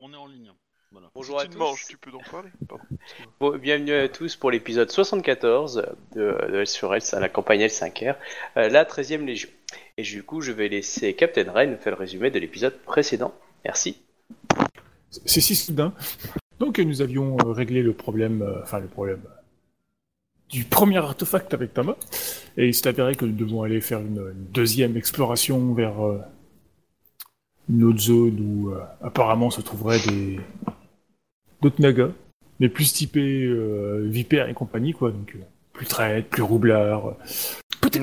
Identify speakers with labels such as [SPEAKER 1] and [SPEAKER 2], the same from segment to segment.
[SPEAKER 1] en ligne. hein. Voilà.
[SPEAKER 2] Bonjour à
[SPEAKER 3] Tu
[SPEAKER 2] tous.
[SPEAKER 3] te manges, tu peux donc parler Pardon.
[SPEAKER 4] Bon, bienvenue à tous pour l'épisode 74 de, de L sur L, à la campagne L5R, euh, la 13e Légion. Et du coup, je vais laisser Captain Ray nous faire le résumé de l'épisode précédent. Merci.
[SPEAKER 5] C'est si soudain. Donc euh, nous avions euh, réglé le problème, euh, enfin le problème euh, du premier artefact avec Tama, et il s'est avéré que nous devons aller faire une, une deuxième exploration vers euh, une autre zone où euh, apparemment se trouveraient des d'autres nagas, mais plus typés euh, vipères et compagnie quoi, donc euh, plus traîtres, plus roublards, euh, peut-être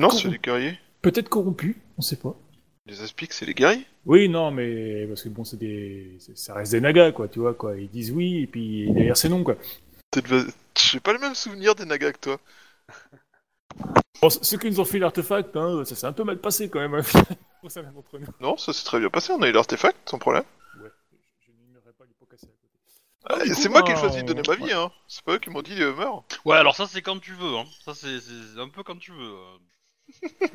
[SPEAKER 3] Non, c'est
[SPEAKER 5] corrom-
[SPEAKER 3] des guerriers.
[SPEAKER 5] peut-être corrompus, on sait pas.
[SPEAKER 3] Les aspics, c'est les guerriers.
[SPEAKER 5] Oui, non, mais parce que bon, c'est des, c'est- ça reste des nagas, quoi, tu vois, quoi. Ils disent oui, et puis derrière c'est non, quoi.
[SPEAKER 3] T'es de- J'ai pas le même souvenir des nagas que toi.
[SPEAKER 5] Bon, c- ceux qui nous ont fait l'artefact, hein, ça s'est un peu mal passé quand même. hein. Pour ça, même entre nous.
[SPEAKER 3] Non, ça s'est très bien passé, on a eu l'artefact, sans problème.
[SPEAKER 5] Ouais, je n'ignorerai pas les pots cassés à côté.
[SPEAKER 3] Ah,
[SPEAKER 5] du
[SPEAKER 3] et
[SPEAKER 5] coup,
[SPEAKER 3] c'est moi
[SPEAKER 5] bah,
[SPEAKER 3] qui ai choisi de donner ma
[SPEAKER 5] ouais.
[SPEAKER 3] vie, hein. C'est pas eux qui m'ont dit euh, meurs.
[SPEAKER 1] Ouais, alors ça c'est quand tu veux. Hein. Ça c'est c'est un peu quand tu veux. euh.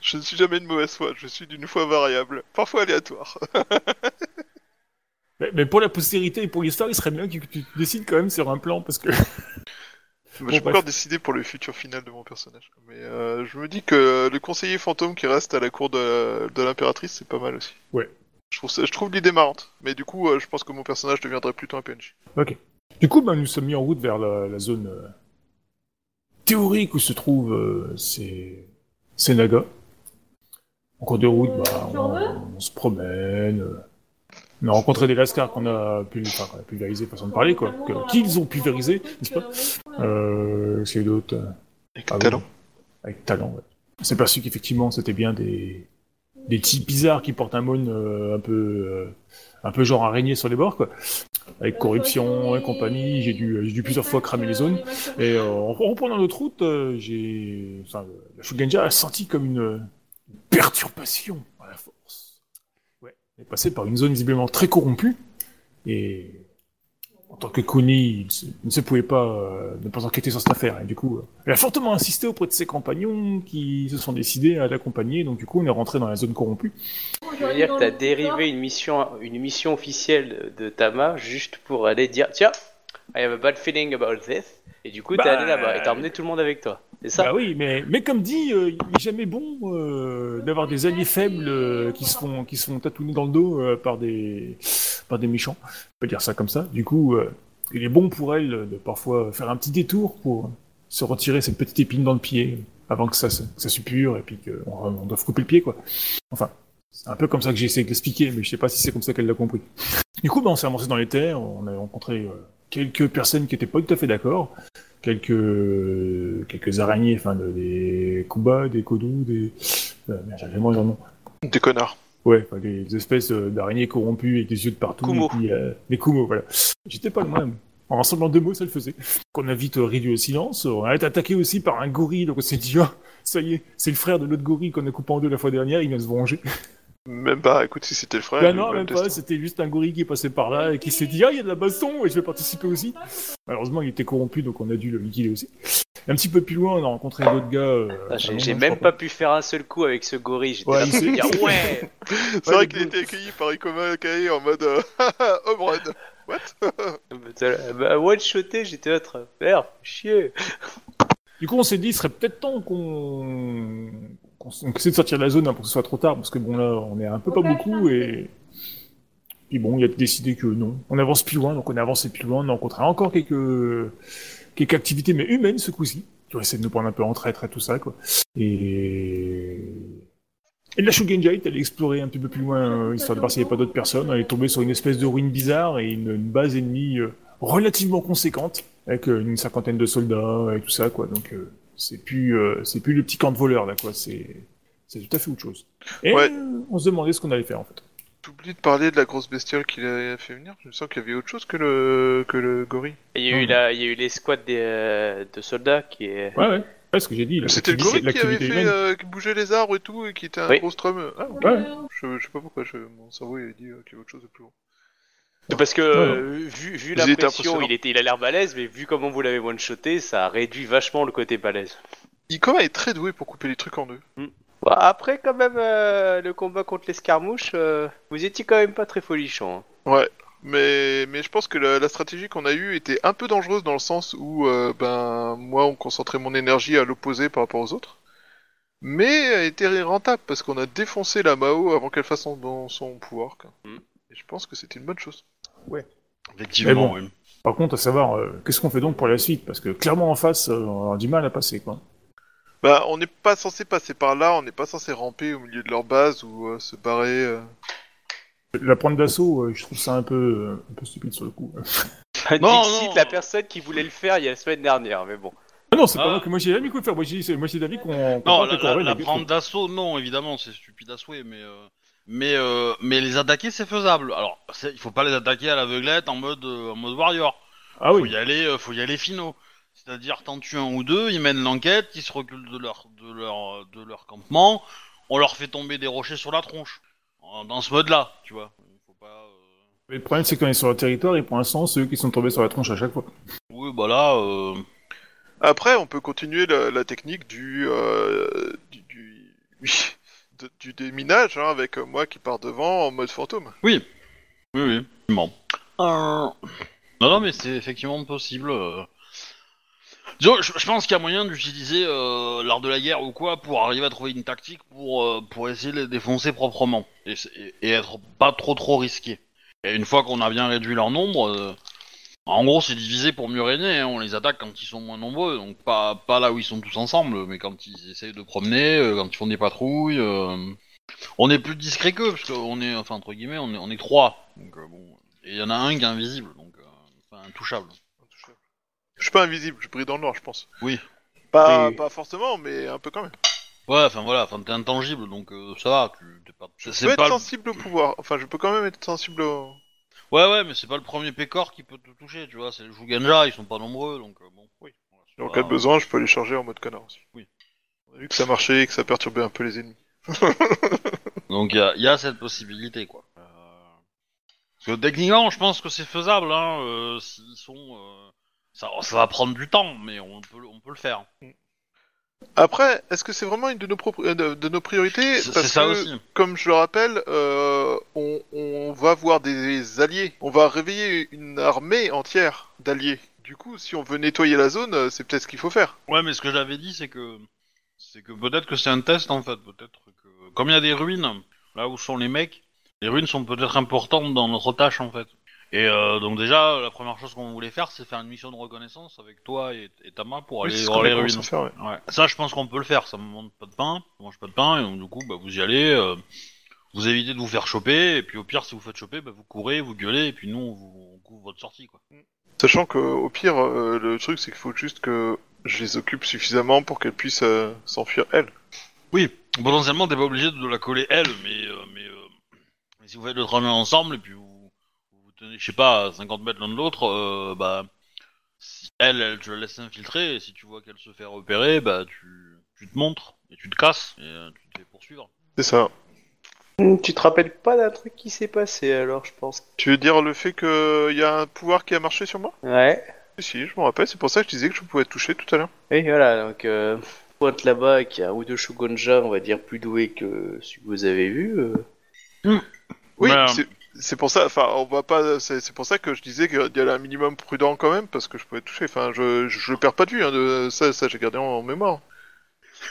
[SPEAKER 3] Je ne suis jamais de mauvaise foi, je suis d'une foi variable, parfois aléatoire.
[SPEAKER 5] Mais, mais pour la postérité et pour l'histoire, il serait bien que tu décides quand même sur un plan, parce que.
[SPEAKER 3] Mais J'ai
[SPEAKER 5] bref.
[SPEAKER 3] pas encore décidé pour le futur final de mon personnage. Mais euh, je me dis que le conseiller fantôme qui reste à la cour de, de l'impératrice, c'est pas mal aussi.
[SPEAKER 5] Ouais.
[SPEAKER 3] Je trouve, ça- je trouve l'idée marrante, mais du coup, euh, je pense que mon personnage deviendrait plutôt un PNJ.
[SPEAKER 5] Du coup, ben, nous sommes mis en route vers la, la zone euh, théorique où se trouvent euh, ces, ces nagas. En cours de route, bah,
[SPEAKER 6] Tu en veux
[SPEAKER 5] on, on se promène. euh. On a rencontré des lascars qu'on a pu, enfin, qu'on a pulvérisé, façon de parler, quoi. que- Qu'ils ont pulvérisé, n'est-ce pas euh, C'est d'autres. euh,
[SPEAKER 3] Avec
[SPEAKER 5] ah oui, Avec talent, ouais. On s'est aperçu qu'effectivement, c'était bien des, des types bizarres qui portent un mône euh, un peu, euh, un peu genre araignée sur les bords, quoi. Avec corruption et compagnie, j'ai dû, euh, j'ai dû plusieurs fois cramer les zones. Et euh, en reprenant notre route, euh, j'ai, enfin, le- la Shugenja a senti comme une, une perturbation à la force. Ouais. On est passé par une zone visiblement très corrompue, et en tant que Kuni, il, se- il ne se pouvait pas euh, ne pas enquêter sur cette affaire. Et du coup, euh, elle a fortement insisté auprès de ses compagnons qui se sont décidés à l'accompagner. Donc du coup, on est rentré dans la zone corrompue.
[SPEAKER 4] Je veux dire que t'as dérivé une mission, une mission officielle de Tama juste pour aller dire Tiens, I have a bad feeling about this. Et du coup, t'es
[SPEAKER 5] Bah-
[SPEAKER 4] allé là-bas et t'as emmené tout le monde avec toi. C'est ça
[SPEAKER 5] Bah oui, mais, mais comme dit, euh, il n'est jamais bon euh, d'avoir des alliés faibles euh, qui, se font, qui se font tatouer dans le dos euh, par, des, par des méchants. On peut dire ça comme ça. Du coup, euh, il est bon pour elle de parfois faire un petit détour pour se retirer cette petite épine dans le pied avant que ça, se- que ça suppure et puis qu'on on doive couper le pied, quoi. Enfin, c'est un peu comme ça que j'ai essayé de l'expliquer, mais je sais pas si c'est comme ça qu'elle l'a compris. Du coup, bah, on s'est avancé dans les terres, on a rencontré euh, quelques personnes qui n'étaient pas tout à fait d'accord quelques quelques araignées, enfin de- des kubas, des kodous, des euh, merde, j'avais vraiment leur nom.
[SPEAKER 3] Des connards.
[SPEAKER 5] Ouais, enfin, des, des espèces euh, d'araignées corrompues avec des yeux de partout.
[SPEAKER 4] Kumo.
[SPEAKER 5] et puis, euh, des kumos, voilà. J'étais pas le même. En rassemblant deux mots, ça le faisait. Qu'on a vite euh, réduit au silence. On a été attaqué aussi par un gorille, donc on s'est dit, ah, ça y est, c'est le frère de l'autre gorille qu'on a coupé en deux la fois dernière, il vient se venger.
[SPEAKER 3] Même pas, écoute, si c'était le frère.
[SPEAKER 5] bah
[SPEAKER 3] le
[SPEAKER 5] non,
[SPEAKER 3] même
[SPEAKER 5] même pas,
[SPEAKER 3] destin.
[SPEAKER 5] c'était juste un gorille qui est passé par là et qui s'est dit, ah, il y a de la baston, et je vais participer aussi. Malheureusement, il était corrompu, donc on a dû le liquider aussi. Un petit peu plus loin, on a rencontré d'autres gars. euh,
[SPEAKER 4] Putain, Ah, J'ai
[SPEAKER 5] vraiment,
[SPEAKER 4] j'ai
[SPEAKER 5] je
[SPEAKER 4] même
[SPEAKER 5] crois
[SPEAKER 4] pas pu faire un seul coup avec ce gorille. J'étais
[SPEAKER 5] Ouais,
[SPEAKER 4] là
[SPEAKER 5] il
[SPEAKER 4] pour
[SPEAKER 5] s'est-
[SPEAKER 4] me dire Ouais
[SPEAKER 3] C'est vrai qu'il a été accueilli par Ikoma Kai en mode euh, home run.
[SPEAKER 4] Bah, t'as- Bah, one shoté, j'étais autre. Merde, chier.
[SPEAKER 5] Du coup, on s'est dit, il serait peut-être temps qu'on qu'on s- qu'on essaie de sortir de la zone hein, pour que ce soit trop tard, parce que bon, là, on est un peu pas beaucoup, et puis bon, il a décidé que non. On avance plus loin, donc on a avancé plus loin, on a rencontré encore quelques, quelques activités, mais humaines ce coup-ci, qui ont essayé de nous prendre un peu en traître et tout ça, quoi. Et... Et la Shugenja est allée explorer un petit peu plus loin, euh, histoire de voir s'il n'y avait pas d'autres personnes. Elle est tombée sur une espèce de ruine bizarre et une, une base ennemie euh, relativement conséquente avec euh, une cinquantaine de soldats et tout ça quoi donc euh, c'est plus euh, c'est plus le petit camp de voleurs là quoi c'est c'est tout à fait autre chose et
[SPEAKER 3] Ouais.
[SPEAKER 5] euh, on se demandait ce qu'on allait faire en fait
[SPEAKER 3] T'oublies de parler de la grosse bestiole qu'il a fait venir Je me sens qu'il y avait autre chose que le, que le gorille.
[SPEAKER 4] Il y a eu, la... il y a eu les squads des, euh, de soldats qui est.
[SPEAKER 5] ouais ouais ouais ce que j'ai dit là,
[SPEAKER 3] C'était le
[SPEAKER 5] l'activité-
[SPEAKER 3] gorille qui avait
[SPEAKER 5] l'activité
[SPEAKER 3] fait euh, bouger les arbres et tout, et qui était un
[SPEAKER 4] Oui.
[SPEAKER 3] gros strum. Ah,
[SPEAKER 5] Ouais.
[SPEAKER 3] je, je sais pas pourquoi, je- mon cerveau il a dit euh, qu'il y avait autre chose de plus gros.
[SPEAKER 4] Parce que
[SPEAKER 5] Ouais.
[SPEAKER 4] euh, vu, vu
[SPEAKER 3] Il était
[SPEAKER 4] l'impression,
[SPEAKER 3] impressionnant.
[SPEAKER 4] il, était, il a l'air balèze, mais vu comment vous l'avez one shoté, ça réduit vachement le côté balèze.
[SPEAKER 3] Ikoma est très doué pour couper les trucs en deux.
[SPEAKER 4] Bah, après, quand même, euh, le combat contre l'escarmouche, euh, vous étiez quand même pas très folichon. hein.
[SPEAKER 3] Ouais, Mais, mais je pense que la, la stratégie qu'on a eue était un peu dangereuse dans le sens où euh, ben, moi, on concentrait mon énergie à l'opposé par rapport aux autres. Mais elle était rentable parce qu'on a défoncé la Mao avant qu'elle fasse son, dans son pouvoir. quoi.
[SPEAKER 4] Mhm.
[SPEAKER 3] Et je pense que c'était une bonne chose.
[SPEAKER 1] Effectivement,
[SPEAKER 5] Mais bon.
[SPEAKER 1] oui.
[SPEAKER 5] Par contre, à savoir, euh, qu'est-ce qu'on fait donc pour la suite Parce que clairement en face, euh, on a du mal à passer, quoi.
[SPEAKER 3] Bah, on n'est pas censé passer par là, on n'est pas censé ramper au milieu de leur base ou euh, se barrer. euh.
[SPEAKER 5] La prendre d'assaut, euh, je trouve ça un peu, euh, un peu stupide sur le coup.
[SPEAKER 1] Non,
[SPEAKER 4] Dixit,
[SPEAKER 1] non.
[SPEAKER 4] la personne qui voulait le faire il y a la semaine dernière, mais bon.
[SPEAKER 5] Ah non, c'est
[SPEAKER 1] Ah.
[SPEAKER 5] pas moi que moi j'ai l'ami qu'on faire. Moi j'ai c'est- moi, j'ai d'avis qu'on. qu'on
[SPEAKER 1] Non,
[SPEAKER 5] parle
[SPEAKER 1] la,
[SPEAKER 5] et qu'on
[SPEAKER 1] la-
[SPEAKER 5] règle
[SPEAKER 1] la
[SPEAKER 5] les-
[SPEAKER 1] prendre d'assaut, non, évidemment, c'est stupide à souhait, mais euh, mais euh, mais les attaquer, c'est faisable. Alors, c'est- il faut pas les attaquer à l'aveuglette en mode euh, en mode warrior.
[SPEAKER 5] Ah
[SPEAKER 1] Faut
[SPEAKER 5] oui.
[SPEAKER 1] y aller, euh, faut y aller finaux. C'est-à-dire, t'en tues un ou deux, ils mènent l'enquête, ils se reculent de leur de leur de leur campement, on leur fait tomber des rochers sur la tronche. En- Dans ce mode-là, tu vois. Faut pas. euh,
[SPEAKER 5] Mais Le problème c'est qu'on est sur le territoire et pour l'instant c'est eux qui sont tombés sur la tronche à chaque fois.
[SPEAKER 1] Oui, bah là, euh,
[SPEAKER 3] Après, on peut continuer la, la technique du, euh, du, du, de- du déminage hein, avec euh, moi qui part devant en mode fantôme.
[SPEAKER 1] oui, oui, effectivement. Euh, Non, non, mais c'est effectivement possible. euh. Disons, je, je pense qu'il y a moyen d'utiliser euh, l'art de la guerre ou quoi pour arriver à trouver une tactique pour, euh, pour essayer de les défoncer proprement et, c'est- et- et être pas trop trop risqué. Et une fois qu'on a bien réduit leur nombre, euh, en gros c'est divisé pour mieux régner, hein. on les attaque quand ils sont moins nombreux, donc pas, pas là où ils sont tous ensemble, mais quand ils essayent de promener, euh, quand ils font des patrouilles. euh, On est plus discret qu'eux, parce qu'on est, enfin entre guillemets, on est, on est trois. Donc, euh, bon. Et il y en a un qui est invisible, donc euh, enfin, intouchable.
[SPEAKER 3] Je suis pas invisible, je brille dans le noir, je pense.
[SPEAKER 1] Oui.
[SPEAKER 3] Pas,
[SPEAKER 4] Oui.
[SPEAKER 3] pas forcément, mais un peu quand même.
[SPEAKER 1] Ouais, enfin voilà, enfin t'es intangible, donc euh, ça va, tu t'es pas.
[SPEAKER 3] Je
[SPEAKER 1] c'est
[SPEAKER 3] peux
[SPEAKER 1] pas
[SPEAKER 3] être
[SPEAKER 1] le-
[SPEAKER 3] sensible au pouvoir. Enfin, je peux quand même être sensible au...
[SPEAKER 1] Ouais, ouais, mais c'est pas le premier pécor qui peut te toucher, tu vois. C'est les Juganja, ils sont pas nombreux, donc euh, bon. Oui.
[SPEAKER 3] En cas de besoin, je peux les charger en mode connard aussi.
[SPEAKER 1] Ah. Oui.
[SPEAKER 3] On a vu que ça marchait et que ça perturbait un peu les ennemis.
[SPEAKER 1] Donc il y a, il y a cette possibilité, quoi. Euh, Parce que techniquement, je pense que c'est faisable, hein. euh, S'ils sont, euh, ça, ça va prendre du temps, mais on peut, on peut le faire.
[SPEAKER 3] Après, est-ce que c'est vraiment une de nos, propri- euh, de, de nos priorités
[SPEAKER 1] C'est c'est
[SPEAKER 3] Parce
[SPEAKER 1] ça
[SPEAKER 3] que,
[SPEAKER 1] aussi.
[SPEAKER 3] comme je le rappelle, euh, on, on va voir des alliés. On va réveiller une armée entière d'alliés. Du coup, si on veut nettoyer la zone, euh, c'est peut-être ce qu'il faut faire.
[SPEAKER 1] Ouais, mais ce que j'avais dit, c'est que c'est que peut-être que c'est un test en fait. Peut-être que comme il y a des ruines là où sont les mecs, les ruines sont peut-être importantes dans notre tâche en fait. Et euh, donc déjà, la première chose qu'on voulait faire, c'est faire une mission de reconnaissance avec toi et, et Tama pour
[SPEAKER 3] Oui,
[SPEAKER 1] aller
[SPEAKER 3] c'est ce
[SPEAKER 1] voir
[SPEAKER 3] qu'on
[SPEAKER 1] les
[SPEAKER 3] a commencé
[SPEAKER 1] ruines.
[SPEAKER 3] à faire, ouais.
[SPEAKER 1] Ouais. Ça, je pense qu'on peut le faire. Ça me demande pas de pain, ça mange pas de pain, et donc du coup, bah, vous y allez, euh, vous évitez de vous faire choper, et puis au pire, si vous faites choper, bah, vous courez, vous gueulez, et puis nous, on, vous, on couvre votre sortie quoi.
[SPEAKER 3] Sachant que, au pire, euh, le truc, c'est qu'il faut juste que je les occupe suffisamment pour qu'elles puissent euh, s'enfuir elles.
[SPEAKER 1] Oui, potentiellement t'es pas obligé de la coller elle, mais euh, mais, euh, mais si vous faites le trajet ensemble et puis vous vous vous tenez, je sais pas, à 50 mètres l'un de l'autre, euh, bah si elle, elle tu la laisses s'infiltrer et si tu vois qu'elle se fait repérer, bah tu tu te montres et tu te casses et euh, tu te fais poursuivre.
[SPEAKER 3] C'est ça.
[SPEAKER 4] Hmm, Tu te rappelles pas d'un truc qui s'est passé alors, je pense.
[SPEAKER 3] Tu veux dire le fait qu'il y a un pouvoir qui a marché sur moi
[SPEAKER 4] Ouais.
[SPEAKER 3] Si, Si, je m'en rappelle, c'est pour ça que je disais que je pouvais être touché tout à l'heure.
[SPEAKER 4] Et voilà, donc euh, pointe là-bas qui a un ou deux Shogunja, on va dire, plus doué que celui que vous avez vu. euh.
[SPEAKER 3] Oui,
[SPEAKER 1] Mais, euh,
[SPEAKER 3] c'est- c'est pour ça. Enfin, on va pas. C'est c'est pour ça que je disais qu'il y a un minimum prudent quand même parce que je pouvais être touché. Enfin, je je le perds pas de vue. Hein, de, ça, ça j'ai gardé en, en mémoire.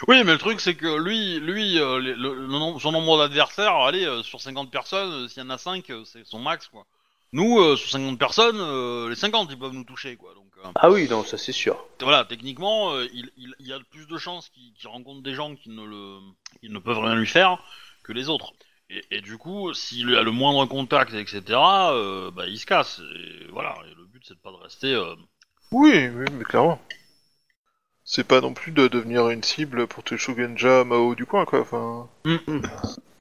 [SPEAKER 1] Oui, mais le truc c'est que lui lui euh, les- le- le nom- son nombre d'adversaires, allez euh, sur 50 personnes, euh, s'il y en a 5, c'est son max quoi. Nous euh, sur 50 personnes, euh, les 50 ils peuvent nous toucher quoi donc. euh,
[SPEAKER 4] Ah oui, non, ça c'est sûr.
[SPEAKER 1] voilà, techniquement, euh, il, il, il y a plus de chances qu'il qu'il rencontre des gens qui ne, le, qui ne peuvent rien lui faire que les autres. Et, et du coup, s'il a le moindre contact, etc., euh, bah, il se casse. Et voilà, et le but c'est de pas de rester. euh,
[SPEAKER 3] Oui, oui, mais clairement. C'est pas non plus de devenir une cible pour tous les Shugenja Mao du coin, quoi. Enfin,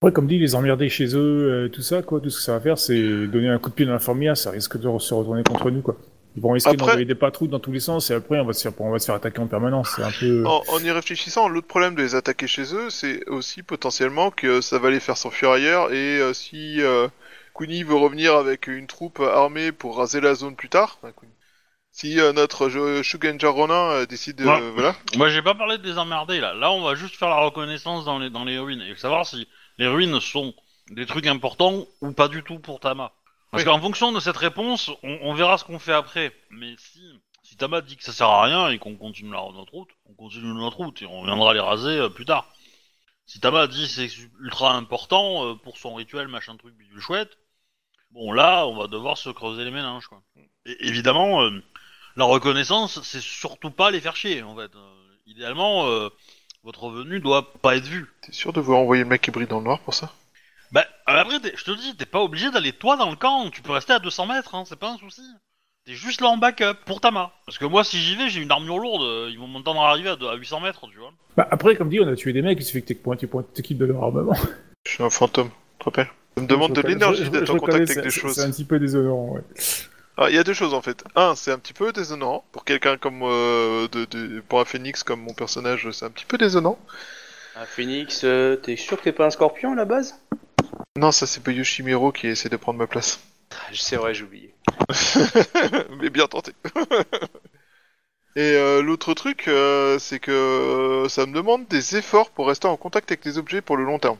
[SPEAKER 5] Ouais, comme dit, les emmerder chez eux, euh, tout ça, quoi, tout ce que ça va faire, c'est donner un coup de pied dans la fourmilière, ça risque de re- se retourner contre nous, quoi. Ils vont risquer
[SPEAKER 3] Après-
[SPEAKER 5] d'envoyer des patrouilles dans tous les sens, et après, on va se faire, on va se faire attaquer en permanence, c'est un peu...
[SPEAKER 3] en, en y réfléchissant, l'autre problème de les attaquer chez eux, c'est aussi potentiellement que euh, ça va les faire s'enfuir ailleurs. Et euh, si euh, Kuni veut revenir avec une troupe armée pour raser la zone plus tard, enfin, Kuni. si euh, notre euh, Shugenja Ronin euh, décide de
[SPEAKER 1] Ouais.
[SPEAKER 3] voilà.
[SPEAKER 1] Moi, j'ai pas parlé de les emmerder là. Là, on va juste faire la reconnaissance dans les, dans les ruines et savoir si les ruines sont des trucs importants ou pas du tout pour Tama. Parce
[SPEAKER 3] Oui.
[SPEAKER 1] qu'en fonction de cette réponse, on, on verra ce qu'on fait après. Mais si, si Tama dit que ça sert à rien et qu'on continue la- notre route, on continue notre route et on viendra les raser euh, plus tard. Si Tama dit c'est ultra important euh, pour son rituel, machin truc, bidule chouette, bon là, on va devoir se creuser les méninges. Quoi. Et évidemment, euh, la reconnaissance, c'est surtout pas les faire chier en fait. Euh, idéalement, euh, votre venue doit pas être vue.
[SPEAKER 3] T'es sûr de vouloir envoyer le mec qui brille dans le noir pour ça
[SPEAKER 1] Bah, euh, après, t'es- je te dis, t'es pas obligé d'aller toi dans le camp, tu peux rester à 200 mètres, hein, c'est pas un souci. T'es juste là en backup, pour ta main. Parce que moi, si j'y vais, j'ai une armure lourde, euh, ils vont m'entendre arriver à, deux- à 800 mètres, tu vois.
[SPEAKER 5] Bah, après, comme dit, on a tué des mecs, il suffit que t'aies pointé pointé t'équipes de leur armement.
[SPEAKER 3] Je suis un fantôme, tu te rappelles Ça me demande de
[SPEAKER 5] Je reconnais-
[SPEAKER 3] l'énergie
[SPEAKER 5] je-
[SPEAKER 3] d'être
[SPEAKER 5] je
[SPEAKER 3] en
[SPEAKER 5] reconnais,
[SPEAKER 3] contact avec
[SPEAKER 5] c'est-
[SPEAKER 3] des
[SPEAKER 5] c'est-
[SPEAKER 3] choses.
[SPEAKER 5] C'est un petit peu désolant, ouais.
[SPEAKER 3] Ah, il y a deux choses en fait. Un, c'est un petit peu désonnant pour quelqu'un comme euh, de, de- pour un phénix comme mon personnage, c'est un petit peu désonnant.
[SPEAKER 4] Un phoenix, euh, t'es sûr que t'es pas un scorpion à la base
[SPEAKER 3] Non, ça c'est pas Yoshimiro qui essaie de prendre ma place.
[SPEAKER 4] Ah, C'est vrai, j'ai oublié.
[SPEAKER 3] Mais bien tenté. Et euh, l'autre truc, euh, c'est que euh, ça me demande des efforts pour rester en contact avec les objets pour le long terme.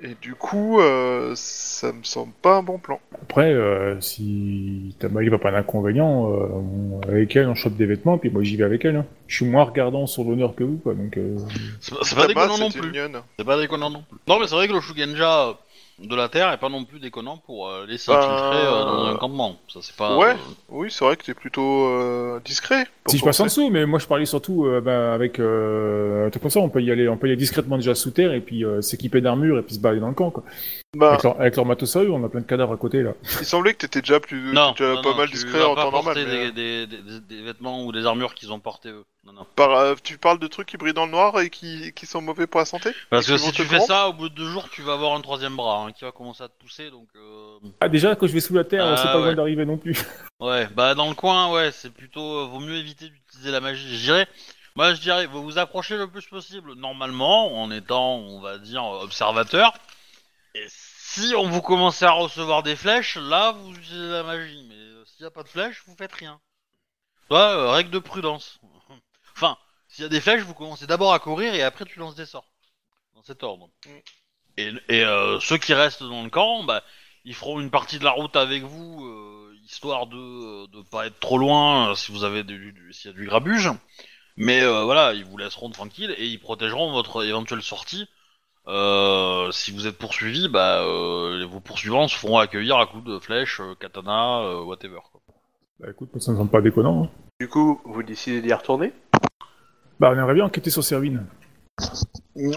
[SPEAKER 3] Et du coup, euh, ça me semble pas un bon plan.
[SPEAKER 5] Après, euh, si Tamali va pas d'inconvénient, euh, on- avec elle, on chope des vêtements, puis moi j'y vais avec elle. hein. Je suis moins regardant sur l'honneur que vous, quoi, donc... euh,
[SPEAKER 1] C'est pas- c'est pas
[SPEAKER 3] Tabac,
[SPEAKER 1] déconnant non
[SPEAKER 3] c'était
[SPEAKER 1] plus.
[SPEAKER 3] mignonne.
[SPEAKER 1] C'est pas déconnant non plus. Non, mais c'est vrai que le Shugenja euh, de la Terre est pas non plus déconnant pour euh, laisser
[SPEAKER 3] Bah,
[SPEAKER 1] infiltrer euh, dans un campement. Ça, c'est pas.
[SPEAKER 3] Ouais.
[SPEAKER 1] euh,
[SPEAKER 3] Oui, c'est vrai que t'es plutôt euh, discret. pour
[SPEAKER 5] Si je passe en
[SPEAKER 3] commencer.
[SPEAKER 5] dessous, mais moi je parlais surtout euh, bah, avec euh, un truc comme ça, on peut y aller, on peut y aller discrètement déjà sous terre et puis euh, s'équiper d'armures et puis se balader dans le camp quoi.
[SPEAKER 3] Bah,
[SPEAKER 5] Avec, leur, avec leur matos sérieux, on a plein de cadavres à côté là.
[SPEAKER 3] Il semblait que t'étais déjà plus,
[SPEAKER 1] Non,
[SPEAKER 3] déjà
[SPEAKER 1] non,
[SPEAKER 3] euh, pas
[SPEAKER 1] non,
[SPEAKER 3] mal
[SPEAKER 1] tu
[SPEAKER 3] discret
[SPEAKER 1] vas
[SPEAKER 3] en
[SPEAKER 1] pas
[SPEAKER 3] temps normal.
[SPEAKER 1] porter
[SPEAKER 3] mais, euh,
[SPEAKER 1] Des, des- des- des vêtements ou des armures qu'ils ont portés eux. Non, non.
[SPEAKER 3] par, euh, tu parles de trucs qui brillent dans le noir et qui, qui sont mauvais pour la santé
[SPEAKER 1] Parce que
[SPEAKER 3] Ils
[SPEAKER 1] si
[SPEAKER 3] vont te
[SPEAKER 1] tu fais
[SPEAKER 3] corrompre
[SPEAKER 1] ça, au bout de deux jours, tu vas avoir un troisième bras hein, qui va commencer à te pousser, donc. euh,
[SPEAKER 5] Ah déjà quand je vais sous la terre,
[SPEAKER 1] Ah,
[SPEAKER 5] c'est pas
[SPEAKER 1] ouais.
[SPEAKER 5] loin d'arriver non plus.
[SPEAKER 1] Ouais, bah dans le coin, ouais, c'est plutôt euh, vaut mieux éviter d'utiliser la magie. Je dirais, moi je dirais, vous vous approchez le plus possible normalement en étant, on va dire, euh, observateur. Et si on vous commencez à recevoir des flèches, là vous utilisez la magie. Mais euh, s'il n'y a pas de flèches, vous faites rien. Toi, euh, règle de prudence. enfin, s'il y a des flèches, vous commencez d'abord à courir et après tu lances des sorts. Dans cet ordre. Et, et, euh, ceux qui restent dans le camp, bah ils feront une partie de la route avec vous, euh, histoire de euh, de pas être trop loin euh, si vous avez du, du- s'il y a du grabuge. Mais euh, voilà, ils vous laisseront tranquille et ils protégeront votre éventuelle sortie. Euh, si vous êtes poursuivi, bah euh, les- vos poursuivants se feront accueillir à coups de flèches, euh, katana, euh, whatever. quoi.
[SPEAKER 5] Bah écoute, ça me semble pas déconnant. hein.
[SPEAKER 4] Du coup, vous décidez d'y retourner
[SPEAKER 5] Bah on aimerait bien enquêter sur Servine.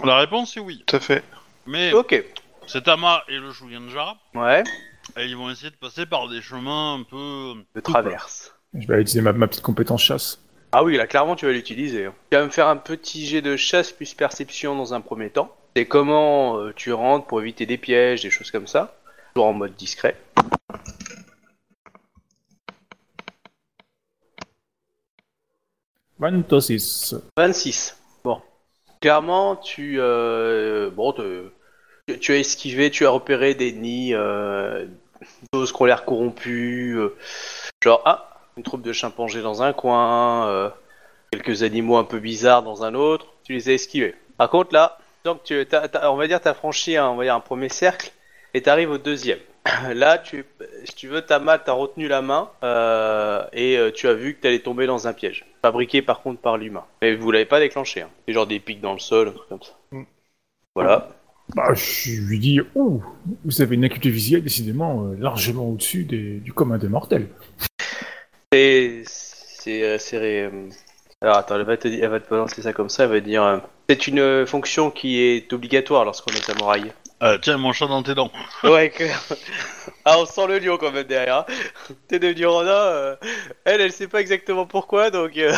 [SPEAKER 1] La réponse est oui.
[SPEAKER 3] Tout à fait.
[SPEAKER 1] Mais
[SPEAKER 4] Ok.
[SPEAKER 1] c'est Tama et le Shugenja,
[SPEAKER 4] Ouais.
[SPEAKER 1] et ils vont essayer de passer par des chemins un peu.
[SPEAKER 4] De traverse.
[SPEAKER 5] Je vais utiliser ma, ma petite compétence chasse.
[SPEAKER 4] Ah oui, là, clairement, tu vas l'utiliser. hein. Tu vas me faire un petit jet de chasse plus perception dans un premier temps. C'est comment euh, tu rentres pour éviter des pièges, des choses comme ça. Toujours en mode discret.
[SPEAKER 5] Vantosis.
[SPEAKER 4] 26. Bon. Clairement, tu, euh, bon, te- tu- tu as esquivé, tu as repéré des nids, euh, choses qui ont l'air corrompues. euh, genre, ah, une troupe de chimpanzés dans un coin, euh, quelques animaux un peu bizarres dans un autre. Tu les as esquivés. Par contre, là, donc tu, t'as- t'as- on va dire, tu as franchi un, on va dire, un premier cercle et tu arrives au deuxième. Là, tu, si tu veux, Tama t'as retenu la main euh, et euh, tu as vu que t'allais tomber dans un piège. Fabriqué par contre par l'humain. Mais vous l'avez pas déclenché. Hein. C'est genre des pics dans le sol, un truc comme ça.
[SPEAKER 3] Mm.
[SPEAKER 4] Voilà.
[SPEAKER 5] Bah je lui dis, ouh, vous avez une acuité visuelle décidément euh, largement au-dessus des- du commun des mortels.
[SPEAKER 4] C'est. C'est. euh, c'est, euh, Alors attends, elle va, te, dire- elle va te balancer ça comme ça, elle va te dire. euh, C'est une euh, fonction qui est obligatoire lorsqu'on est samouraï.
[SPEAKER 1] Euh, tiens, mon chat dans tes dents.
[SPEAKER 4] Ouais, que... Ah, on sent le lion quand même derrière. hein. T'es devenu Rona, euh, elle, elle sait pas exactement pourquoi, donc. euh,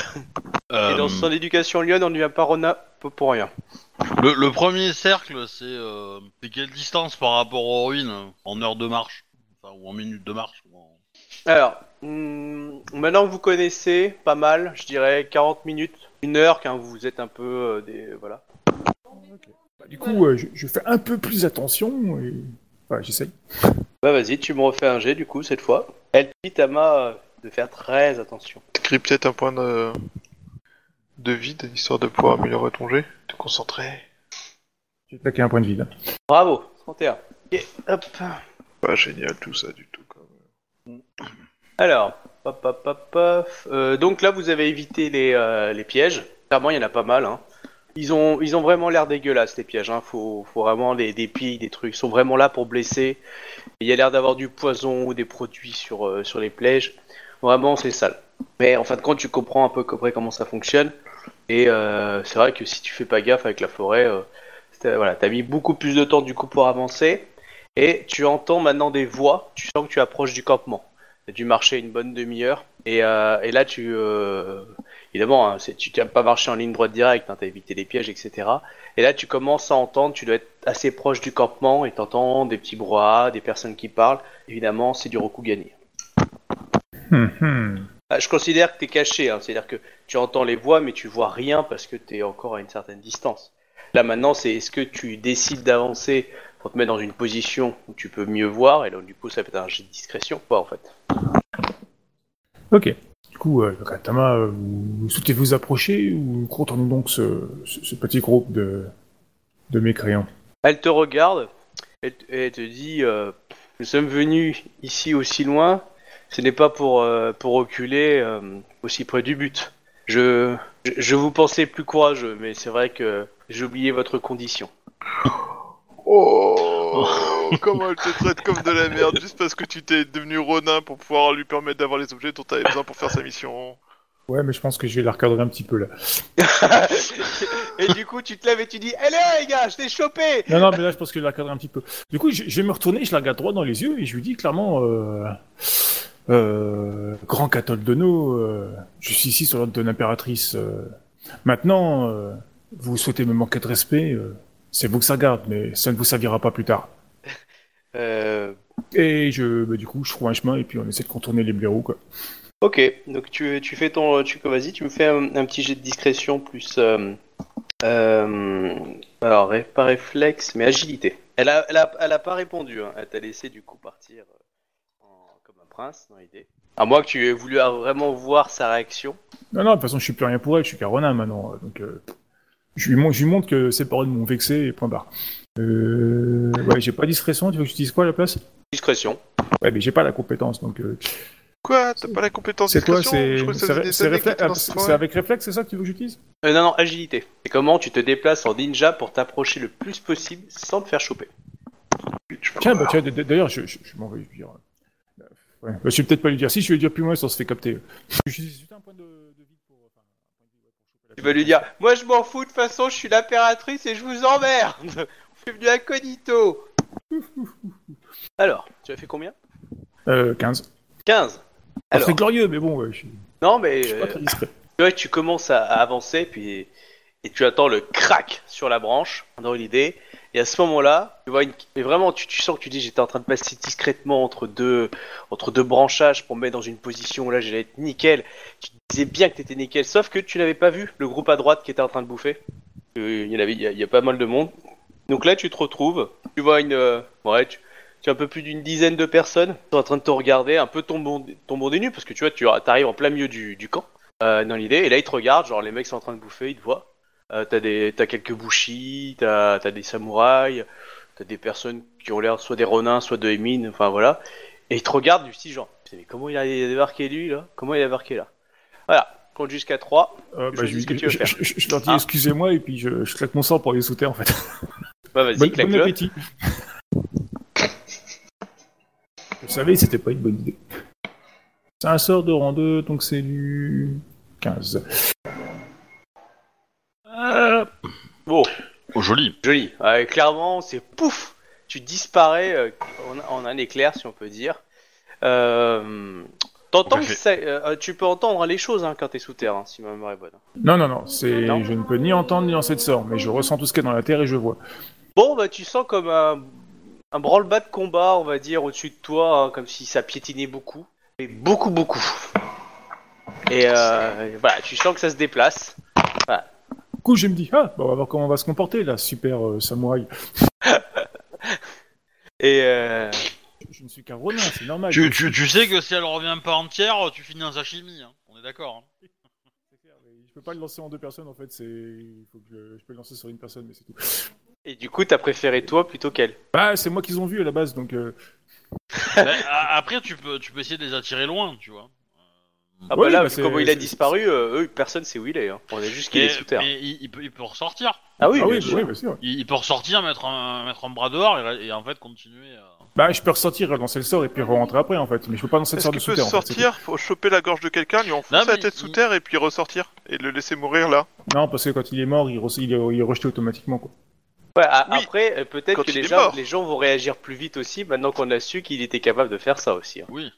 [SPEAKER 4] Et dans
[SPEAKER 1] Euh,
[SPEAKER 4] son éducation lion, on ne devient pas Rona p- pour rien.
[SPEAKER 1] Le, le premier cercle, c'est euh, c'est quelle distance par rapport aux ruines euh, en heure de marche Enfin, ou en minutes de marche ou en-
[SPEAKER 4] Alors, hmm, maintenant que vous connaissez pas mal, je dirais 40 minutes, une heure quand vous êtes un peu euh, des voilà.
[SPEAKER 5] Bah, du coup, euh, je, je fais un peu plus attention et... Enfin, j'essaye.
[SPEAKER 4] Bah vas-y, tu me refais un jet du coup cette fois. Elle te dit Tama euh, de faire très attention.
[SPEAKER 3] T'écris peut-être un point de... de vide, histoire de pouvoir améliorer ton jet. Te concentrer.
[SPEAKER 5] J'ai plaqué un point de vide.
[SPEAKER 4] Bravo, 31. Et hop.
[SPEAKER 3] Pas génial tout ça du tout. Quand même.
[SPEAKER 4] Alors, pop, pop, pop, pop. Euh, donc là, vous avez évité les, euh, les pièges. Clairement, il y en a pas mal. hein. Ils, ont, ils ont vraiment l'air dégueulasses, les pièges. Hein. Faut, faut vraiment des, des piles, des trucs. Ils sont vraiment là pour blesser. Il y a l'air d'avoir du poison ou des produits sur, euh, sur les pièges. Vraiment, c'est sale. Mais en fin de compte, tu comprends un peu à peu près comment ça fonctionne. Et euh, c'est vrai que si tu fais pas gaffe avec la forêt, euh, t'as- voilà, t'as mis beaucoup plus de temps du coup pour avancer. Et tu entends maintenant des voix. Tu sens que tu approches du campement. T'as dû marcher une bonne demi-heure. Et, euh, et là, tu. euh, évidemment, hein, c'est- tu n'as pas marché en ligne droite directe, hein, t'as évité les pièges, etc. Et là, tu commences à entendre, tu dois être assez proche du campement et t'entends des petits brouhahas, des personnes qui parlent. Évidemment, c'est du Rokugani.
[SPEAKER 5] Hum, hum.
[SPEAKER 4] Ah, Je considère que t'es caché, hein, c'est-à-dire que tu entends les voix, mais tu vois rien parce que t'es encore à une certaine distance. Là, maintenant, c'est est-ce que tu décides d'avancer pour te mettre dans une position où tu peux mieux voir, et donc, du coup, ça peut être un jet de discrétion ou pas, en fait.
[SPEAKER 5] Ok. Du coup, euh, le Katama, euh, vous souhaitez vous approcher ou contournez donc ce, ce- ce petit groupe de, de mécréants
[SPEAKER 4] Elle te regarde et, t- et elle te dit euh, Nous sommes venus ici aussi loin, ce n'est pas pour, euh, pour reculer euh, aussi près du but. Je, je, je vous pensais plus courageux, mais c'est vrai que j'ai oublié votre condition.
[SPEAKER 3] Oh Comment elle te traite comme de la merde juste parce que tu t'es devenu Ronin pour pouvoir lui permettre d'avoir les objets dont t'avais besoin pour faire sa mission.
[SPEAKER 5] Ouais, mais je pense que je vais la recadrer un petit peu là.
[SPEAKER 4] et du coup, tu te lèves et tu dis Allez les gars, je t'ai chopé
[SPEAKER 5] Non, non, mais là, je pense que je la cadre un petit peu. Du coup, je, je vais me retourner, je la regarde droit dans les yeux et je lui dis clairement, euh, euh, grand cathol de nos, euh, je suis ici sur l'ordre de l'impératrice. euh. maintenant, euh, vous souhaitez me manquer de respect, euh, c'est vous que ça garde, mais ça ne vous servira pas plus tard.
[SPEAKER 4] euh,
[SPEAKER 5] Et je, bah, du coup, je trouve un chemin et puis on essaie de contourner les blaireaux, quoi.
[SPEAKER 4] Ok, donc tu, tu fais ton. Tu, vas-y, tu me fais un, un petit jet de discrétion plus. euh, euh, alors, ré- pas réflexe, mais agilité. Elle a, elle a, elle a pas répondu, hein. elle t'a laissé du coup partir euh, en- comme un prince dans l'idée. À moins que tu aies voulu à- vraiment voir sa réaction.
[SPEAKER 5] Non, non, de toute façon, je suis plus rien pour elle, je suis Carona maintenant, euh, donc euh, je, lui mon- je lui montre que ses paroles m'ont vexé et point barre. Euh, ouais, j'ai pas discrétion, tu veux que je dise quoi à la place
[SPEAKER 4] Discrétion.
[SPEAKER 5] Ouais, mais j'ai pas la compétence, donc euh,
[SPEAKER 3] Quoi T'as pas la compétence
[SPEAKER 5] C'est quoi
[SPEAKER 3] discrétion
[SPEAKER 5] C'est
[SPEAKER 3] Je crois que ça faisait
[SPEAKER 5] c'est ré-
[SPEAKER 3] des
[SPEAKER 5] c'est
[SPEAKER 3] années que
[SPEAKER 5] réflexe-
[SPEAKER 3] t'étais dans
[SPEAKER 5] ah,
[SPEAKER 3] ce
[SPEAKER 5] c'est-
[SPEAKER 3] travail.
[SPEAKER 5] c'est avec réflexe, c'est ça que tu veux que j'utilise
[SPEAKER 4] Euh, non, non, agilité. C'est comment tu te déplaces en ninja pour t'approcher le plus possible sans te faire choper.
[SPEAKER 5] Tiens, bah, tiens, d- d- d'ailleurs, je, je, je m'en vais lui dire. euh, Ouais. Bah, je suis peut-être pas lui dire. Si, je vais lui dire plus loin, ça se fait capter. Je suis juste un point de, de vide pour. enfin, un point de vide, ouais, pour choper la
[SPEAKER 4] Tu vas lui dire Moi je m'en fous, de toute façon je suis l'impératrice et je vous emmerde Je suis venu incognito Alors, tu as fait combien
[SPEAKER 5] Euh, 15.
[SPEAKER 4] 15
[SPEAKER 5] Pas
[SPEAKER 4] Alors,
[SPEAKER 5] très glorieux, mais bon, ouais, je suis
[SPEAKER 4] non mais
[SPEAKER 5] pas très
[SPEAKER 4] euh,
[SPEAKER 5] discret.
[SPEAKER 4] tu vois, tu commences à, à avancer puis et tu attends le crack sur la branche dans l'idée et à ce moment-là, tu vois une mais vraiment tu, tu sens que tu dis j'étais en train de passer discrètement entre deux entre deux branchages pour me mettre dans une position où là j'allais être nickel. Tu disais bien que t'étais nickel sauf que tu n'avais pas vu le groupe à droite qui était en train de bouffer. Euh, Il y en avait il y a- il y a pas mal de monde. Donc là, tu te retrouves, tu vois une. euh, ouais, tu, tu as un peu plus d'une dizaine de personnes qui sont en train de te regarder, un peu tombant, tombant des nues, parce que tu vois, tu arrives en plein milieu du, du camp, euh, dans l'idée, et là, ils te regardent, genre les mecs sont en train de bouffer, ils te voient. Euh, t'as, des, t'as quelques bushis, t'as, t'as des samouraïs, t'as des personnes qui ont l'air soit des ronins, soit de émines, enfin voilà. Et ils te regardent du style genre, Putain, mais comment il a débarqué lui là Comment il a débarqué là Voilà, compte jusqu'à 3.
[SPEAKER 5] Euh,
[SPEAKER 4] je
[SPEAKER 5] bah,
[SPEAKER 4] sais
[SPEAKER 5] je,
[SPEAKER 4] ce que tu veux
[SPEAKER 5] je-
[SPEAKER 4] faire.
[SPEAKER 5] je- je- je leur dis
[SPEAKER 4] Ah.
[SPEAKER 5] excusez-moi et puis je, je claque mon sang pour les sauter en fait.
[SPEAKER 4] Bah vas-y,
[SPEAKER 5] Bon, bon
[SPEAKER 4] claque-le.
[SPEAKER 5] appétit. Vous savez, c'était pas une bonne idée. C'est un sort de rang 2, donc c'est du 15.
[SPEAKER 1] Euh,
[SPEAKER 4] Bon.
[SPEAKER 1] oh, joli.
[SPEAKER 4] Joli. Ouais, clairement, c'est pouf Tu disparais euh, en, en un éclair, si on peut dire. Euh, t'entends
[SPEAKER 1] On peut
[SPEAKER 4] que ça- euh, tu peux entendre les choses hein, quand t'es sous terre, hein, si ma mémoire est bonne.
[SPEAKER 5] Non, non, non, c'est...
[SPEAKER 4] Non.
[SPEAKER 5] je ne peux ni entendre ni lancer de sort, mais je ressens tout ce qu'il y a dans la terre et je vois.
[SPEAKER 4] Bon, bah tu sens comme un, un branle-bas de combat, on va dire, au-dessus de toi, hein, comme si ça piétinait beaucoup. Et beaucoup, beaucoup. Et euh, voilà, tu sens que ça se déplace.
[SPEAKER 5] Du coup, je me dis, ah, bah, on va voir comment on va se comporter là, super euh, samouraï.
[SPEAKER 4] Et euh,
[SPEAKER 5] Je ne suis qu'un ronin, Ah, c'est normal.
[SPEAKER 1] Tu, tu, tu sais que si elle revient pas entière, tu finis un sashimi. Hein. On est d'accord. hein.
[SPEAKER 5] Je peux pas le lancer en deux personnes en fait, c'est... il faut que je... je peux le lancer sur une personne, mais c'est tout.
[SPEAKER 4] Et du coup, t'as préféré toi plutôt qu'elle.
[SPEAKER 5] Bah, c'est moi qu'ils ont vu à la base, donc. euh,
[SPEAKER 1] Bah, a- après, tu peux, tu peux essayer de les attirer loin, tu vois.
[SPEAKER 4] Ah
[SPEAKER 5] Ouais,
[SPEAKER 4] bah là,
[SPEAKER 5] bah
[SPEAKER 4] vu
[SPEAKER 5] c'est-
[SPEAKER 4] comment il a
[SPEAKER 5] c'est-
[SPEAKER 4] disparu, euh, eux, personne sait où il est. hein. On a juste qu'il
[SPEAKER 1] Mais-
[SPEAKER 4] est sous terre.
[SPEAKER 1] mais il, il peut, il peut ressortir.
[SPEAKER 4] Ah oui,
[SPEAKER 5] ah
[SPEAKER 4] bien
[SPEAKER 5] oui,
[SPEAKER 4] sûr.
[SPEAKER 5] oui, bien sûr.
[SPEAKER 1] Il, il peut ressortir, mettre un, mettre un bras dehors et, re- et en fait continuer. à-
[SPEAKER 5] Bah, je peux ressortir, relancer le sort et puis rentrer après, en fait. Mais je peux pas lancer le
[SPEAKER 3] Est-ce
[SPEAKER 5] sort de
[SPEAKER 3] qu'il
[SPEAKER 5] sous
[SPEAKER 3] peut
[SPEAKER 5] terre. en fait, c'est
[SPEAKER 3] sortir, faut choper la gorge de quelqu'un, lui enfoncer
[SPEAKER 1] Non, mais
[SPEAKER 3] la tête
[SPEAKER 1] il-
[SPEAKER 3] sous terre et puis ressortir et le laisser mourir là
[SPEAKER 5] tout. Non, parce que quand il est mort, il, re- il est, il est rejeté automatiquement, quoi.
[SPEAKER 4] Ouais, a-
[SPEAKER 3] Oui,
[SPEAKER 4] Après, euh, peut-être
[SPEAKER 3] quand
[SPEAKER 4] que
[SPEAKER 3] il
[SPEAKER 4] les
[SPEAKER 3] est
[SPEAKER 4] gens,
[SPEAKER 3] mort.
[SPEAKER 4] les gens vont réagir plus vite aussi maintenant qu'on a su qu'il était capable de faire ça aussi. hein.
[SPEAKER 1] Oui.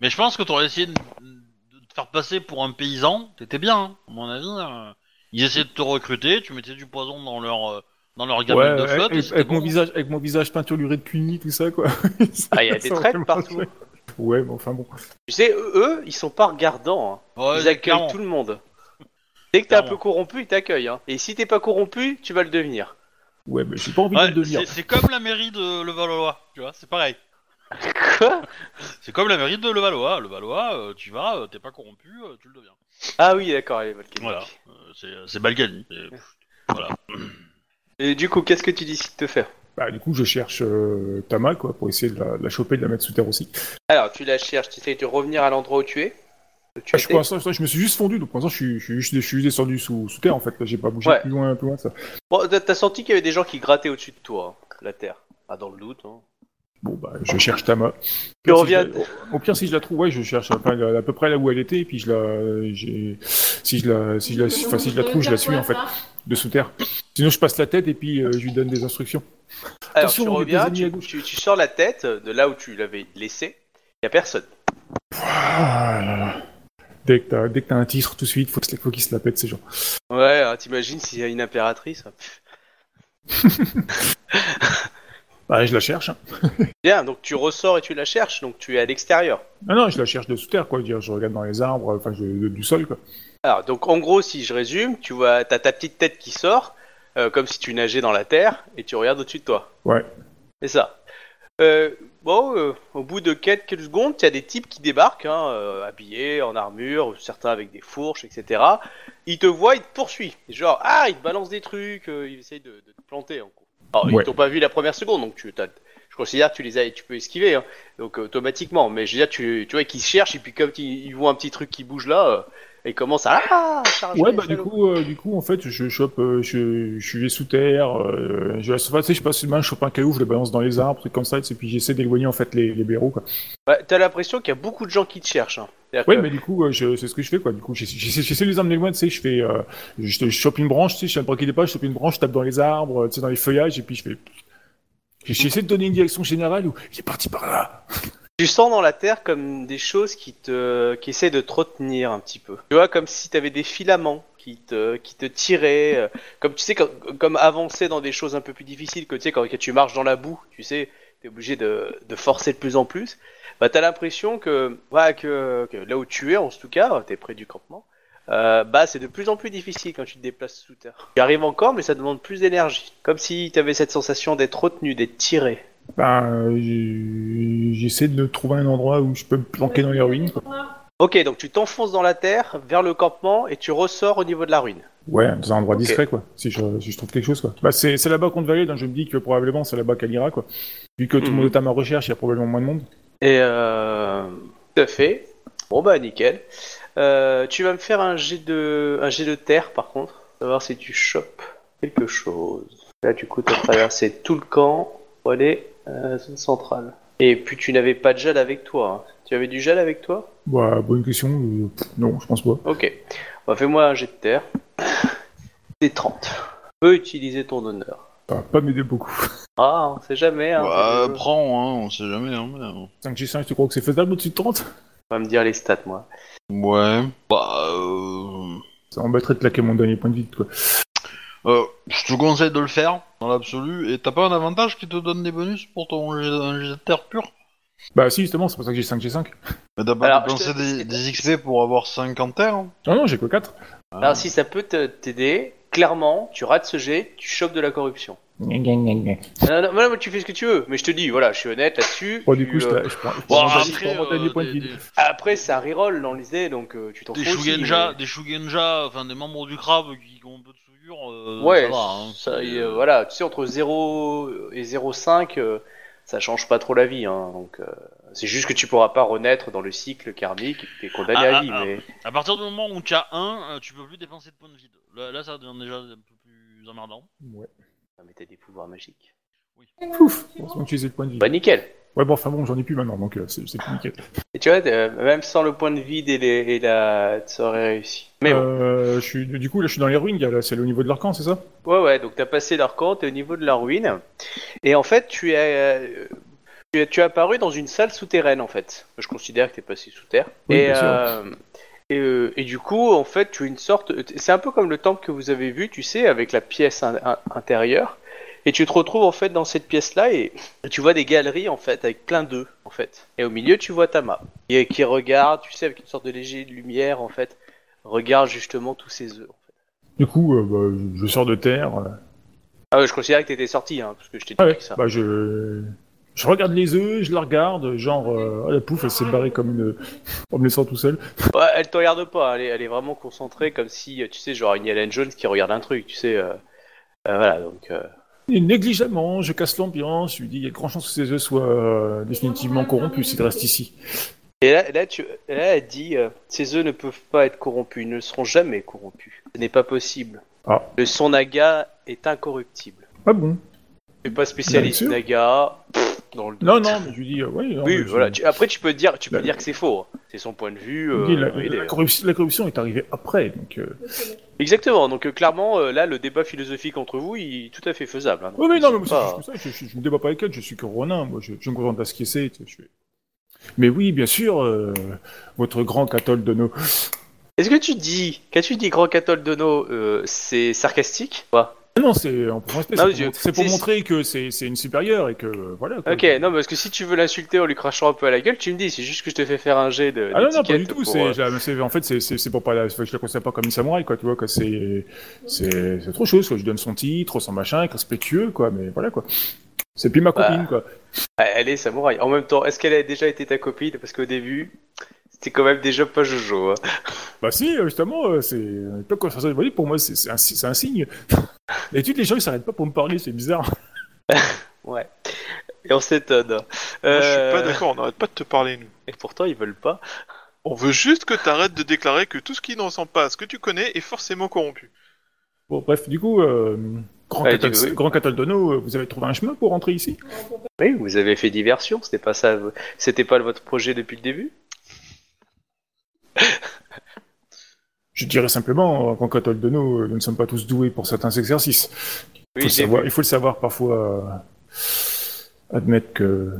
[SPEAKER 1] Mais je pense que t'aurais essayé de, de te faire passer pour un paysan, t'étais bien, hein, à mon avis. euh. Ils essayaient de te recruter, tu mettais du poison dans leur, euh, dans leur gamelle de flotte. et
[SPEAKER 5] avec,
[SPEAKER 1] c'était
[SPEAKER 5] avec mon
[SPEAKER 1] bon.
[SPEAKER 5] visage, avec mon visage peinturluré de puni, tout ça, quoi.
[SPEAKER 4] Ah, il y a des
[SPEAKER 5] Ça
[SPEAKER 4] traites
[SPEAKER 5] aurait
[SPEAKER 4] partout.
[SPEAKER 5] marché. Ouais, mais enfin bon.
[SPEAKER 4] Tu sais, eux, eux, ils sont pas regardants. hein.
[SPEAKER 1] Ouais,
[SPEAKER 4] ils accueillent
[SPEAKER 1] clairement.
[SPEAKER 4] tout le monde. Dès que t'es un
[SPEAKER 1] Clairement.
[SPEAKER 4] peu corrompu, ils t'accueillent. hein. Et si t'es pas corrompu, tu vas le devenir.
[SPEAKER 5] Ouais, mais j'ai pas envie
[SPEAKER 1] Ouais,
[SPEAKER 5] de le devenir.
[SPEAKER 1] c'est- C'est comme la mairie de Levallois, tu vois, c'est pareil.
[SPEAKER 4] Quoi
[SPEAKER 1] C'est comme la mairie de Levallois. Levallois, euh, tu vas, euh, t'es pas corrompu, euh, tu le deviens.
[SPEAKER 4] Ah oui, d'accord, allez, Valkyrie.
[SPEAKER 1] Voilà, Euh, c'est- c'est Balkany. C'est- Voilà.
[SPEAKER 4] Et du coup, qu'est-ce que tu décides de faire
[SPEAKER 5] Bah, du coup, je cherche euh, Tama, quoi, pour essayer de la, de la choper, de la mettre sous terre aussi.
[SPEAKER 4] Alors, tu la cherches, tu essayes de revenir à l'endroit où tu es. où tu
[SPEAKER 5] Ah, je,
[SPEAKER 4] étais.
[SPEAKER 5] pour l'instant, je, je me suis juste fondu, donc pour l'instant, je suis, je suis juste, je suis juste descendu sous, sous terre, en fait. là, J'ai pas bougé
[SPEAKER 4] Ouais.
[SPEAKER 5] plus loin, plus loin de ça.
[SPEAKER 4] Bon, t'as- t'as senti qu'il y avait des gens qui grattaient au-dessus de toi, hein, la terre. Ah, dans le doute. hein.
[SPEAKER 5] Bon, bah, je cherche Tama.
[SPEAKER 4] Tu
[SPEAKER 5] Au pire,
[SPEAKER 4] reviens-
[SPEAKER 5] si je la- Au pire, si je la trouve, ouais, je cherche enfin, à peu près là où elle était, et puis je la, j'ai- si je la, si je la, enfin, si je la trouve, je la suis en fait, de sous terre. Sinon, je passe la tête et puis euh, je lui donne des instructions.
[SPEAKER 4] Alors,
[SPEAKER 5] Attention,
[SPEAKER 4] tu
[SPEAKER 5] on est
[SPEAKER 4] reviens,
[SPEAKER 5] des amis à
[SPEAKER 4] tu,
[SPEAKER 5] gauche.
[SPEAKER 4] tu- tu sors la tête de là où tu l'avais laissée. Il a personne.
[SPEAKER 5] Ah là là. Dès que t'as, dès que t'as un titre, tout de suite, faut, que- faut qu'ils se la pètent ces gens.
[SPEAKER 4] Ouais, hein, t'imagines s'il y a une impératrice. hein.
[SPEAKER 5] Bah, je la cherche. hein.
[SPEAKER 4] Bien, donc tu ressors et tu la cherches, donc tu es à l'extérieur.
[SPEAKER 5] Non, non, je la cherche de sous terre, quoi. Je veux dire, Je regarde dans les arbres, enfin, je- du sol, quoi.
[SPEAKER 4] Alors, donc en gros, si je résume, tu vois, t'as ta petite tête qui sort, euh, comme si tu nageais dans la terre, et tu regardes au-dessus de toi.
[SPEAKER 5] Ouais.
[SPEAKER 4] C'est ça. Euh, bon, euh, au bout de quelques secondes, il y a des types qui débarquent, hein, euh, habillés, en armure, certains avec des fourches, etc. Ils te voient, ils te poursuivent. Genre, ah, ils te balancent des trucs, euh, ils essayent de, de te planter, en gros. Alors,
[SPEAKER 5] Ouais.
[SPEAKER 4] ils t'ont pas vu la première seconde, donc tu, t'as- je considère que tu les as, tu peux esquiver, hein, donc euh, automatiquement. Mais je veux dire, tu, tu vois qu'ils cherchent, et puis comme ils, ils voient un petit truc qui bouge là, euh, ils commencent à, ah, charger
[SPEAKER 5] Ouais,
[SPEAKER 4] les
[SPEAKER 5] bah du
[SPEAKER 4] salauds.
[SPEAKER 5] coup, euh, du coup, en fait, je chope, euh, je, je vais sous terre, euh, je, enfin, tu sais, je passe une main, je chope un caillou, je le balance dans les arbres, trucs comme ça, et puis j'essaie d'éloigner en fait les, les blaireaux, quoi.
[SPEAKER 4] Ouais, Bah, t'as l'impression qu'il y a beaucoup de gens qui te cherchent. Hein. C'est-à-dire
[SPEAKER 5] Ouais,
[SPEAKER 4] que-
[SPEAKER 5] mais du coup, euh, je- c'est ce que je fais, quoi. Du coup, j'essa- j'essa- j'essaie de les emmener loin, tu sais, je fais, euh, je, je chope une branche, tu sais, je suis un braquet des pages, je chope une branche, je tape dans les arbres, euh, tu sais, dans les feuillages, et puis je fais. J'essaie de donner une direction générale où il est parti par là.
[SPEAKER 4] Tu sens dans la terre comme des choses qui te qui essaient de te retenir un petit peu. Tu vois comme si t'avais des filaments qui te qui te tiraient euh, comme tu sais comme, comme avancer dans des choses un peu plus difficiles que tu sais quand que tu marches dans la boue, tu sais, t'es obligé de, de forcer de plus en plus. Bah t'as l'impression que ouais que, que là où tu es en tout cas, t'es près du campement. euh, bah c'est de plus en plus difficile quand tu te déplaces sous terre. Tu arrives encore mais ça demande plus d'énergie, comme si t'avais cette sensation d'être retenu, d'être tiré.
[SPEAKER 5] Ben, euh, j'ai- j'essaie de trouver un endroit où je peux me planquer dans les ruines, quoi.
[SPEAKER 4] Ok, donc tu t'enfonces dans la terre, vers le campement, et tu ressors au niveau de la ruine.
[SPEAKER 5] Ouais, dans un endroit
[SPEAKER 4] Ok.
[SPEAKER 5] discret, quoi. Si je, si je trouve quelque chose, quoi. Bah, c'est c'est là-bas qu'on devait aller, donc je me dis que probablement c'est là-bas qu'elle ira, quoi. Vu que tout le
[SPEAKER 4] Mhm.
[SPEAKER 5] monde est à ma recherche, il y a probablement moins de monde.
[SPEAKER 4] Et euh... Tout à fait. Bon bah nickel. Euh, tu vas me faire un jet de un jet de terre par contre, savoir si tu chopes quelque chose. Là du coup t'as traversé tout le camp pour aller à la zone centrale. Et puis tu n'avais pas de gel avec toi. hein. Tu avais du gel avec toi
[SPEAKER 5] Bah, bonne question. euh, pff, non, je pense pas.
[SPEAKER 4] Ok. Bah, Fais-moi un jet de terre. C'est 30. Peux utiliser ton honneur.
[SPEAKER 5] Ça va pas m'aider beaucoup.
[SPEAKER 4] Ah, on sait jamais. Hein,
[SPEAKER 1] Bah,
[SPEAKER 4] c'est le jeu.
[SPEAKER 1] prends, hein, on sait jamais. Hein, mais-
[SPEAKER 5] 5G5, tu crois que c'est faisable au-dessus de 30
[SPEAKER 4] On va me dire les stats moi.
[SPEAKER 1] Ouais. Bah, euh...
[SPEAKER 5] Ça m'embêterait de claquer mon dernier point de vie, quoi.
[SPEAKER 1] euh, je te conseille de le faire, dans l'absolu. Et t'as pas un avantage qui te donne des bonus pour ton jet- un jet de terre pur
[SPEAKER 5] Bah, si, justement, c'est pour ça que j'ai 5G5.
[SPEAKER 1] Mais t'as pas
[SPEAKER 4] Alors,
[SPEAKER 1] dépensé
[SPEAKER 4] je te-
[SPEAKER 1] des, des XP pour avoir 50 terres hein
[SPEAKER 5] Non, non, j'ai que 4.
[SPEAKER 4] Alors si ça peut te- t'aider, clairement, tu rates ce jet, tu chopes de la corruption. Non, non, non, mais tu fais ce que tu veux, mais je te dis, voilà, je suis honnête là-dessus.
[SPEAKER 5] Bon, Oh, du
[SPEAKER 4] tu,
[SPEAKER 5] coup, je,
[SPEAKER 4] euh,
[SPEAKER 5] je prends, je
[SPEAKER 1] Bon,
[SPEAKER 5] prends mon dernier- je
[SPEAKER 1] après,
[SPEAKER 5] prends mon dernier
[SPEAKER 1] euh,
[SPEAKER 5] point de
[SPEAKER 1] des,
[SPEAKER 5] vie.
[SPEAKER 1] des-
[SPEAKER 4] Après, ça reroll dans les dés, donc euh, tu t'en fous
[SPEAKER 1] des
[SPEAKER 4] aussi,
[SPEAKER 1] Shugenja,
[SPEAKER 4] mais-
[SPEAKER 1] des Shugenja, enfin des membres du crabe qui ont un peu de souillure pur, euh,
[SPEAKER 4] ouais,
[SPEAKER 1] ça va. hein.
[SPEAKER 4] ça,
[SPEAKER 1] C'est,
[SPEAKER 4] et, euh,
[SPEAKER 1] euh,
[SPEAKER 4] voilà, tu sais, entre 0 et 0,5, euh, ça change pas trop la vie. Hein, donc, euh, c'est juste que tu pourras pas renaître dans le cycle karmique et que t'es condamné
[SPEAKER 1] Ah,
[SPEAKER 4] à
[SPEAKER 1] ah,
[SPEAKER 4] vie.
[SPEAKER 1] ah.
[SPEAKER 4] mais...
[SPEAKER 1] À partir du moment où tu as un, euh, tu peux plus dépenser de points de vide. Là, là, ça devient déjà un peu plus emmerdant.
[SPEAKER 5] Ouais.
[SPEAKER 4] Non, mais t'as des pouvoirs magiques.
[SPEAKER 5] Pouf Bon, c'est bon, utiliser le point de vie.
[SPEAKER 4] Bah, nickel.
[SPEAKER 5] Ouais, bon, enfin bon, j'en ai plus maintenant, donc euh, c'est c'est plus nickel.
[SPEAKER 4] Et tu vois, euh, même sans le point de vide et, les, et la. Ça aurait réussi. Mais bon.
[SPEAKER 5] Euh, je suis, du coup, là, je suis dans les ruines, gars, là, c'est au niveau de l'arcan, c'est ça
[SPEAKER 4] Ouais, ouais, donc t'as passé l'arcan, t'es au niveau de la ruine. Et en fait, tu es, euh, tu es, tu es apparu dans une salle souterraine, en fait. Je considère que t'es passé sous terre.
[SPEAKER 5] Oui,
[SPEAKER 4] et,
[SPEAKER 5] bien sûr.
[SPEAKER 4] euh, et, euh, et du coup, en fait, tu es une sorte. C'est un peu comme le temple que vous avez vu, tu sais, avec la pièce in- in- intérieure. Et tu te retrouves, en fait, dans cette pièce-là et tu vois des galeries, en fait, avec plein d'œufs, en fait. Et au milieu, tu vois Tama, qui, qui regarde, tu sais, avec une sorte de légère lumière, en fait, regarde justement tous ces œufs.
[SPEAKER 5] Du coup, euh, bah, je, je sors de terre. euh,
[SPEAKER 4] Ah ouais, je considère que t'étais sorti, hein, parce que je t'ai dit
[SPEAKER 5] Ah ouais,
[SPEAKER 4] ça.
[SPEAKER 5] bah je... Je regarde les œufs, je la regarde, genre, euh, ah, la pouf, elle s'est barrée comme une... en me laissant tout seul.
[SPEAKER 4] Ouais, elle te regarde pas, hein, elle est, elle est vraiment concentrée, comme si, euh, tu sais, genre une Helen Jones qui regarde un truc, tu sais. euh, euh, voilà, donc. euh,
[SPEAKER 5] Et négligemment, je casse l'ambiance, je lui dis, il y a de grandes chances que ces œufs soient euh, définitivement corrompus s'ils restent ici.
[SPEAKER 4] Et là, là, tu, là, elle dit euh, ces œufs ne peuvent pas être corrompus, ils ne seront jamais corrompus. Ce n'est pas possible.
[SPEAKER 5] Ah.
[SPEAKER 4] Le son Naga est incorruptible.
[SPEAKER 5] Ah bon
[SPEAKER 4] Tu n'es pas spécialiste
[SPEAKER 5] Bien sûr.
[SPEAKER 4] Naga. pff, dans le
[SPEAKER 5] Non,
[SPEAKER 4] doute.
[SPEAKER 5] non, mais je lui dis, euh, ouais, non,
[SPEAKER 4] Oui,
[SPEAKER 5] mais je-
[SPEAKER 4] voilà. tu- après, tu peux dire, tu peux
[SPEAKER 5] La-
[SPEAKER 4] dire que c'est faux. hein. C'est son point de vue.
[SPEAKER 5] je
[SPEAKER 4] euh,
[SPEAKER 5] lui dis, la,
[SPEAKER 4] il est-
[SPEAKER 5] la corruption, la corruption est arrivée après, donc... euh,
[SPEAKER 4] Exactement. Donc euh, clairement, euh, là, le débat philosophique entre vous, il est tout à fait faisable. hein. Donc,
[SPEAKER 5] Oui, mais non, mais moi,
[SPEAKER 4] c'est
[SPEAKER 5] c'est
[SPEAKER 4] pas-
[SPEAKER 5] juste comme ça, je, je- je me débat pas avec elle, je suis que Ronin, moi, je, je me contente de ce qui c'est. tu sais, je fais- Mais oui, bien sûr, euh, votre grand cathol de nos...
[SPEAKER 4] Est-ce que tu dis, qu'as-tu dit, grand cathol Dono, euh, c'est sarcastique quoi
[SPEAKER 5] Ah Non, c'est en pour respect,
[SPEAKER 4] Non,
[SPEAKER 5] c'est
[SPEAKER 4] je-
[SPEAKER 5] pour, c'est pour
[SPEAKER 4] c'est-
[SPEAKER 5] montrer que c'est c'est une supérieure et que euh, voilà. quoi.
[SPEAKER 4] Ok, non, parce que si tu veux l'insulter en lui crachant un peu à la gueule, tu me dis, c'est juste que je te fais faire un jet de.
[SPEAKER 5] Ah non, non, pas du
[SPEAKER 4] d'étiquette
[SPEAKER 5] tout.
[SPEAKER 4] pour,
[SPEAKER 5] c'est-
[SPEAKER 4] euh,
[SPEAKER 5] je la- c'est- En fait, c'est- c'est c'est pour pas la. enfin, Je la considère pas comme une samouraï, quoi. Tu vois, quoi. C'est c'est c'est trop chose. Quoi. Je donne son titre, son machin, avec respectueux, quoi. Mais voilà, quoi. C'est plus ma
[SPEAKER 4] Bah.
[SPEAKER 5] copine, quoi.
[SPEAKER 4] Elle est samouraï. En même temps, est-ce qu'elle a déjà été ta copine Parce qu'au début, c'était quand même déjà pas Jojo. hein.
[SPEAKER 5] Bah si, euh, justement, euh, c'est euh, pas quoi ça. vous voyez, Pour moi, c'est c'est un, si- c'est un signe. Et toutes les gens, ils s'arrêtent pas pour me parler. C'est bizarre.
[SPEAKER 4] Et on s'étonne.
[SPEAKER 3] Moi, je suis pas
[SPEAKER 4] Euh,
[SPEAKER 3] d'accord, on n'arrête pas de te parler, nous.
[SPEAKER 4] Et pourtant, ils veulent pas.
[SPEAKER 3] On veut juste que t'arrêtes de déclarer que tout ce qui ne ressemble pas à ce que tu connais est forcément corrompu.
[SPEAKER 5] Bon, bref, du coup, euh, grand,
[SPEAKER 4] Ouais,
[SPEAKER 5] cathol,
[SPEAKER 4] dis-le, oui.
[SPEAKER 5] grand cathol Dono, euh, vous avez trouvé un chemin pour rentrer ici
[SPEAKER 4] Oui, vous avez fait diversion. C'était pas ça. v- C'était pas votre projet depuis le début.
[SPEAKER 5] Je dirais simplement, euh, grand cathol Dono, euh, nous ne sommes pas tous doués pour certains exercices. Il faut,
[SPEAKER 4] Oui,
[SPEAKER 5] le,
[SPEAKER 4] j'ai
[SPEAKER 5] savoir,
[SPEAKER 4] vu.
[SPEAKER 5] il faut le savoir parfois euh, admettre que...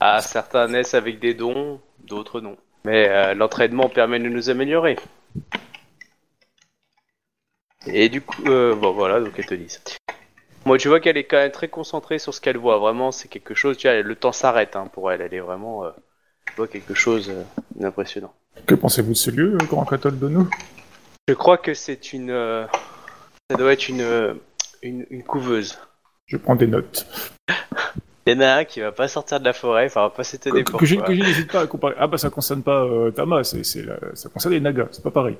[SPEAKER 4] Ah, certains naissent avec des dons, d'autres non. Mais euh, l'entraînement permet de nous améliorer. Et du coup, euh, bon voilà, donc elle te dit ça. Moi, tu vois qu'elle est quand même très concentrée sur ce qu'elle voit. Vraiment, c'est quelque chose. Tu vois, le temps s'arrête hein, pour elle. Elle est vraiment. euh, tu vois quelque chose euh, d'impressionnant.
[SPEAKER 5] Que pensez-vous de ce lieu, euh, grand cathol Dono
[SPEAKER 4] Je crois que c'est une. euh, ça doit être une, euh, une, une couveuse.
[SPEAKER 5] Je prends des notes.
[SPEAKER 4] Il y en a un qui va pas sortir de la forêt. Enfin, va pas
[SPEAKER 5] Que,
[SPEAKER 4] s'étonner
[SPEAKER 5] que-
[SPEAKER 4] pour
[SPEAKER 5] que je, que je n'hésite pas à comparer. Ah bah ça concerne pas euh, Tama, c'est c'est la- ça concerne les Nagas, c'est pas pareil.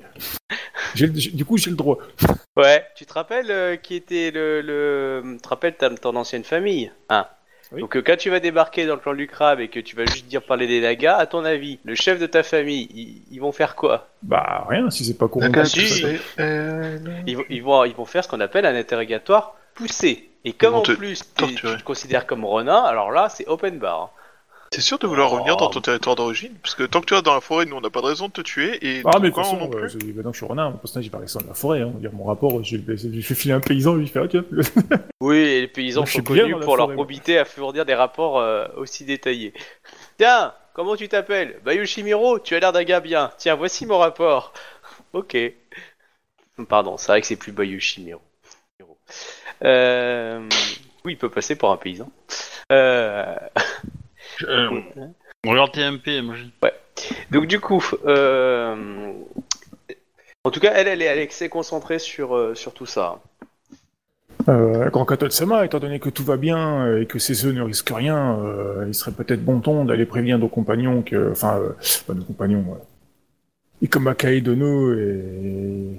[SPEAKER 5] J'ai le- j'ai- du coup, j'ai le droit.
[SPEAKER 4] Ouais. Tu te rappelles euh, qui était le, le... Tu te rappelles ta- ton ancienne famille hein
[SPEAKER 5] Oui.
[SPEAKER 4] Donc euh, quand tu vas débarquer dans le clan du crabe et que tu vas juste dire parler des Nagas, à ton avis, le chef de ta famille, ils, ils vont faire quoi
[SPEAKER 5] Bah rien, si c'est pas courant.
[SPEAKER 4] Bah, si.
[SPEAKER 3] C'est- euh, non.
[SPEAKER 4] ils, vont- ils vont, ils vont faire ce qu'on appelle un interrogatoire poussé. Et comme
[SPEAKER 3] vont
[SPEAKER 4] en
[SPEAKER 3] te
[SPEAKER 4] plus t'es- tu
[SPEAKER 3] torturer.
[SPEAKER 4] te considères comme Ronin, alors là c'est open bar.
[SPEAKER 3] T'es sûr de vouloir revenir
[SPEAKER 4] Oh.
[SPEAKER 3] dans ton territoire d'origine Parce que tant que tu es dans la forêt, nous, on n'a pas de raison de te tuer. Et
[SPEAKER 5] Ah mais
[SPEAKER 3] ton
[SPEAKER 5] de toute
[SPEAKER 3] clan
[SPEAKER 5] façon,
[SPEAKER 3] non
[SPEAKER 5] euh,
[SPEAKER 3] plus.
[SPEAKER 5] c'est- maintenant que je suis renard, mon personnage il va rester dans la forêt. Hein. On va dire, Mon rapport, je vais je vais filer un paysan, lui il fait ok.
[SPEAKER 4] Oui, et les paysans
[SPEAKER 5] Moi, je
[SPEAKER 4] sont
[SPEAKER 5] suis bien
[SPEAKER 4] connus
[SPEAKER 5] dans la
[SPEAKER 4] pour leur
[SPEAKER 5] forêt, moi.
[SPEAKER 4] probité à fournir des rapports euh, aussi détaillés. Tiens, comment tu t'appelles Bah Yoshimiro, tu as l'air d'un gars bien. Tiens, voici mon rapport. Ok. Pardon, c'est vrai que c'est plus Bayushimiro. Euh... Oui, il peut passer pour un paysan. Euh...
[SPEAKER 1] Euh, regarde TMP, MJ.
[SPEAKER 4] Donc du coup, euh... en tout cas, elle, elle est, elle est assez concentrée sur, euh, sur tout ça.
[SPEAKER 5] Euh, grand cathode Sama, étant donné que tout va bien euh, et que ces œufs ne risquent rien, euh, il serait peut-être bon ton d'aller prévenir nos compagnons que, enfin, euh, pas nos compagnons, ouais. Ikoma Kaedono et,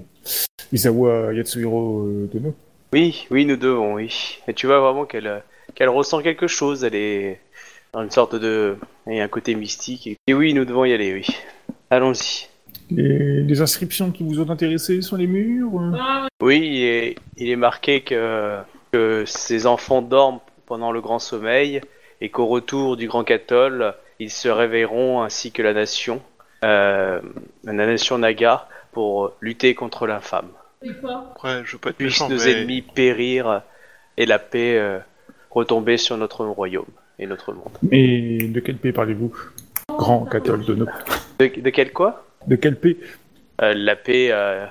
[SPEAKER 5] Isawa Yatsuhiro euh, Tono.
[SPEAKER 4] Oui, oui, nous devons, oui. Et tu vois vraiment qu'elle euh, qu'elle ressent quelque chose, elle est dans une sorte de... Il y a un côté mystique. Et, et oui, nous devons y aller, oui. Allons-y.
[SPEAKER 5] Les, les inscriptions qui vous ont intéressé sur les murs euh
[SPEAKER 4] Oui, il est, il est marqué que, que ses enfants dorment pendant le grand sommeil et qu'au retour du grand cathol, ils se réveilleront ainsi que la nation, euh, la nation naga, pour lutter contre l'infâme.
[SPEAKER 2] C'est quoi
[SPEAKER 3] Après, je veux pas être
[SPEAKER 4] Puissent
[SPEAKER 3] méchant,
[SPEAKER 4] nos
[SPEAKER 3] mais...
[SPEAKER 4] ennemis périr et la paix euh, retomber sur notre royaume et notre monde.
[SPEAKER 5] Mais de quel pays parlez-vous Grand cathol Tono.
[SPEAKER 4] De, de quel quoi
[SPEAKER 5] De quel pays
[SPEAKER 4] Euh, la paix, euh,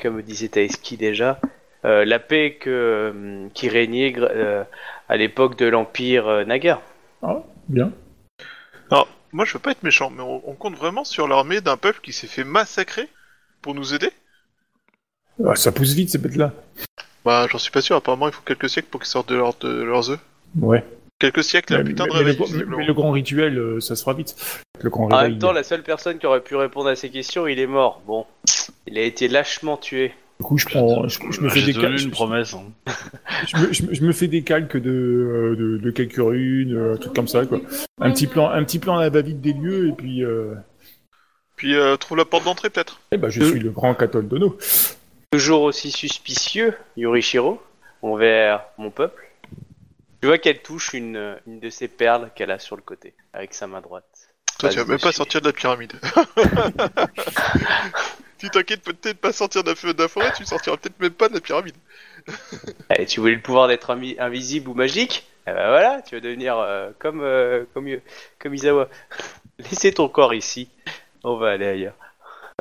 [SPEAKER 4] comme disait Taeski déjà, euh, la paix que, hum, qui régnait gr- euh, à l'époque de l'Empire euh, Naga.
[SPEAKER 5] Ah, bien.
[SPEAKER 3] Moi, je veux pas être méchant, mais on, on compte vraiment sur l'armée d'un peuple qui s'est fait massacrer pour nous aider
[SPEAKER 5] Ah, ça pousse vite ces bêtes-là.
[SPEAKER 3] Bah, j'en suis pas sûr. Apparemment, il faut quelques siècles pour qu'ils sortent de, leur, de leurs œufs.
[SPEAKER 5] Ouais.
[SPEAKER 3] Quelques siècles, la
[SPEAKER 5] mais,
[SPEAKER 3] putain de
[SPEAKER 5] mais- mais
[SPEAKER 3] réveil.
[SPEAKER 5] le, mais- mais le
[SPEAKER 3] visiblement.
[SPEAKER 5] grand rituel, euh, ça sera vite. Le grand
[SPEAKER 4] En
[SPEAKER 5] réveil.
[SPEAKER 4] même temps, la seule personne qui aurait pu répondre à ces questions, il est mort. Bon, il a été lâchement tué.
[SPEAKER 5] Du coup, je, prends, je, je me
[SPEAKER 1] ah,
[SPEAKER 5] fais
[SPEAKER 1] J'ai
[SPEAKER 5] des
[SPEAKER 1] tenu
[SPEAKER 5] calques.
[SPEAKER 1] une promesse. hein.
[SPEAKER 5] Je me, je me- je me fais des calques de, euh, de, de quelques runes, euh, un truc comme ça, quoi. Un petit plan, un petit plan à la va-vite des lieux, et puis, euh,
[SPEAKER 3] Puis, euh, trouve la porte d'entrée, peut-être.
[SPEAKER 5] eh ben, je
[SPEAKER 4] Euh.
[SPEAKER 5] suis le grand cathol Dono.
[SPEAKER 4] Toujours aussi suspicieux, Yorishiro, envers mon peuple. Tu vois qu'elle touche une, une de ses perles qu'elle a sur le côté, avec sa main droite.
[SPEAKER 3] Toi, tu
[SPEAKER 4] Vas-y,
[SPEAKER 3] vas même pas
[SPEAKER 4] suis.
[SPEAKER 3] sortir de la pyramide. tu t'inquiètes peut-être pas sortir de la, f- de la forêt, tu sortiras peut-être même pas de la pyramide.
[SPEAKER 4] Eh, tu voulais le pouvoir d'être invi- invisible ou magique Eh ben voilà, tu vas devenir euh, comme, euh, comme, comme Isawa. Laissez ton corps ici, on va aller ailleurs.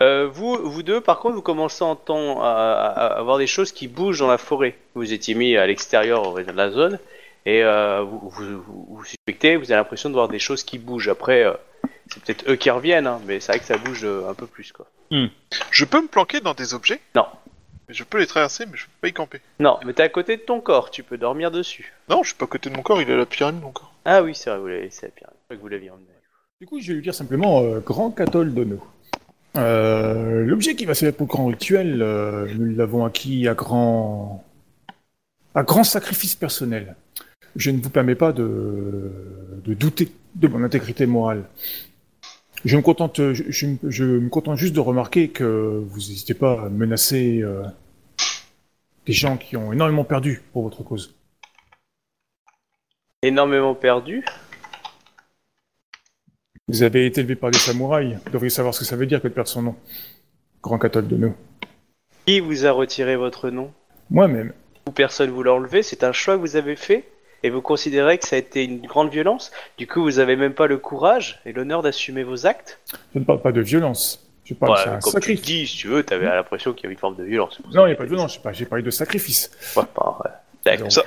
[SPEAKER 4] Euh, vous, vous deux, par contre, vous commencez à, entendre- à- à- à avoir des choses qui bougent dans la forêt. Vous étiez mis à l'extérieur on va dire, de la zone et euh, vous, vous, vous- vous suspectez, vous avez l'impression de voir des choses qui bougent. Après, euh, c'est peut-être eux qui reviennent, hein, mais c'est vrai que ça bouge euh, un peu plus. quoi.
[SPEAKER 3] Je peux me planquer dans des objets
[SPEAKER 4] Non.
[SPEAKER 3] Mais Je peux les traverser, mais je peux pas y camper.
[SPEAKER 4] Non, mais t'es à côté de ton corps, tu peux dormir dessus.
[SPEAKER 3] Non, je suis pas à côté de mon corps, il est à la pyramide, mon corps.
[SPEAKER 4] Ah oui, c'est vrai, vous l'avez laissé à la pyramide. Je crois que vous l'aviez emmené.
[SPEAKER 5] Du coup, je vais lui dire simplement, euh, grand cathol Dono. Euh, l'objet qui va servir pour le grand rituel, euh, nous l'avons acquis à grand, à grand sacrifice personnel. Je ne vous permets pas de, de douter de mon intégrité morale. Je me contente, je, je me- je me contente juste de remarquer que vous n'hésitez pas à menacer euh, des gens qui ont énormément perdu pour votre cause.
[SPEAKER 4] énormément perdu.
[SPEAKER 5] Vous avez été élevé par des samouraïs. Vous devriez savoir ce que ça veut dire que de perdre son nom. Grand cathol Dono.
[SPEAKER 4] Qui vous a retiré votre nom
[SPEAKER 5] Moi-même.
[SPEAKER 4] Ou personne vous l'a enlevé C'est un choix que vous avez fait et vous considérez que ça a été une grande violence Du coup, vous avez même pas le courage et l'honneur d'assumer vos actes
[SPEAKER 5] Je ne parle pas de violence. Je parle
[SPEAKER 4] Ouais,
[SPEAKER 5] c'est un
[SPEAKER 4] Comme tu le
[SPEAKER 5] sacrifice.
[SPEAKER 4] dis, si tu veux, t'avais l'impression qu'il y avait une forme de violence.
[SPEAKER 5] Non, il n'y a pas de violence. J'ai pas- J'ai parlé de sacrifice.
[SPEAKER 4] Ouais, pas, ouais. D'accord.
[SPEAKER 5] Donc,
[SPEAKER 3] ça-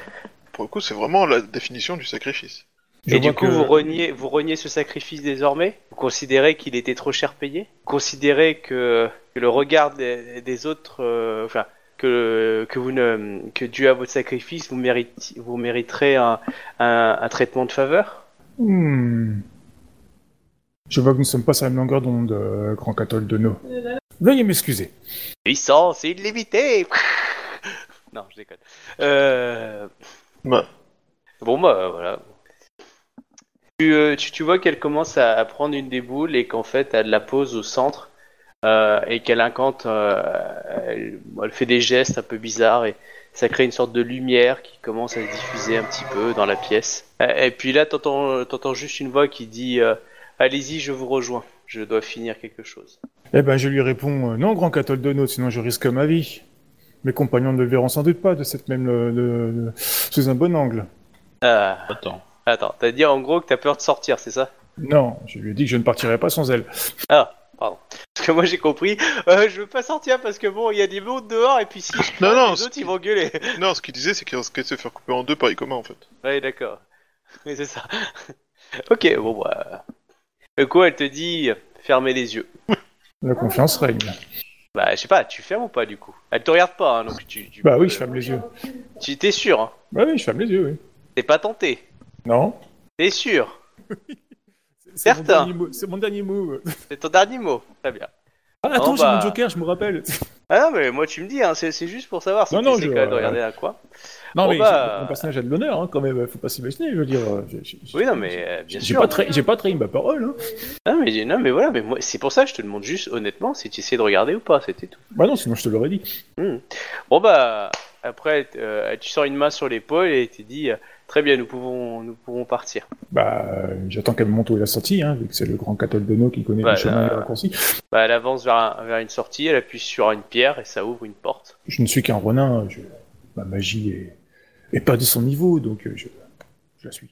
[SPEAKER 3] Pour le coup, c'est vraiment la définition du sacrifice.
[SPEAKER 5] je
[SPEAKER 4] et du
[SPEAKER 5] vois
[SPEAKER 4] coup,
[SPEAKER 5] que-
[SPEAKER 4] vous, reniez, vous reniez ce sacrifice désormais Vous considérez qu'il était trop cher payé Vous considérez que, que le regard des, des autres, euh, enfin, que, que, vous ne, que dû à votre sacrifice, vous, mérite, vous mériterez un, un, un traitement de faveur
[SPEAKER 5] Hmm. Je vois que nous ne sommes pas sur la même longueur d'onde, euh, grand cathol de nos. Veuillez m'excuser.
[SPEAKER 4] Puissance illimitée Non, je déconne. Euh...
[SPEAKER 3] Bah.
[SPEAKER 4] Bon, bah voilà. Tu, euh, tu, tu vois qu'elle commence à, à prendre une des boules et qu'en fait elle la pose au centre euh, et qu'elle incante. euh, elle, elle fait des gestes un peu bizarres et ça crée une sorte de lumière qui commence à se diffuser un petit peu dans la pièce. Et, et puis là, t'entends t'entends juste une voix qui dit euh, Allez-y, je vous rejoins. Je dois finir quelque chose.
[SPEAKER 5] Eh ben, je lui réponds euh, non, grand cathol de nos, sinon je risque ma vie. Mes compagnons ne le verront sans doute pas de cette même euh, de- de- sous un bon angle.
[SPEAKER 4] Ah.
[SPEAKER 1] Attends.
[SPEAKER 4] Attends, t'as dit en gros que t'as peur de sortir, c'est ça
[SPEAKER 5] Non, je lui ai dit que je ne partirai pas sans elle.
[SPEAKER 4] Parce que moi j'ai compris, euh, je veux pas sortir parce que bon, il y a des monde dehors et puis si je parle,
[SPEAKER 3] non,
[SPEAKER 4] les
[SPEAKER 3] ce
[SPEAKER 4] autres
[SPEAKER 3] qui-
[SPEAKER 4] ils vont gueuler.
[SPEAKER 3] Non, ce qu'il disait, c'est qu'il risquait de se faire couper en deux par les communs, en fait.
[SPEAKER 4] ouais, d'accord. Oui, c'est ça. ok, bon bah. Le coup, elle te dit, fermez les yeux.
[SPEAKER 5] La confiance règne.
[SPEAKER 4] Bah, je sais pas, tu fermes ou pas du coup Elle te regarde pas, hein, donc tu. tu-
[SPEAKER 5] Bah oui,
[SPEAKER 4] euh,
[SPEAKER 5] je ferme les yeux.
[SPEAKER 4] Tu t'es sûr, hein
[SPEAKER 5] Bah oui, je ferme les yeux, oui.
[SPEAKER 4] T'es pas tenté.
[SPEAKER 5] Non.
[SPEAKER 4] T'es sûr
[SPEAKER 5] C'est- c'est mon
[SPEAKER 4] Certain.
[SPEAKER 5] dernier mot- euh, C'est mon dernier mot.
[SPEAKER 4] C'est ton dernier mot. Très bien.
[SPEAKER 5] Ah, attends,
[SPEAKER 4] Bon,
[SPEAKER 5] j'ai
[SPEAKER 4] bah.
[SPEAKER 5] mon joker, je me rappelle.
[SPEAKER 4] Ah non, mais moi tu me dis, hein, c'est c'est juste pour savoir si
[SPEAKER 5] Non, non,
[SPEAKER 4] t'essaies
[SPEAKER 5] je-
[SPEAKER 4] quand même de
[SPEAKER 5] euh,
[SPEAKER 4] regarder un coin.
[SPEAKER 5] Non,
[SPEAKER 4] Bon,
[SPEAKER 5] mais
[SPEAKER 4] bah.
[SPEAKER 5] mon personnage a de l'honneur, hein, quand même. Faut pas s'imaginer, je veux dire. euh, j'ai- j'ai-
[SPEAKER 4] Oui, non, mais euh, bien
[SPEAKER 5] J'ai
[SPEAKER 4] sûr.
[SPEAKER 5] pas, trahi- j'ai pas trahi ma parole. Hein.
[SPEAKER 4] Non, Ah, mais, non, mais voilà, mais moi, c'est pour ça que je te demande juste honnêtement si tu essaies de regarder ou pas, c'était tout. Hmm.
[SPEAKER 5] Bah non, sinon je te l'aurais dit.
[SPEAKER 4] Bon, bah, après, euh, tu sors une main sur l'épaule et tu dis euh, très bien, nous pouvons, nous pouvons partir.
[SPEAKER 5] Bah, euh, j'attends qu'elle me montre où est la sortie, hein, vu que c'est le grand cathode de nos qui connaît
[SPEAKER 4] Bah,
[SPEAKER 5] les chemins et
[SPEAKER 4] là-
[SPEAKER 5] les raccourcis.
[SPEAKER 4] Bah, elle avance vers, un- vers une sortie, elle appuie sur une pierre et ça ouvre une porte.
[SPEAKER 5] Je ne suis qu'un renin, je- ma magie est... est pas de son niveau, donc euh, je... je la suis.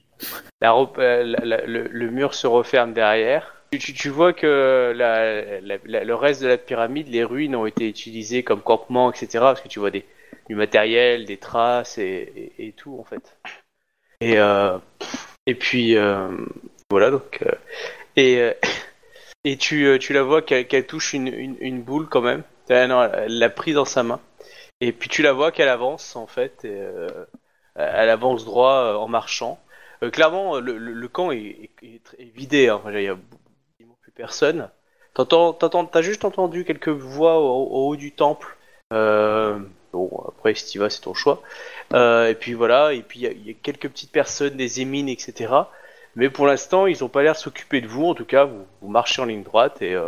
[SPEAKER 4] La robe- euh, la- la- le, le mur se referme derrière. Tu, tu- tu vois que la- la- la- le reste de la pyramide, les ruines ont été utilisées comme campement, etc. Parce que tu vois des, du matériel, des traces et, et- et tout en fait. Et, euh, et puis euh, voilà donc. euh, et, euh, et tu, euh, tu la vois qu'elle qu'elle touche une, une- une boule quand même. Ah non, elle l'a prise dans sa main. Et puis tu la vois qu'elle avance en fait. et, euh, elle avance droit euh, en marchant. Euh, clairement, le, le- le camp est, est- est très- est vidé. hein. Enfin, Il y a quasiment plus personne. T'entends, t'entends- t'as juste entendu quelques voix au, au haut du temple. Euh, bon, après, si t'y vas, c'est ton choix. Euh, et puis voilà, et puis il y a- il y, a quelques petites personnes, des émines, etc. Mais pour l'instant, ils ont pas l'air de s'occuper de vous. En tout cas, vous, vous marchez en ligne droite et euh,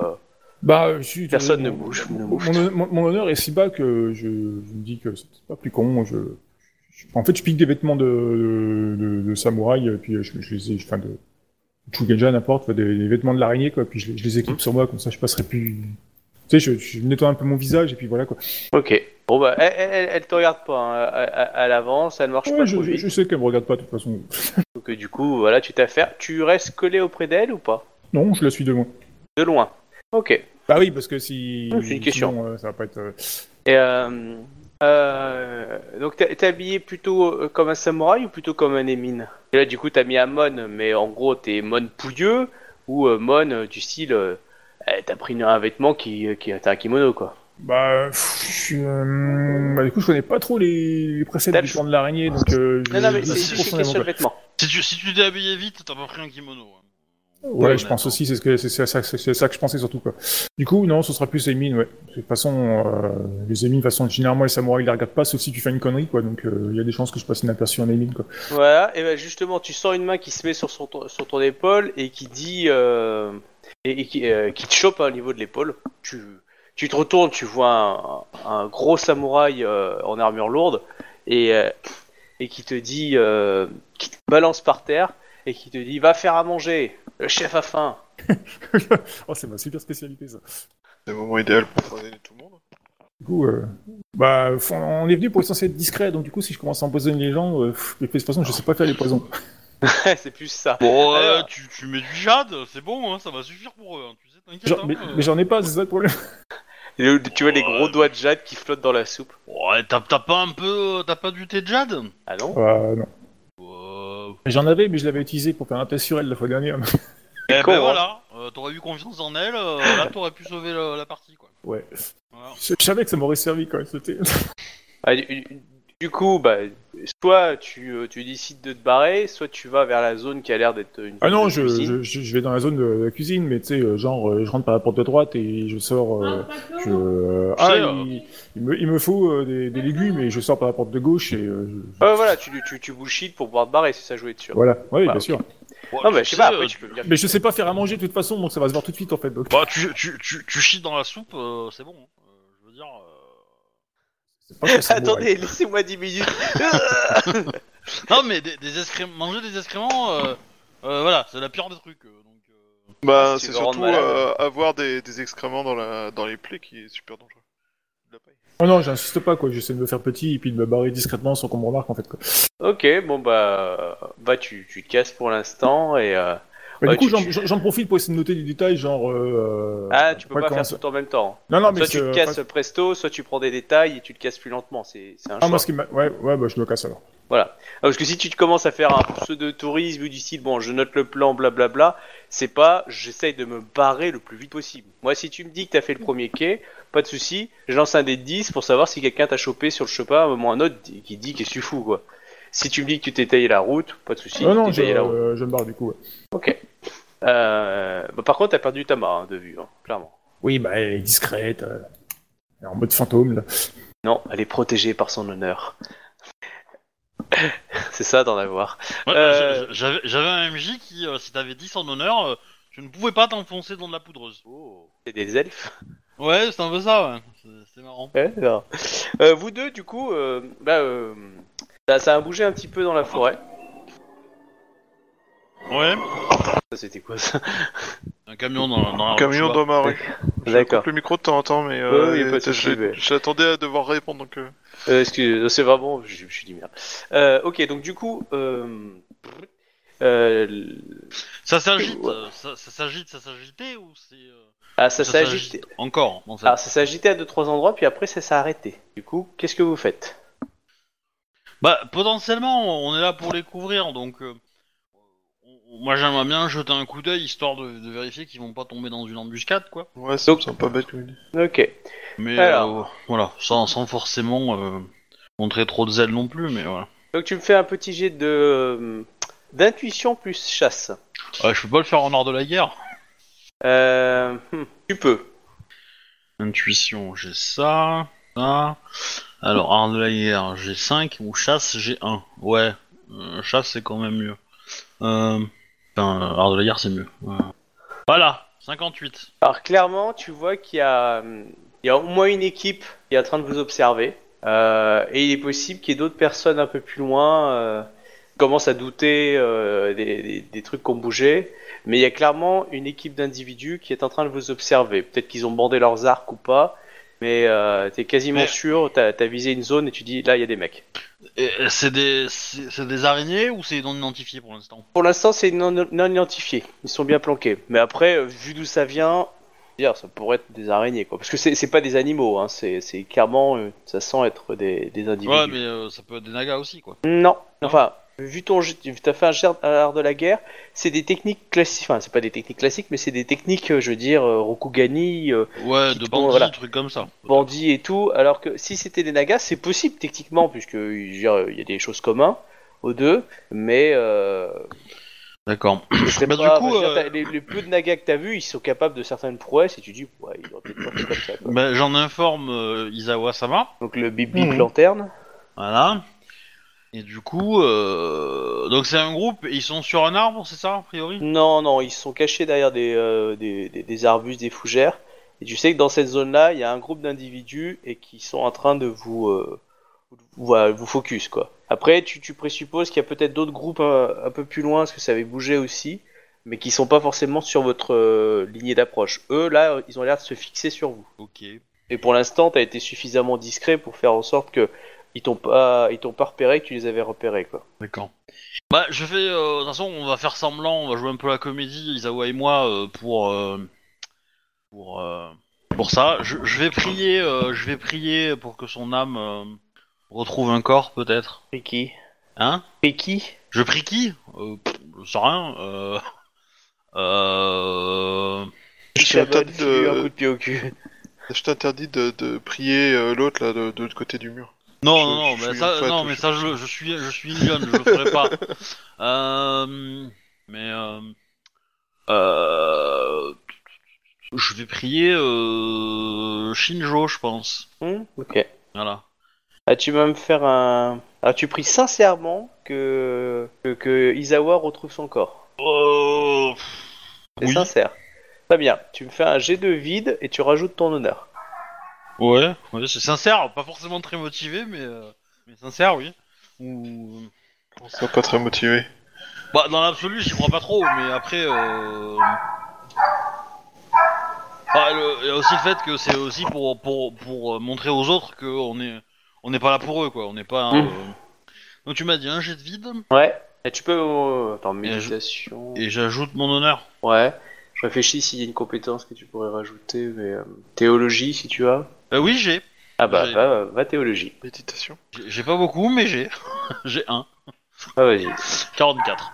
[SPEAKER 5] Bah, euh, je suis-
[SPEAKER 4] personne
[SPEAKER 5] je-
[SPEAKER 4] ne bouge. ne
[SPEAKER 5] Mon,
[SPEAKER 4] mouffe.
[SPEAKER 5] mon- mon honneur est si bas que je, je me dis que c'est pas plus con. Je, je- en fait, je pique des vêtements de, de, de samouraï, et puis euh, je, je les ai, enfin de de Shugenja, n'importe, enfin, des, des vêtements de l'araignée, quoi. Puis je, les- je les équipe
[SPEAKER 4] Mm.
[SPEAKER 5] sur moi, comme ça, je passerai plus. Tu sais, je, je nettoie un peu mon visage, et puis voilà, quoi.
[SPEAKER 4] Ok. Bon bah, elle, elle, elle- elle te regarde pas. hein. Elle, elle- elle avance, elle marche
[SPEAKER 5] Ouais,
[SPEAKER 4] pas
[SPEAKER 5] je,
[SPEAKER 4] trop
[SPEAKER 5] je-
[SPEAKER 4] vite.
[SPEAKER 5] je sais qu'elle me regarde pas, de toute façon.
[SPEAKER 4] Donc euh, du coup, voilà, tu t'affaires. Tu restes collé auprès d'elle ou pas
[SPEAKER 5] Non, je la suis de loin.
[SPEAKER 4] De loin. Ok.
[SPEAKER 5] Bah oui, parce que si.
[SPEAKER 4] Hum, c'est une question.
[SPEAKER 5] sinon, euh, ça va pas être. euh,
[SPEAKER 4] Et euh, euh, donc t'es t'es habillé plutôt euh, comme un samouraï ou plutôt comme un émine Et là du coup t'as mis un mon, mais en gros t'es mon pouilleux ou euh, mon euh, du style euh, euh, t'as pris une- un vêtement qui euh, qui est un kimono quoi.
[SPEAKER 5] Bah, pff, je- euh, bah, du coup, je connais pas trop les, les préceptes
[SPEAKER 4] T'as
[SPEAKER 5] du
[SPEAKER 4] le-
[SPEAKER 5] plan de l'araignée, donc. euh, je-
[SPEAKER 4] Non non mais
[SPEAKER 5] je-
[SPEAKER 4] c'est
[SPEAKER 5] je-
[SPEAKER 4] c'est juste
[SPEAKER 5] je-
[SPEAKER 4] une question de vêtement.
[SPEAKER 1] Si tu si tu t'es habillé vite, t'as pas pris un kimono. hein.
[SPEAKER 5] Ouais,
[SPEAKER 1] Ouais,
[SPEAKER 5] je
[SPEAKER 1] mais
[SPEAKER 5] pense
[SPEAKER 1] attends.
[SPEAKER 5] aussi, c'est ce que- c'est c'est à ça, c'est à ça que je pensais surtout. Quoi. Du coup, non, ce sera plus les mines, ouais. De toute façon, euh, les émines, de toute façon, généralement, les samouraïs, ils les regardent pas, sauf si tu fais une connerie, quoi. Donc, euh, il y a des chances que je passe inaperçu en émine, quoi.
[SPEAKER 4] Voilà, et ben justement, tu sens une main qui se met sur, son, sur ton épaule et qui dit. euh, et, et qui, euh, qui te chope hein, au niveau de l'épaule. Tu, tu te retournes, tu vois un, un gros samouraï euh, en armure lourde et, euh, et qui te dit. euh, qui te balance par terre et qui te dit Va faire à manger, le chef a faim.
[SPEAKER 5] oh, c'est ma super spécialité, ça.
[SPEAKER 3] C'est le moment idéal pour empoisonner tout le monde.
[SPEAKER 5] Du coup, euh, bah, faut- on est venu pour être censé être discret, donc du coup, si je commence à empoisonner les gens, euh, pff, de toute façon, je sais pas faire les poisons.
[SPEAKER 4] C'est plus ça.
[SPEAKER 1] Bon, euh,
[SPEAKER 4] Alors-
[SPEAKER 1] tu, tu mets du jade, c'est bon, hein, ça va suffire pour eux. hein, tu sais, t'inquiète.
[SPEAKER 5] Genre,
[SPEAKER 1] hein,
[SPEAKER 5] mais
[SPEAKER 1] euh.
[SPEAKER 5] mais j'en ai pas, c'est ça le problème.
[SPEAKER 4] Et le- tu vois les gros
[SPEAKER 1] Ouais.
[SPEAKER 4] doigts de jade qui flottent dans la soupe.
[SPEAKER 1] Ouais, t'as t'as pas un peu, euh, t'as pas du thé de jade
[SPEAKER 4] Ah non
[SPEAKER 5] Euh, non.
[SPEAKER 1] Euh,
[SPEAKER 5] J'en avais, mais je l'avais utilisé pour faire un test sur elle la fois dernière.
[SPEAKER 1] Eh
[SPEAKER 4] con,
[SPEAKER 1] ben
[SPEAKER 4] hein.
[SPEAKER 1] voilà, euh, t'aurais eu confiance en elle, euh, là t'aurais pu sauver le- la partie quoi.
[SPEAKER 5] Ouais.
[SPEAKER 1] Voilà.
[SPEAKER 5] Je je savais que ça m'aurait servi quand même, c'était.
[SPEAKER 4] Ah, du, du coup, bah, soit tu, euh, tu décides de te barrer, soit tu vas vers la zone qui a l'air d'être une.
[SPEAKER 5] Ah non,
[SPEAKER 4] une
[SPEAKER 5] je,
[SPEAKER 4] cuisine.
[SPEAKER 5] je, je- je vais dans la zone de la cuisine, mais tu sais, euh, genre, euh, je rentre par la porte de droite et je sors. euh, je, euh,
[SPEAKER 1] Tu sais,
[SPEAKER 5] ah,
[SPEAKER 1] euh,
[SPEAKER 5] il, il me, il me faut euh, des, des légumes et je sors par la porte de gauche et. euh, je-
[SPEAKER 4] Ah, voilà, tu, tu, tu bullshit pour pouvoir te barrer, c'est ça jouer dessus.
[SPEAKER 5] Voilà, oui,
[SPEAKER 4] Bah,
[SPEAKER 5] bien sûr.
[SPEAKER 1] Bon,
[SPEAKER 4] Non,
[SPEAKER 1] tu
[SPEAKER 4] mais je sais
[SPEAKER 1] sais,
[SPEAKER 4] pas,
[SPEAKER 1] euh,
[SPEAKER 4] après tu peux me dire.
[SPEAKER 5] Mais je sais pas faire à manger de toute façon, donc ça va se voir tout de suite en fait. Donc,
[SPEAKER 1] Bah, tu, tu, tu, tu chies dans la soupe, euh, c'est bon. hein. Euh, je veux dire. euh,
[SPEAKER 5] c'est pas que ça mourrait.
[SPEAKER 4] Attendez, laissez-moi 10 minutes.
[SPEAKER 1] Non, mais des, des excréments, manger des excréments, euh, euh, voilà, c'est la pire des trucs. euh, donc, euh,
[SPEAKER 3] Bah,
[SPEAKER 4] Si tu
[SPEAKER 3] c'est
[SPEAKER 4] veux rendre
[SPEAKER 3] surtout
[SPEAKER 4] malade.
[SPEAKER 3] euh, avoir des, des excréments dans, la, dans les plaies qui est super dangereux. De la paille.
[SPEAKER 5] Oh non, j'insiste pas quoi, j'essaie de me faire petit et puis de me barrer discrètement sans qu'on me remarque en fait. Quoi.
[SPEAKER 4] ok, bon bah, euh, bah tu, tu te casses pour l'instant et. euh,
[SPEAKER 5] Bah,
[SPEAKER 4] Ouais,
[SPEAKER 5] du coup,
[SPEAKER 4] tu-
[SPEAKER 5] j'en-
[SPEAKER 4] tu-
[SPEAKER 5] j'en j'en profite pour essayer de noter des détails, genre. euh,
[SPEAKER 4] Ah, tu peux
[SPEAKER 5] ouais,
[SPEAKER 4] pas
[SPEAKER 5] comment
[SPEAKER 4] faire
[SPEAKER 5] ça-
[SPEAKER 4] tout en même temps.
[SPEAKER 5] Non, non, mais
[SPEAKER 4] soit tu
[SPEAKER 5] c'est,
[SPEAKER 4] te
[SPEAKER 5] euh,
[SPEAKER 4] casses
[SPEAKER 5] pas-
[SPEAKER 4] presto, soit tu prends des détails et tu te casses plus lentement. C'est c'est un
[SPEAKER 5] Ah,
[SPEAKER 4] choix.
[SPEAKER 5] moi, ce qui m'a- Ouais, ouais, bah, je me casse alors.
[SPEAKER 4] Voilà. Ah, Parce que si tu te commences à faire un pseudo-tourisme ou du style, bon, je note le plan, blablabla, c'est pas, j'essaye de me barrer le plus vite possible. Moi, si tu me dis que t'as fait le premier quai, pas de souci, je lance un dé de 10 pour savoir si quelqu'un t'a chopé sur le chemin à un moment ou un autre qui dit qu'est-ce que tu fous, quoi. Si tu me dis que tu t'es taillé la route, pas de souci,
[SPEAKER 5] non,
[SPEAKER 4] tu
[SPEAKER 5] non,
[SPEAKER 4] t'es
[SPEAKER 5] je,
[SPEAKER 4] taillé la route.
[SPEAKER 5] euh, je me barre du coup. ouais.
[SPEAKER 4] Euh, bah, par contre, t'as perdu ta main hein, de vue, hein, clairement.
[SPEAKER 5] Oui, bah, elle est discrète. euh. Elle est En mode fantôme, là.
[SPEAKER 4] Non, elle est protégée par son honneur. C'est ça d'en avoir.
[SPEAKER 1] Ouais,
[SPEAKER 4] Euh.
[SPEAKER 1] j'a- J'avais j'avais un MJ qui, euh, si t'avais 10 en honneur, euh, tu ne pouvais pas t'enfoncer dans de la poudreuse.
[SPEAKER 4] Oh, C'est des elfes.
[SPEAKER 1] Ouais, c'est un peu ça, ouais. C'est- C'est marrant.
[SPEAKER 4] Ouais, alors. Euh, vous deux, du coup, euh, bah, euh, ça, ça a bougé un petit peu dans la forêt.
[SPEAKER 1] Ouais.
[SPEAKER 4] Ça, c'était quoi ça
[SPEAKER 1] Un camion dans, dans la
[SPEAKER 3] Camion
[SPEAKER 1] Rocheba.
[SPEAKER 3] dans ma rue. Je
[SPEAKER 4] D'accord.
[SPEAKER 3] coupe le micro de temps en temps, mais
[SPEAKER 4] Ouais, ouais, y a pas de
[SPEAKER 3] euh,
[SPEAKER 4] souci,
[SPEAKER 3] j'ai-
[SPEAKER 4] mais-
[SPEAKER 3] j'attendais à devoir répondre donc. euh,
[SPEAKER 4] Euh, excusez, c'est vraiment, je, je me suis dit merde. Euh, ok, donc du coup, euh, euh,
[SPEAKER 1] Ça s'agite,
[SPEAKER 4] Ouais.
[SPEAKER 1] euh, ça, ça s'agite, ça s'agitait ou c'est. euh,
[SPEAKER 4] ah, ça
[SPEAKER 1] ça
[SPEAKER 4] s'est agité.
[SPEAKER 1] Encore, en fait.
[SPEAKER 4] Ah, ça s'est agité à deux trois endroits, puis après ça s'est arrêté. Du coup, qu'est-ce que vous faites
[SPEAKER 1] Bah, potentiellement, on est là pour les couvrir, donc. euh, on- moi, j'aimerais bien jeter un coup d'œil histoire de, de vérifier qu'ils vont pas tomber dans une embuscade, quoi.
[SPEAKER 3] Ouais, ça me
[SPEAKER 4] Donc-
[SPEAKER 3] semble pas bête comme idée.
[SPEAKER 4] Ok.
[SPEAKER 1] Mais
[SPEAKER 4] Alors.
[SPEAKER 1] euh, voilà, sans, sans forcément euh, montrer trop de zèle non plus, mais voilà.
[SPEAKER 4] Donc tu me fais un petit jet de euh, d'intuition plus chasse.
[SPEAKER 1] Ouais, je peux pas le faire en ordre de la guerre.
[SPEAKER 4] Euh, hmm, tu peux.
[SPEAKER 1] Intuition, j'ai ça, ça. Alors, art de la guerre, j'ai 5, ou chasse, j'ai 1. Ouais, euh, chasse, c'est quand même mieux. Euh, Enfin, euh, art de la guerre, c'est mieux. Ouais. Voilà, 58.
[SPEAKER 4] Alors clairement, tu vois qu'il y a, hum, il y a au moins une équipe qui est en train de vous observer. Euh, et il est possible qu'il y ait d'autres personnes un peu plus loin euh, qui commencent à douter euh, des, des- des trucs qui ont bougé. Mais il y a clairement une équipe d'individus qui est en train de vous observer. Peut-être qu'ils ont bandé leurs arcs ou pas. Mais euh, t'es quasiment
[SPEAKER 1] Mais-
[SPEAKER 4] sûr, t'as as visé une zone et tu dis là il y a des mecs.
[SPEAKER 1] Et, euh, c'est des, c'est c'est des araignées ou c'est non identifié pour l'instant
[SPEAKER 4] Pour l'instant c'est non, non identifié, ils sont bien planqués. Mais après, euh, vu d'où ça vient, dire, ça pourrait être des araignées, quoi. Parce que c'est c'est pas des animaux, hein. c'est c'est clairement, euh, ça sent être des, des individus.
[SPEAKER 1] Ouais, mais euh, ça peut être des nagas aussi, quoi.
[SPEAKER 4] Non, enfin, vu ton, jeu- tu as fait un jet à l'art de la guerre, c'est des techniques classiques, enfin, c'est pas des techniques classiques, mais c'est des techniques, euh, je veux dire, euh, Rokugani, euh,
[SPEAKER 1] Ouais,
[SPEAKER 4] Qui
[SPEAKER 1] de
[SPEAKER 4] tourne,
[SPEAKER 1] bandits,
[SPEAKER 4] voilà.
[SPEAKER 1] trucs comme ça.
[SPEAKER 4] bandits et tout, alors que si c'était des nagas, c'est possible techniquement, puisque je veux dire, il y a des choses communes aux deux, mais euh,
[SPEAKER 1] D'accord.
[SPEAKER 4] ce serait
[SPEAKER 1] Bah, du
[SPEAKER 4] pas-
[SPEAKER 1] coup,
[SPEAKER 4] je veux dire,
[SPEAKER 1] euh,
[SPEAKER 4] t'as- les, les peu de nagas que t'as vu, ils sont capables de certaines prouesses, et tu dis, ouais, ils auraient peut-être pas fait comme ça, quoi.
[SPEAKER 1] Ben, J'en informe euh, Isawa Sama.
[SPEAKER 4] Donc le bip bip
[SPEAKER 3] Mhm.
[SPEAKER 4] lanterne.
[SPEAKER 1] Voilà. Et du coup, euh, donc c'est un groupe, et ils sont sur un arbre, c'est ça, a priori
[SPEAKER 4] Non, non, ils sont cachés derrière des, euh, des, des- des arbustes, des fougères. Et tu sais que dans cette zone-là, il y a un groupe d'individus et qui sont en train de vous, euh, vous, euh, vous focus, quoi. Après, tu, tu présupposes qu'il y a peut-être d'autres groupes euh, un, peu plus loin, parce que ça avait bougé aussi, mais qui sont pas forcément sur votre euh, lignée d'approche. Eux, là, euh, ils ont l'air de se fixer sur vous.
[SPEAKER 1] Ok.
[SPEAKER 4] Et pour l'instant, t'as été suffisamment discret pour faire en sorte que ils t'ont pas, ils t'ont pas repéré, que tu les avais repérés, quoi.
[SPEAKER 1] D'accord. Bah, je fais. euh, De toute façon, on va faire semblant, on va jouer un peu la comédie, Isawa et moi, euh, pour. euh, pour. euh, pour ça. Je, je vais prier, euh, je vais prier pour que son âme euh, retrouve un corps, peut-être.
[SPEAKER 4] Ricky.
[SPEAKER 1] Hein
[SPEAKER 4] Ricky.
[SPEAKER 1] Je prie qui euh, pff, Je sais rien. Euh. euh...
[SPEAKER 3] Je
[SPEAKER 4] Chabot,
[SPEAKER 3] t'interdis
[SPEAKER 4] lui, un coup
[SPEAKER 3] de,
[SPEAKER 4] de pied au cul.
[SPEAKER 3] je t'interdis de, de prier euh, l'autre là de, de l'autre côté du mur.
[SPEAKER 1] Non,
[SPEAKER 3] Je-
[SPEAKER 1] non, non,
[SPEAKER 3] je
[SPEAKER 1] mais
[SPEAKER 3] suis
[SPEAKER 1] ça,
[SPEAKER 3] une fête,
[SPEAKER 1] non,
[SPEAKER 3] je
[SPEAKER 1] mais
[SPEAKER 3] suis-
[SPEAKER 1] ça, je, je suis, je suis mignonne, je le ferai pas. Euh, mais euh, euh, je vais prier euh, Shinjo, je pense.
[SPEAKER 4] Hmm, ok.
[SPEAKER 1] Voilà.
[SPEAKER 4] Ah, tu vas me faire un. Ah, tu pries sincèrement que, que, que Izawa retrouve son corps.
[SPEAKER 1] Euh,
[SPEAKER 4] C'est
[SPEAKER 1] Oui.
[SPEAKER 4] sincère. Très bien. Tu me fais un jet de vide et tu rajoutes ton honneur.
[SPEAKER 1] ouais, ouais, c'est sincère, pas forcément très motivé, mais, euh, mais sincère, oui. Ou
[SPEAKER 3] Sois pas très motivé.
[SPEAKER 1] bah dans l'absolu, j'y crois pas trop, mais après. Euh... bah, le- il y a aussi le fait que c'est aussi pour, pour, pour euh, montrer aux autres qu'on est, on n'est pas là pour eux, quoi. On n'est pas.
[SPEAKER 4] Mm.
[SPEAKER 1] euh, Donc tu m'as dit un jet de vide
[SPEAKER 4] Ouais. Et tu peux. euh, Attends,
[SPEAKER 1] Et je-
[SPEAKER 4] méditation.
[SPEAKER 1] et j'ajoute mon honneur.
[SPEAKER 4] Ouais. Je réfléchis s'il y a une compétence que tu pourrais rajouter, mais. euh, Théologie, si tu as.
[SPEAKER 1] Euh, oui, j'ai.
[SPEAKER 4] Ah bah,
[SPEAKER 1] J'ai-
[SPEAKER 4] va, va théologie.
[SPEAKER 3] Méditation.
[SPEAKER 1] J'ai- J'ai pas beaucoup, mais j'ai. j'ai un.
[SPEAKER 4] Ah, vas-y.
[SPEAKER 1] 44.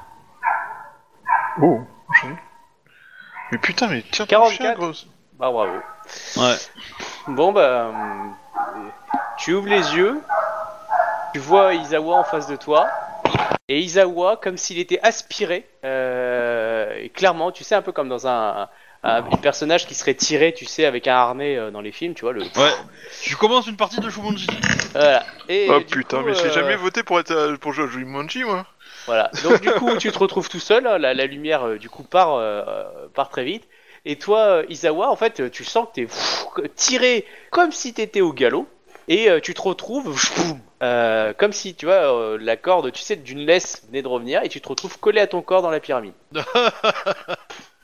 [SPEAKER 3] Oh. joli. Mais putain, mais tiens,
[SPEAKER 4] 44.
[SPEAKER 3] Chien, grosse.
[SPEAKER 4] Bah, bravo.
[SPEAKER 1] Ouais.
[SPEAKER 4] Bon bah, hum, tu ouvres les yeux, tu vois Isawa en face de toi, et Isawa comme s'il était aspiré, euh, et clairement, tu sais un peu comme dans un, un,
[SPEAKER 1] Oh.
[SPEAKER 4] un personnage qui serait tiré, tu sais, avec un harnais euh, dans les films, tu vois. Le...
[SPEAKER 1] Ouais. Tu commences une partie de Shumonji.
[SPEAKER 4] Voilà. Et,
[SPEAKER 3] Oh
[SPEAKER 4] du
[SPEAKER 3] putain,
[SPEAKER 4] coup,
[SPEAKER 3] mais j'ai
[SPEAKER 4] euh,
[SPEAKER 3] jamais voté pour être à- pour jouer à Jumanji, moi.
[SPEAKER 4] Voilà. Donc du coup, tu te retrouves tout seul. hein, La, la lumière, euh, du coup, part, euh, part très vite. Et toi, euh, Isawa, en fait, euh, tu sens que t'es pff, tiré comme si t'étais au galop. Et euh, tu te retrouves, boum, euh, comme si, tu vois, euh, la corde, tu sais, d'une laisse venait de revenir. Et tu te retrouves collé à ton corps dans la pyramide.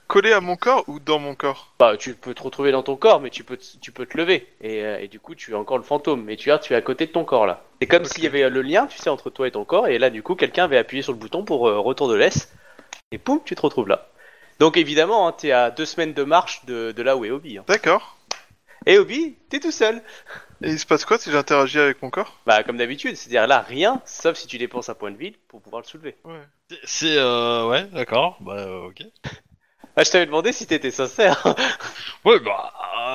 [SPEAKER 3] Collé à mon corps ou dans mon corps
[SPEAKER 4] Bah, tu peux te retrouver dans ton corps, mais tu peux, te- tu peux te lever. Et, euh, et du coup, tu es encore le fantôme. Mais tu, vois, tu es à côté de ton corps, là. C'est comme s'il y avait euh, le lien, tu sais, entre toi et ton corps. Et là, du coup, quelqu'un avait appuyé sur le bouton pour euh, retour de l'Est. Et poum, tu te retrouves là. Donc, évidemment, hein, t'es à deux semaines de marche de, de là où est Obi. hein.
[SPEAKER 3] D'accord.
[SPEAKER 4] Et Obi, t'es tout seul.
[SPEAKER 3] Et il se passe quoi si j'interagis avec mon corps
[SPEAKER 4] Bah, comme d'habitude, c'est-à-dire là, rien, sauf si tu dépenses un point de vie pour pouvoir le soulever.
[SPEAKER 1] C'est- C'est euh, ouais, d'accord. Bah euh, ok.
[SPEAKER 4] Ah, je t'avais demandé si t'étais sincère.
[SPEAKER 1] Ouais, bah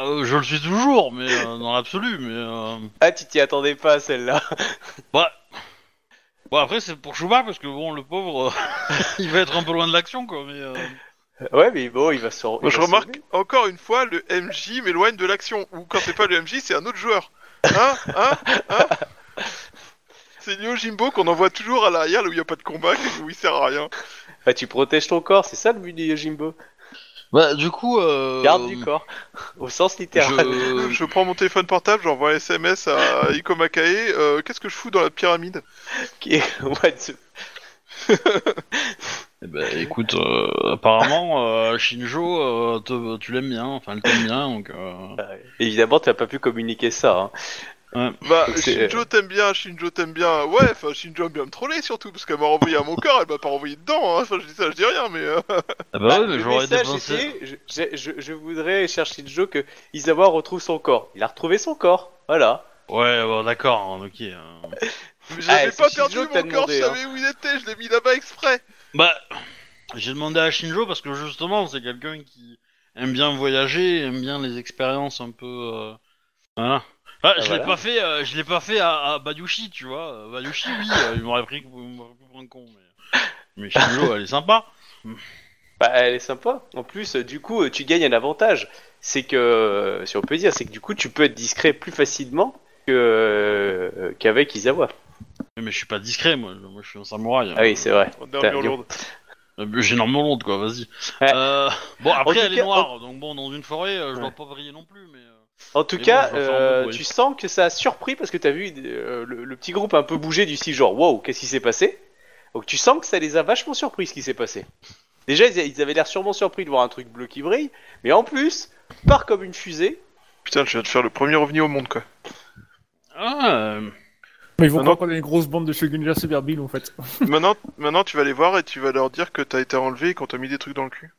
[SPEAKER 1] euh, je le suis toujours, mais euh, dans l'absolu. Mais euh,
[SPEAKER 4] ah, tu t'y attendais pas, celle-là.
[SPEAKER 1] bon après c'est pour Chouba parce que bon le pauvre, euh, il va être un peu loin de l'action quoi. Mais euh,
[SPEAKER 4] ouais, mais bon, il va se. il
[SPEAKER 3] Moi, je
[SPEAKER 4] va se
[SPEAKER 3] remarque encore une fois le MJ m'éloigne de l'action. Ou quand c'est pas le MJ, c'est un autre joueur. Hein Hein Hein C'est Neo Jimbo qu'on envoie toujours à l'arrière là où il y a pas de combat, où il sert à rien.
[SPEAKER 4] Bah, tu protèges ton corps, c'est ça le but du Jimbo.
[SPEAKER 1] bah du coup. Euh,
[SPEAKER 4] Garde du corps, au sens littéral.
[SPEAKER 1] je-
[SPEAKER 3] Je prends mon téléphone portable, j'envoie un SMS à Iko Makae. euh, Qu'est-ce que je fous dans la pyramide
[SPEAKER 4] Qui est- What the-
[SPEAKER 1] Eh ben, écoute, euh, apparemment, euh, Shinjo, euh, te- tu l'aimes bien, enfin, elle t'aime bien, donc... euh,
[SPEAKER 4] Euh, Évidemment, tu n'as pas pu communiquer ça. hein.
[SPEAKER 3] Bah,
[SPEAKER 4] Donc c'est-
[SPEAKER 3] Shinjo t'aime bien, Shinjo t'aime bien. Ouais, enfin, Shinjo aime bien me troller surtout, parce qu'elle m'a renvoyé à mon corps, elle m'a pas renvoyé dedans, hein. Enfin, je dis ça, je dis rien, mais. euh,
[SPEAKER 1] Ah bah ouais, mais
[SPEAKER 4] le
[SPEAKER 1] j'aurais
[SPEAKER 4] message
[SPEAKER 1] dépensé...
[SPEAKER 4] était, je, je- je- je voudrais chercher le jeu que Isawa retrouve son corps. Il a retrouvé son corps, voilà.
[SPEAKER 1] Ouais, bon, d'accord, hein, ok. euh.
[SPEAKER 3] J'avais
[SPEAKER 4] Ah,
[SPEAKER 3] pas
[SPEAKER 4] c'est
[SPEAKER 3] perdu
[SPEAKER 4] Shinjo
[SPEAKER 3] mon
[SPEAKER 4] que t'as
[SPEAKER 3] corps,
[SPEAKER 4] demandé, hein.
[SPEAKER 3] je savais où il était, je l'ai mis là-bas exprès.
[SPEAKER 1] Bah, j'ai demandé à Shinjo, parce que justement, c'est quelqu'un qui aime bien voyager, aime bien les expériences un peu... euh, Voilà. Ah, je
[SPEAKER 4] voilà.
[SPEAKER 1] l'ai pas fait, euh, je l'ai pas fait à, à Bayushi, tu vois. Euh, Bayushi, oui, euh, il m'aurait pris, il m'aurait pris pour un con, mais... Mais Shinjo, elle est sympa.
[SPEAKER 4] Bah, elle est sympa. En plus, euh, du coup, euh, tu gagnes un avantage. C'est que, euh, si on peut dire, c'est que du coup, tu peux être discret plus facilement que, euh, qu'avec Isawa.
[SPEAKER 1] Mais je suis pas discret, moi, moi je suis un samouraï. hein.
[SPEAKER 4] Ah oui, c'est vrai.
[SPEAKER 3] On est
[SPEAKER 4] T'as-
[SPEAKER 3] en Irlande.
[SPEAKER 1] Euh, mais J'ai énormément honte, quoi, vas-y.
[SPEAKER 4] Ouais.
[SPEAKER 1] Euh, bon, après,
[SPEAKER 4] En tout
[SPEAKER 1] elle
[SPEAKER 4] cas,
[SPEAKER 1] est noire, donc bon, dans une forêt, euh, je dois pas briller non plus, mais... euh,
[SPEAKER 4] En tout
[SPEAKER 1] Mais
[SPEAKER 4] cas,
[SPEAKER 1] bon, je vais faire un
[SPEAKER 4] euh,
[SPEAKER 1] peu bruit.
[SPEAKER 4] tu sens que ça a surpris parce que t'as vu euh, le, le petit groupe un peu bouger du style genre wow, qu'est-ce qui s'est passé Donc tu sens que ça les a vachement surpris ce qui s'est passé. Déjà, ils, ils avaient l'air sûrement surpris de voir un truc bleu qui brille, mais en plus, part comme une fusée.
[SPEAKER 3] Putain, je viens de faire le premier revenu au monde, quoi.
[SPEAKER 1] Ah, euh,
[SPEAKER 5] Mais ils vont
[SPEAKER 3] Ah non.
[SPEAKER 5] croire qu'on a une grosse bande de Shogun vs Cyberbill en fait.
[SPEAKER 4] Oh
[SPEAKER 3] maintenant, maintenant, tu vas les voir et tu vas leur dire que t'as été enlevé et qu'on t'a mis des trucs dans le cul.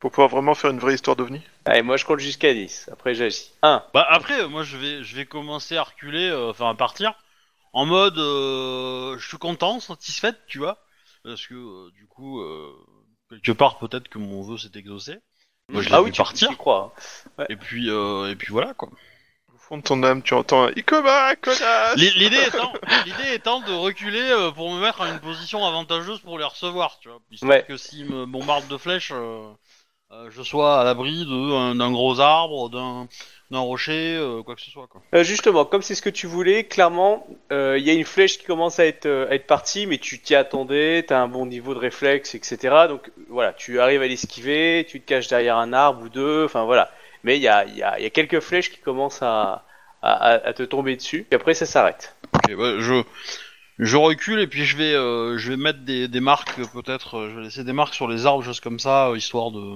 [SPEAKER 3] Pour pouvoir vraiment faire une vraie histoire d'OVNI.
[SPEAKER 4] Allez, moi je compte jusqu'à 10, après j'agis. 1.
[SPEAKER 1] bah après, euh, moi, je vais, je vais commencer à reculer, euh, enfin, à partir, en mode, euh, je suis content, satisfaite, tu vois, parce que, euh, du coup, euh, quelque part, peut-être que mon vœu s'est exaucé, Moi, je l'ai
[SPEAKER 4] ah
[SPEAKER 1] vu
[SPEAKER 4] oui, tu,
[SPEAKER 1] partir.
[SPEAKER 4] tu crois. hein.
[SPEAKER 1] et puis, euh, et puis voilà, quoi.
[SPEAKER 3] Au fond de ton âme, tu entends un Ikoma,
[SPEAKER 4] Ah,
[SPEAKER 3] connasse
[SPEAKER 1] L'i- L'idée étant, l'idée étant de reculer euh, pour me mettre à une position avantageuse pour les recevoir, tu vois. Histoire
[SPEAKER 4] Ouais.
[SPEAKER 1] que s'ils me bombardent de flèches, euh, euh, je sois à l'abri de- un- d'un gros arbre, d'un d'un rocher, euh, quoi que ce soit, quoi.
[SPEAKER 4] Euh, justement, comme c'est ce que tu voulais, clairement, euh, il y a une flèche qui commence à être, euh, à être partie, mais tu t'y attendais, t'as un bon niveau de réflexe, etc. Donc euh, voilà, tu arrives à l'esquiver, tu te caches derrière un arbre ou deux, enfin voilà. Mais il y a, il y, a, il y a quelques flèches qui commencent à, à, à- à te tomber dessus, puis après ça s'arrête.
[SPEAKER 1] Ok, ouais, je, je recule et puis je vais, euh, je vais mettre des, des marques, euh, peut-être, euh, je vais laisser des marques sur les arbres, choses comme ça, euh, histoire de,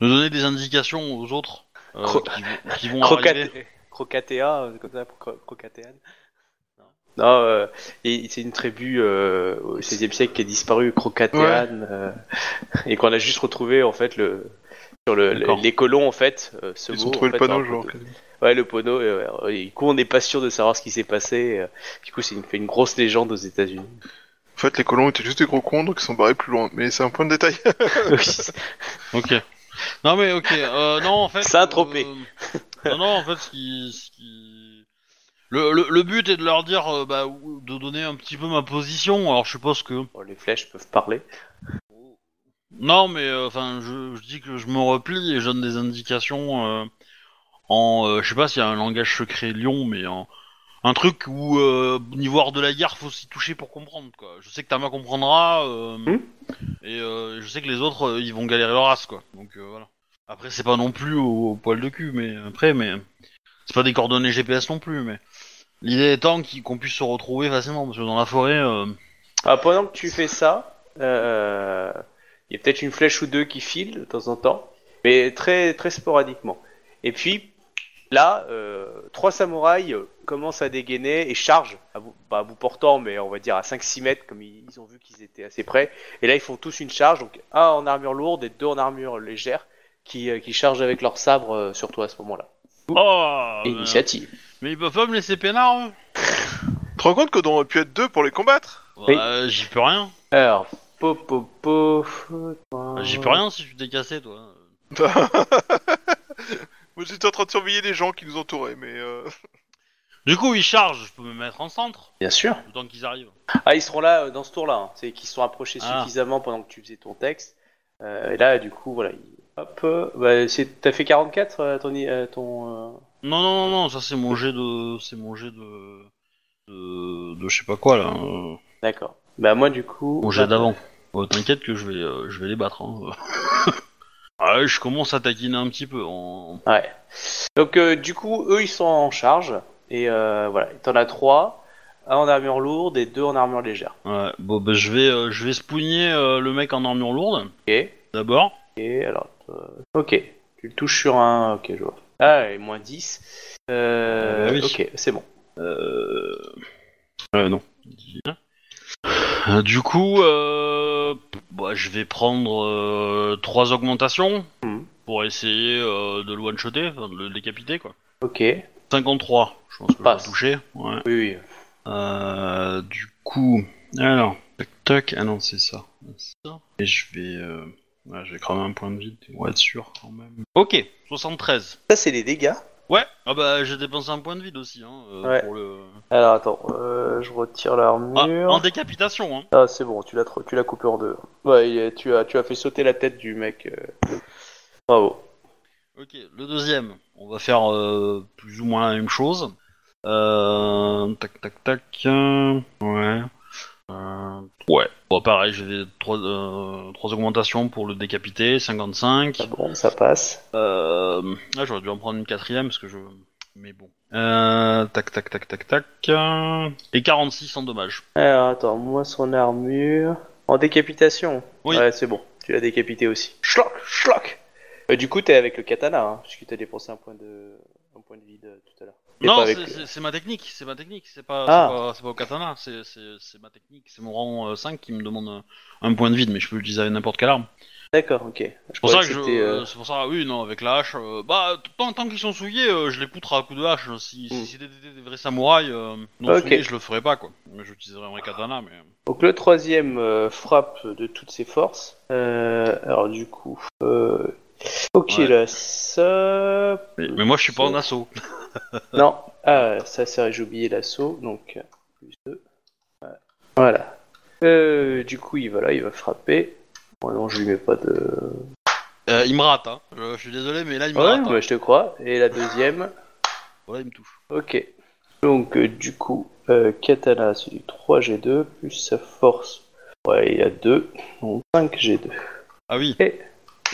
[SPEAKER 1] de donner des indications aux autres euh,
[SPEAKER 4] Cro-
[SPEAKER 1] qui, vont- qui vont arriver.
[SPEAKER 4] Crocaté- Crocatea, euh, comme ça, cro- Crocatean. Non, non euh, et- c'est une tribu euh, au XVIe siècle qui est disparue, Crocatean,
[SPEAKER 3] Ouais.
[SPEAKER 4] euh, et qu'on a juste retrouvé en fait le sur le, le-
[SPEAKER 1] D'accord.
[SPEAKER 4] les colons en fait. euh, ce
[SPEAKER 3] Ils
[SPEAKER 4] mot,
[SPEAKER 3] ont
[SPEAKER 4] en
[SPEAKER 3] trouvé
[SPEAKER 4] fait,
[SPEAKER 3] le panneau,
[SPEAKER 4] dans-
[SPEAKER 3] genre.
[SPEAKER 4] Ouais, le panneau. euh, ouais, ouais, du coup, on n'est pas sûr de savoir ce qui s'est passé. euh, du coup, c'est une, fait une grosse légende aux États-Unis.
[SPEAKER 3] En fait, les colons étaient juste des gros cons, donc ils sont barrés plus loin. Mais c'est un point de détail.
[SPEAKER 4] Oui.
[SPEAKER 1] Ok. Non mais ok. Euh, non en fait.
[SPEAKER 4] Saint-Tropez.
[SPEAKER 1] euh, non non en fait ce qui, ce qui- Le, le, le but est de leur dire euh, bah, ou- de donner un petit peu ma position. Alors je suppose que
[SPEAKER 4] Bon, les flèches peuvent parler.
[SPEAKER 1] Non, mais euh, enfin, je, je dis que je me replie et je donne des indications euh, en, euh, je sais pas s'il y a un langage secret Lyon, mais en un truc où euh, niveau art de la guerre, faut s'y toucher pour comprendre. Quoi. Je sais que Tama comprendra euh,
[SPEAKER 4] Hmm.
[SPEAKER 1] et euh, je sais que les autres, euh, ils vont galérer leur race, quoi. Donc euh, voilà. Après, c'est pas non plus au, au poil de cul, mais après, mais c'est pas des coordonnées GPS non plus, mais l'idée étant qu'il- qu'on puisse se retrouver facilement, parce que dans la forêt. euh,
[SPEAKER 4] Ah, pendant que tu fais ça, euh, il y a peut-être une flèche ou deux qui file de temps en temps, mais très, très sporadiquement. Et puis, là, euh, trois samouraïs euh, commencent à dégainer et chargent, à bout, pas à bout portant, mais on va dire à 5-6 mètres, comme ils, ils ont vu qu'ils étaient assez près. Et là, ils font tous une charge, donc un en armure lourde et deux en armure légère, qui, euh, qui chargent avec leur sabre, euh, surtout à ce moment-là.
[SPEAKER 1] Oh, ben,
[SPEAKER 4] Initiative.
[SPEAKER 1] mais ils peuvent pas me laisser peinard. hein. eux
[SPEAKER 3] Tu te rends compte qu'on aurait pu être deux pour les combattre
[SPEAKER 1] Bah,
[SPEAKER 4] Oui.
[SPEAKER 1] euh, J'y peux rien.
[SPEAKER 4] Alors, po, po, po, Euh,
[SPEAKER 1] Bah, J'y peux rien si tu t'es cassé, toi.
[SPEAKER 3] Moi j'étais en train de surveiller les gens qui nous entouraient, mais... euh,
[SPEAKER 1] Du coup, ils chargent. Je peux me mettre en centre
[SPEAKER 4] Bien sûr.
[SPEAKER 1] le temps qu'ils arrivent.
[SPEAKER 4] Ah, ils seront là euh, dans ce tour-là. hein. C'est qu'ils se sont approchés
[SPEAKER 1] Ah.
[SPEAKER 4] suffisamment pendant que tu faisais ton texte. Euh, et là, du coup, voilà. ils- Hop. euh, bah, c'est- T'as fait 44, euh, ton. i- euh, ton euh,
[SPEAKER 1] Non, non, non, non, ça c'est mon jet de. C'est mon jet de. de. de je sais pas quoi là. euh,
[SPEAKER 4] D'accord. Bah, moi, du coup.
[SPEAKER 1] Mon jet d'avant. Bon, T'inquiète que je vais, euh, je vais les battre. Hein. ah, je commence à taquiner un petit peu. en-
[SPEAKER 4] Ouais. Donc, euh, du coup, eux, ils sont en charge. Et euh, voilà. T'en as trois. Un en armure lourde et deux en armure légère.
[SPEAKER 1] Ouais, bon, bah, je vais, euh, je vais spoigner euh, le mec en armure lourde
[SPEAKER 4] Ok.
[SPEAKER 1] d'abord.
[SPEAKER 4] Ok, alors. euh, ok. Tu le touches sur un. Ok, je vois. Ah, et moins 10. Euh,
[SPEAKER 1] Ah, bah oui.
[SPEAKER 4] Ok, c'est bon.
[SPEAKER 1] Euh... euh, non. Euh, Du coup, euh, bah, je vais prendre euh, trois augmentations
[SPEAKER 4] Mhm.
[SPEAKER 1] pour essayer euh, de le one-shotter, enfin, de le décapiter quoi.
[SPEAKER 4] Ok. Oui,
[SPEAKER 1] Ah. 53, je pense que je
[SPEAKER 4] Passe.
[SPEAKER 1] vais toucher. Ouais.
[SPEAKER 4] oui.
[SPEAKER 1] Euh, du coup, alors, tac tac, ah non, c'est ça. C'est ça. Et je vais, euh, ouais, je vais cramer un point de vide, on va être sûr quand même. Ok, 73.
[SPEAKER 4] Ça, c'est les dégâts.
[SPEAKER 1] Ouais, ah bah j'ai dépensé un point de vide aussi, hein, euh,
[SPEAKER 4] Ouais.
[SPEAKER 1] pour le...
[SPEAKER 4] Alors attends, euh, je retire
[SPEAKER 1] Ah,
[SPEAKER 4] l'armure.
[SPEAKER 1] en
[SPEAKER 4] Ah,
[SPEAKER 1] décapitation, hein.
[SPEAKER 4] c'est bon, tu l'as tr- tu l'as coupé en deux. Ouais, il est- tu as tu as fait sauter la tête du mec. euh. Bravo.
[SPEAKER 1] Ok, le deuxième, on va faire euh, plus ou moins la même chose. Euh, tac, tac, tac. euh, Ouais. Euh, ouais. Bon, pareil, j'ai trois, euh, trois augmentations pour le décapiter, 55.
[SPEAKER 4] Ah bon, ça passe.
[SPEAKER 1] Euh, ah, j'aurais dû en prendre une quatrième parce que je. Mais bon. Euh, tac, tac, tac, tac, tac. euh, Et 46 en dommage.
[SPEAKER 4] Alors attends, moi son armure en décapitation.
[SPEAKER 1] Oui.
[SPEAKER 4] Ouais, c'est bon, tu l'as décapité aussi. Schlock, schlock. Euh, du coup, t'es avec le katana, hein, puisque t'as dépensé un point de un point de vide euh, tout à l'heure. T'es pas
[SPEAKER 1] Non,
[SPEAKER 4] avec
[SPEAKER 1] c'est-
[SPEAKER 4] le-
[SPEAKER 1] c'est c'est ma technique, c'est ma technique, c'est pas,
[SPEAKER 4] Ah.
[SPEAKER 1] c'est pas, c'est pas au katana, c'est- c'est c'est ma technique, c'est mon rang euh, 5 qui me demande euh, un point de vide, mais je peux l'utiliser avec n'importe quelle arme.
[SPEAKER 4] D'accord, ok. Je
[SPEAKER 1] C'est pour ça
[SPEAKER 4] croyais
[SPEAKER 1] que je-
[SPEAKER 4] c'était, euh,
[SPEAKER 1] euh, c'est pour ça, oui, non, avec la hache, euh, bah, t- tant, tant qu'ils sont souillés, euh, je les poutre à coups de hache. hein. Si,
[SPEAKER 4] Mm.
[SPEAKER 1] si c'était des, des vrais samouraïs, euh, non
[SPEAKER 4] Ok.
[SPEAKER 1] souillés, je le ferais pas, quoi. Mais j'utiliserais un vrai katana, mais.
[SPEAKER 4] Donc le troisième euh, frappe de toutes ses forces. Euh, alors du coup, euh, ok
[SPEAKER 1] Ouais.
[SPEAKER 4] là, ça,
[SPEAKER 1] mais. mais moi, je suis pas en assaut.
[SPEAKER 4] non, ah ça c'est j'ai oublié l'assaut, donc euh, plus deux. Voilà. Voilà. Euh, du coup, il va là, il va frapper. Bon, non, je lui mets pas de.
[SPEAKER 1] Euh, il me rate, hein. Je, je suis désolé, mais là, il me
[SPEAKER 4] Ouais,
[SPEAKER 1] rate. hein.
[SPEAKER 4] bah, je te crois. Et la deuxième,
[SPEAKER 1] Voilà, il me touche.
[SPEAKER 4] ok. Donc euh, du coup, euh, katana c'est du 3G2 plus sa force. Ouais, il y a 2, donc 5G2.
[SPEAKER 1] Ah oui.
[SPEAKER 4] Et-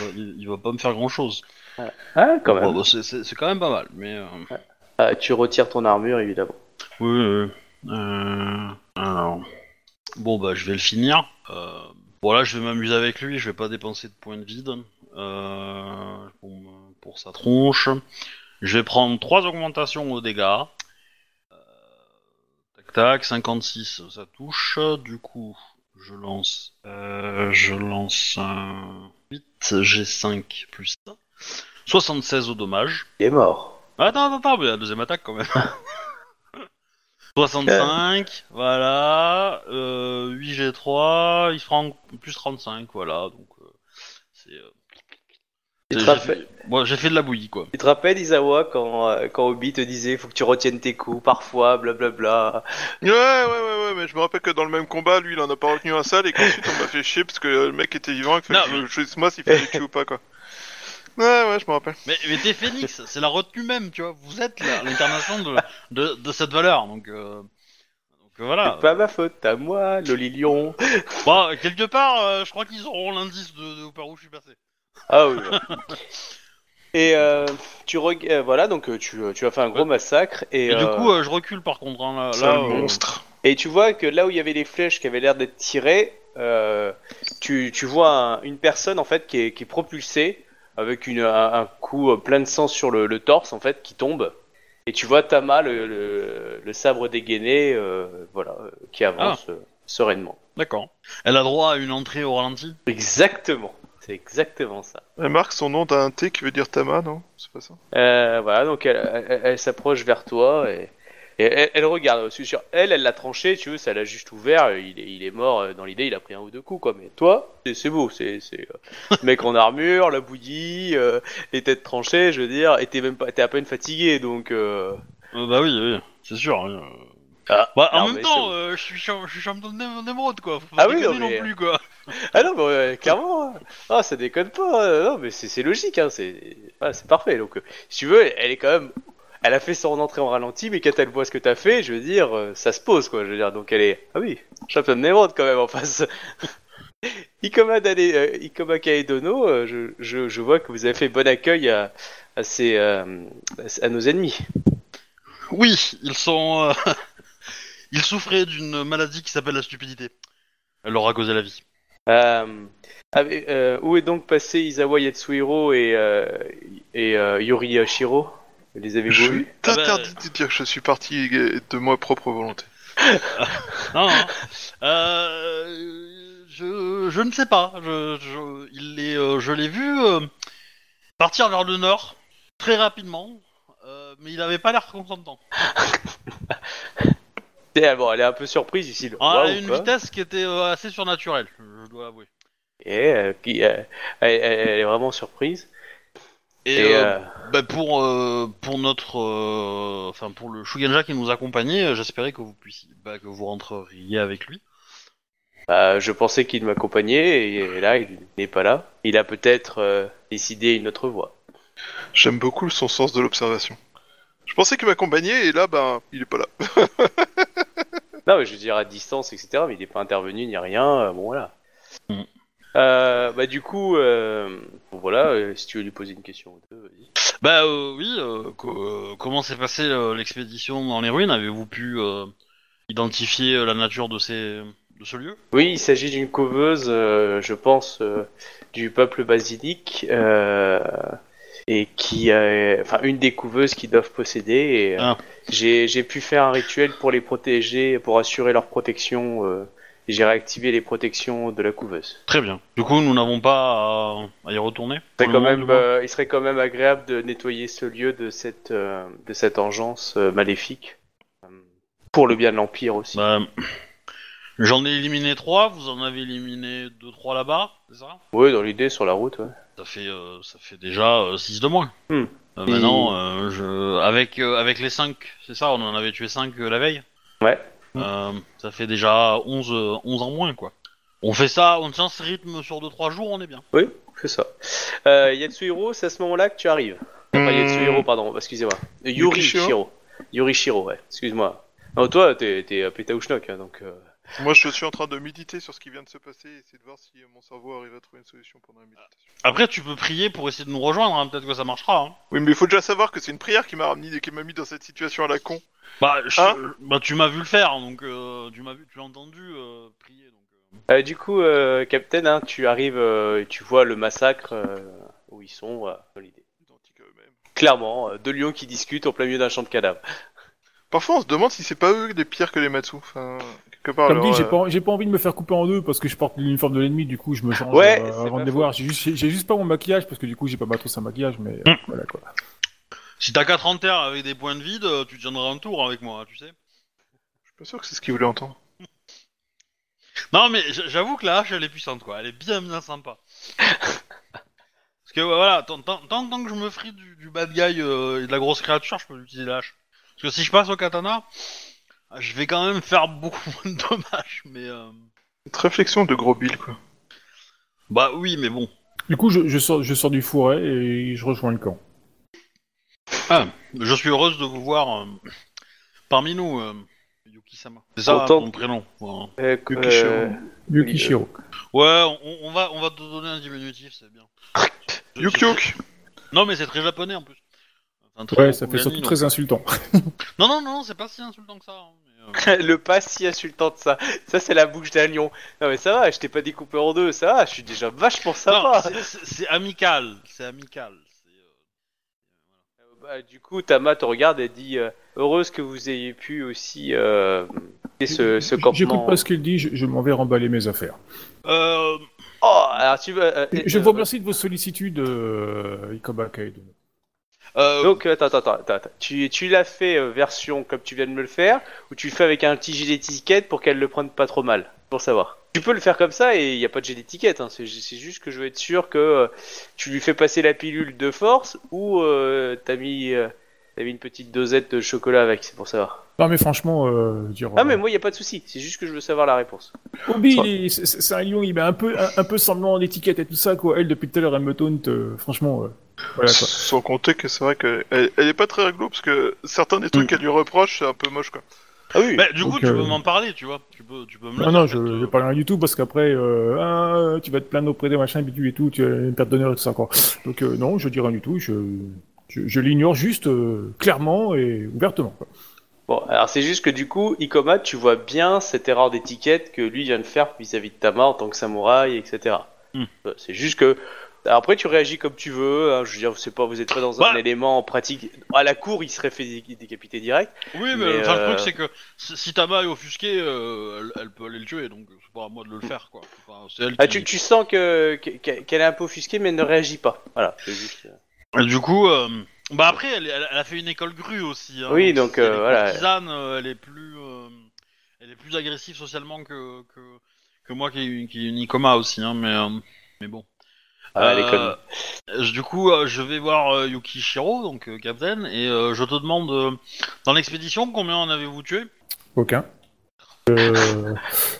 [SPEAKER 1] Ouais, Il, il va pas me faire grand chose.
[SPEAKER 4] Ah, quand même.
[SPEAKER 1] c'est c'est- c'est quand même pas mal, mais. euh,
[SPEAKER 4] Ah, tu retires ton armure évidemment.
[SPEAKER 1] Oui, oui, oui. Euh, alors. Bon, bah, je vais le finir. Euh, bon, là, je vais m'amuser avec lui. Je vais pas dépenser de points de vide euh, pour, me- pour sa tronche. Je vais prendre trois augmentations au dégâts. Euh, tac, tac, 56, ça touche. Du coup, je lance. euh, je lance un 8, G5 plus ça. 76 au dommage.
[SPEAKER 4] Il est mort.
[SPEAKER 1] Attends, attends, attends, mais la deuxième attaque quand même. 65, voilà, euh, 8G3, il se prend plus 35, voilà, donc euh, c'est... euh,
[SPEAKER 4] Tu te
[SPEAKER 1] J'ai
[SPEAKER 4] rappelles-
[SPEAKER 1] fait- Moi, j'ai fait de la bouillie, quoi.
[SPEAKER 4] Tu te rappelles, Isawa, quand, euh, quand Obi te disait faut que tu retiennes tes coups parfois, blablabla.
[SPEAKER 3] Ouais, ouais, ouais, ouais, mais je me rappelle que dans le même combat, lui, il en a pas retenu un seul et qu'ensuite on m'a fait chier parce que euh, le mec était vivant et qu'il fallait
[SPEAKER 1] Non,
[SPEAKER 3] que je choisisse moi s'il fallait le tuer ou pas, quoi. Ouais, ouais, je me rappelle.
[SPEAKER 1] Mais, mais t'es Phoenix, c'est la retenue même, tu vois. Vous êtes la- l'incarnation de, de, de cette valeur, donc. euh, Donc euh, voilà.
[SPEAKER 4] C'est pas ma faute, à moi, Loli Lion.
[SPEAKER 1] Bon, quelque part, euh, je crois qu'ils auront l'indice de, de par où je suis passé.
[SPEAKER 4] Ah oui. ouais. Et euh, tu reg- euh, voilà donc euh, tu, euh, tu as fait un gros
[SPEAKER 1] Ouais.
[SPEAKER 4] massacre et,
[SPEAKER 1] Et, du
[SPEAKER 4] euh,
[SPEAKER 1] coup, euh, je recule par contre. hein, là,
[SPEAKER 3] C'est
[SPEAKER 1] là,
[SPEAKER 3] un
[SPEAKER 1] euh,
[SPEAKER 3] monstre.
[SPEAKER 4] et tu vois que là où il y avait les flèches qui avaient l'air d'être tirées, euh, tu, tu vois un- une personne en fait qui est, qui est propulsée avec une, un, un coup euh, plein de sang sur le, le torse en fait qui tombe et tu vois Tama le, le, le sabre dégainé euh, voilà euh, qui
[SPEAKER 1] Ah.
[SPEAKER 4] avance euh, sereinement.
[SPEAKER 1] D'accord. Elle a droit à une entrée au ralenti.
[SPEAKER 4] Exactement, c'est exactement ça.
[SPEAKER 3] Elle marque son nom d'un T qui veut dire Tama, non C'est pas ça
[SPEAKER 4] Euh, voilà, donc elle, elle- elle- elle s'approche vers toi et, et elle, elle regarde. Parce que sur elle, elle l'a tranché, tu veux, ça l'a juste ouvert. Il est, il est mort euh, dans l'idée, il a pris un ou deux coups, quoi. Mais toi, c'est- c'est beau, c'est c'est, euh, le mec en armure, la bouillie, euh, les têtes tranchées, je veux dire, et t'es même pas, t'es à peine fatigué, donc. euh,
[SPEAKER 1] Euh, bah oui, oui, c'est sûr. hein, euh.
[SPEAKER 4] Ah,
[SPEAKER 1] Bah, en
[SPEAKER 4] non, mais
[SPEAKER 1] même
[SPEAKER 4] c'est-
[SPEAKER 1] temps, euh, je suis cham- je suis champion de d'émeraude, quoi. Faut
[SPEAKER 4] Ah
[SPEAKER 1] pas
[SPEAKER 4] oui,
[SPEAKER 1] déconner
[SPEAKER 4] non, mais-
[SPEAKER 1] non plus, quoi.
[SPEAKER 4] Ah non, mais euh, clairement, hein. ah, ça déconne pas. euh, Non, mais c'est c'est logique, hein, c'est ah, c'est parfait. Donc, euh, si tu veux, elle est quand même. Elle a fait son entrée en ralenti, mais quand elle voit ce que t'as fait, je veux dire, euh, ça se pose, quoi. Je veux dire, donc elle est. Ah oui, championne d'émeraude quand même en face. Ikoma, Dane- euh, Ikoma Kaedono, euh, je, je, je vois que vous avez fait bon accueil à, à, ces, euh, à nos ennemis.
[SPEAKER 1] Oui, ils sont. euh, ils souffraient d'une maladie qui s'appelle la stupidité. Elle leur a causé la vie.
[SPEAKER 4] Euh, avec- euh, où est donc passé Isawa Yatsuhiro et, euh, et euh, Yori Hashiro Vous Les avez-vous
[SPEAKER 3] Je
[SPEAKER 4] vus
[SPEAKER 5] Ah bah,
[SPEAKER 3] t'interdis de dire que je suis parti de ma propre volonté.
[SPEAKER 1] Non, non. Euh, je, je ne sais pas. Je, je, il est, euh, je l'ai vu euh, partir vers le nord très rapidement, euh, mais il avait pas l'air consentant.
[SPEAKER 4] Et, ah bon, elle est un peu surprise ici. le
[SPEAKER 1] Ah,
[SPEAKER 4] waouh,
[SPEAKER 1] à une
[SPEAKER 4] quoi.
[SPEAKER 1] vitesse qui était euh, assez surnaturelle, je dois avouer.
[SPEAKER 4] Et, euh, qui, euh, elle, elle- elle est vraiment surprise.
[SPEAKER 1] Et,
[SPEAKER 4] Et,
[SPEAKER 1] euh,
[SPEAKER 4] euh,
[SPEAKER 1] bah, pour euh, pour notre, euh, enfin pour le Shugenja qui nous accompagnait, euh, j'espérais que vous puissiez, bah, que vous rentreriez avec lui.
[SPEAKER 4] bah, je pensais qu'il m'accompagnait et, et là, il n'est pas là. Il a peut-être euh, décidé une autre voie.
[SPEAKER 3] J'aime beaucoup son sens de l'observation. Je pensais qu'il m'accompagnait et là, ben, il est pas là.
[SPEAKER 4] Non, mais je veux dire à distance, etc. Mais il n'est pas intervenu ni rien. euh, bon, voilà.
[SPEAKER 1] Mm.
[SPEAKER 4] Euh, bah, du coup, euh, bon, voilà, euh, si tu veux lui poser une question ou deux, vas-y.
[SPEAKER 1] Bah euh, oui. euh, co- euh, comment s'est passée euh, l'expédition dans les ruines Avez-vous pu euh, identifier euh, la nature de ces de ce lieu
[SPEAKER 4] Oui, il s'agit d'une couveuse, euh, je pense, euh, du peuple basilique, euh, et qui, euh, enfin, une des couveuses qui doivent posséder. et, euh,
[SPEAKER 1] Ah.
[SPEAKER 4] J'ai j'ai pu faire un rituel pour les protéger, pour assurer leur protection. euh, et J'ai réactivé les protections de la couveuse.
[SPEAKER 1] Très bien. Du coup, nous n'avons pas à, à y retourner.
[SPEAKER 4] C'est
[SPEAKER 1] pour le
[SPEAKER 4] quand
[SPEAKER 1] moment,
[SPEAKER 4] même,
[SPEAKER 1] du moins.
[SPEAKER 4] euh, il serait quand même agréable de nettoyer ce lieu de cette, euh, de cette engeance euh, maléfique, euh, pour le bien de l'empire aussi.
[SPEAKER 1] Bah, J'en ai éliminé trois. Vous en avez éliminé deux trois là-bas, c'est ça
[SPEAKER 4] Oui, dans l'idée sur la route. Ouais.
[SPEAKER 1] Ça fait, euh, ça fait déjà 6 de moins.
[SPEAKER 4] Hmm.
[SPEAKER 1] Euh, maintenant, euh, je... avec, euh, avec les 5, c'est ça, on en avait tué 5 la veille
[SPEAKER 4] Ouais.
[SPEAKER 1] Euh, ça fait déjà 11, euh, 11 en moins, quoi. On fait ça, on tient ce rythme sur 2-3 jours, on est bien.
[SPEAKER 4] Oui, c'est ça. Euh, Yatsuhiro, c'est à ce moment-là que tu arrives. Enfin,
[SPEAKER 3] Hmm.
[SPEAKER 4] Yatsuhiro, pardon, excusez-moi. Euh, Yuri
[SPEAKER 3] Yukishiro.
[SPEAKER 4] Shiro. Yuri Shiro, ouais, excuse-moi. Non, toi, t'es t'es à Pétaouchnok, hein, donc. euh,
[SPEAKER 3] Moi, je suis en train de méditer sur ce qui vient de se passer et essayer de voir si mon cerveau arrive à trouver une solution pendant la méditation.
[SPEAKER 1] Après, tu peux prier pour essayer de nous rejoindre, hein, peut-être que ça marchera. hein.
[SPEAKER 3] Ah. Oui, mais il faut déjà savoir que c'est une prière qui m'a ramené, qui m'a mis dans cette situation à la con.
[SPEAKER 1] Bah, je-
[SPEAKER 3] Hein
[SPEAKER 1] bah, tu m'as vu le faire, donc euh, tu m'as vu, tu l'as entendu euh, prier. Donc, euh.
[SPEAKER 4] euh, du coup, euh, Captain, hein, tu arrives, euh, et tu vois le massacre euh, où ils sont, voilà, dans l'idée.
[SPEAKER 3] Identique à eux-mêmes.
[SPEAKER 4] Clairement, euh, deux lions qui discutent en plein milieu d'un champ de cadavres.
[SPEAKER 3] Parfois, on se demande si c'est pas eux les pires que les Matsu. Enfin, quelque part.
[SPEAKER 5] Comme dit,
[SPEAKER 3] leur,
[SPEAKER 5] j'ai
[SPEAKER 3] euh,
[SPEAKER 5] pas, j'ai pas envie de me faire couper en deux parce que je porte l'uniforme de l'ennemi, du coup je me change
[SPEAKER 4] Ouais,
[SPEAKER 5] euh,
[SPEAKER 4] c'est
[SPEAKER 5] avant
[SPEAKER 4] pas
[SPEAKER 5] de les
[SPEAKER 4] faux.
[SPEAKER 5] voir. J'ai juste, j'ai- j'ai juste pas mon maquillage parce que du coup j'ai pas Matros un maquillage, mais
[SPEAKER 4] Mm.
[SPEAKER 5] euh, voilà quoi.
[SPEAKER 1] Si t'as 4 en terre avec des points de vide, euh, tu tiendras un tour avec moi, hein, tu sais.
[SPEAKER 3] Je suis pas sûr que c'est ce qu'ils voulaient entendre.
[SPEAKER 1] Non, mais j- j'avoue que la hache, elle est puissante, quoi. Elle est bien, bien sympa. Parce que ouais, voilà, tant, tant, tant- tant que je me frie du, du bad guy euh, et de la grosse créature, je peux l'utiliser la hache. Parce que si je passe au katana, je vais quand même faire beaucoup moins de dommages, mais... euh,
[SPEAKER 3] Cette réflexion de gros Bill, quoi.
[SPEAKER 1] Bah oui, mais bon.
[SPEAKER 5] Du coup, je, je sors, je sors du fourré et je rejoins le camp.
[SPEAKER 1] Je suis heureuse de vous voir euh, parmi nous, euh, Yuki-sama. C'est ça,
[SPEAKER 4] Content.
[SPEAKER 1] ton prénom. voilà.
[SPEAKER 5] Eh,
[SPEAKER 4] Euh,
[SPEAKER 3] Yukishiro.
[SPEAKER 4] euh,
[SPEAKER 5] Yukishiro.
[SPEAKER 1] Ouais, on, on va, on va te donner un diminutif, c'est bien.
[SPEAKER 3] Yuk-Yuk
[SPEAKER 1] Non, mais c'est très japonais en plus. Enfin, très
[SPEAKER 5] Ouais, ça fait surtout
[SPEAKER 1] Kougani,
[SPEAKER 5] très insultant.
[SPEAKER 1] Non, non, non, c'est pas si insultant que ça. hein, mais, euh,
[SPEAKER 4] le pas si insultant de ça. Ça, c'est la bouche d'un lion. Non, mais ça va, je t'ai pas découpé en deux, ça va, je suis déjà vachement
[SPEAKER 1] Non,
[SPEAKER 4] sympa.
[SPEAKER 1] c'est- c'est c'est amical, c'est amical. c'est, euh,
[SPEAKER 4] Bah, du coup, Tama te regarde et dit euh, Heureuse que vous ayez pu aussi euh, quitter ce, ce campement.
[SPEAKER 5] J'écoute pas ce qu'il dit, je, je m'en vais remballer mes affaires.
[SPEAKER 1] Euh,
[SPEAKER 4] Oh, alors tu veux. euh,
[SPEAKER 5] Je-
[SPEAKER 4] euh,
[SPEAKER 5] Je
[SPEAKER 4] euh,
[SPEAKER 5] vous remercie de vos sollicitudes, euh, Ikoba Kaedo.
[SPEAKER 1] euh,
[SPEAKER 4] Donc, attends, attends, attends, attends. Tu, tu l'as fait euh, version comme tu viens de me le faire, ou tu le fais avec un petit jet d'étiquette pour qu'elle le prenne pas trop mal, pour savoir. Tu peux le faire comme ça et il n'y a pas de jet d'étiquette, hein. c'est, ju- c'est juste que je veux être sûr que euh, tu lui fais passer la pilule de force ou euh, t'as, mis, euh, t'as mis une petite dosette de chocolat avec, c'est pour savoir.
[SPEAKER 5] Non, mais franchement, euh, dire.
[SPEAKER 4] Ah,
[SPEAKER 5] euh,
[SPEAKER 4] mais moi, il n'y a pas de souci, c'est juste que je veux savoir la réponse.
[SPEAKER 5] Obi, il est- c'est- c'est c'est un lion, il met un peu, un, un peu semblant en étiquette et tout ça, quoi. Elle, depuis tout à l'heure, elle me taunte, euh, franchement. euh, voilà, quoi.
[SPEAKER 3] Sans compter que c'est vrai qu'elle elle est pas très réglo, parce que certains des trucs
[SPEAKER 5] Mm.
[SPEAKER 3] qu'elle lui reproche, c'est un peu moche, quoi.
[SPEAKER 4] Ah oui
[SPEAKER 1] bah, du coup,
[SPEAKER 5] donc,
[SPEAKER 1] tu
[SPEAKER 5] euh, Ah
[SPEAKER 1] peux m'en parler, tu vois. Tu peux, tu peux me le
[SPEAKER 5] Non,
[SPEAKER 1] dire,
[SPEAKER 5] non, je
[SPEAKER 1] peut-être, euh,
[SPEAKER 5] ne parle rien du tout parce qu'après, euh, Ah, tu vas te plaindre auprès des machins bidus et tout, tu as une perte d'honneur et tout ça, quoi. Donc, euh, non, je dis rien du tout, je, je, je l'ignore juste euh, clairement et ouvertement, quoi.
[SPEAKER 4] Bon, alors c'est juste que du coup, Ikoma, tu vois bien cette erreur d'étiquette que lui vient de faire vis-à-vis de Tama en tant que samouraï, etc.
[SPEAKER 1] Hmm.
[SPEAKER 4] Euh, C'est juste que après tu réagis comme tu veux. hein, je veux dire, c'est pas, vous êtes pas dans un
[SPEAKER 1] Ouais.
[SPEAKER 4] élément en pratique. À la cour, il serait fait dé- décapiter direct.
[SPEAKER 1] Oui, mais,
[SPEAKER 4] Mais,
[SPEAKER 1] enfin,
[SPEAKER 4] euh,
[SPEAKER 1] le truc, c'est que si si Tama est offusquée, euh, elle, elle peut aller le tuer, donc c'est pas à moi de le faire, quoi. Enfin, c'est elle
[SPEAKER 4] Mm. Ah,
[SPEAKER 1] qui-
[SPEAKER 4] tu, tu sens que que- qu'elle est un peu offusquée, mais elle ne réagit pas. Voilà. c'est juste- euh,
[SPEAKER 1] Et Du coup, euh, bah après, elle, elle- elle a fait une école grue aussi. hein,
[SPEAKER 4] Oui, donc,
[SPEAKER 1] si elle
[SPEAKER 4] euh,
[SPEAKER 1] est
[SPEAKER 4] voilà.
[SPEAKER 1] courtisane, euh, elle est plus, euh, elle est plus agressive socialement que que, que moi qui est qui est une Ikoma aussi, hein, mais euh, mais bon.
[SPEAKER 4] Ah, elle est
[SPEAKER 1] Euh,
[SPEAKER 4] conne.
[SPEAKER 1] je- du coup, euh, je vais voir euh, Yukishiro, donc euh, Captain, et euh, je te demande, euh, dans l'expédition, combien en avez-vous tué
[SPEAKER 5] Aucun. Euh,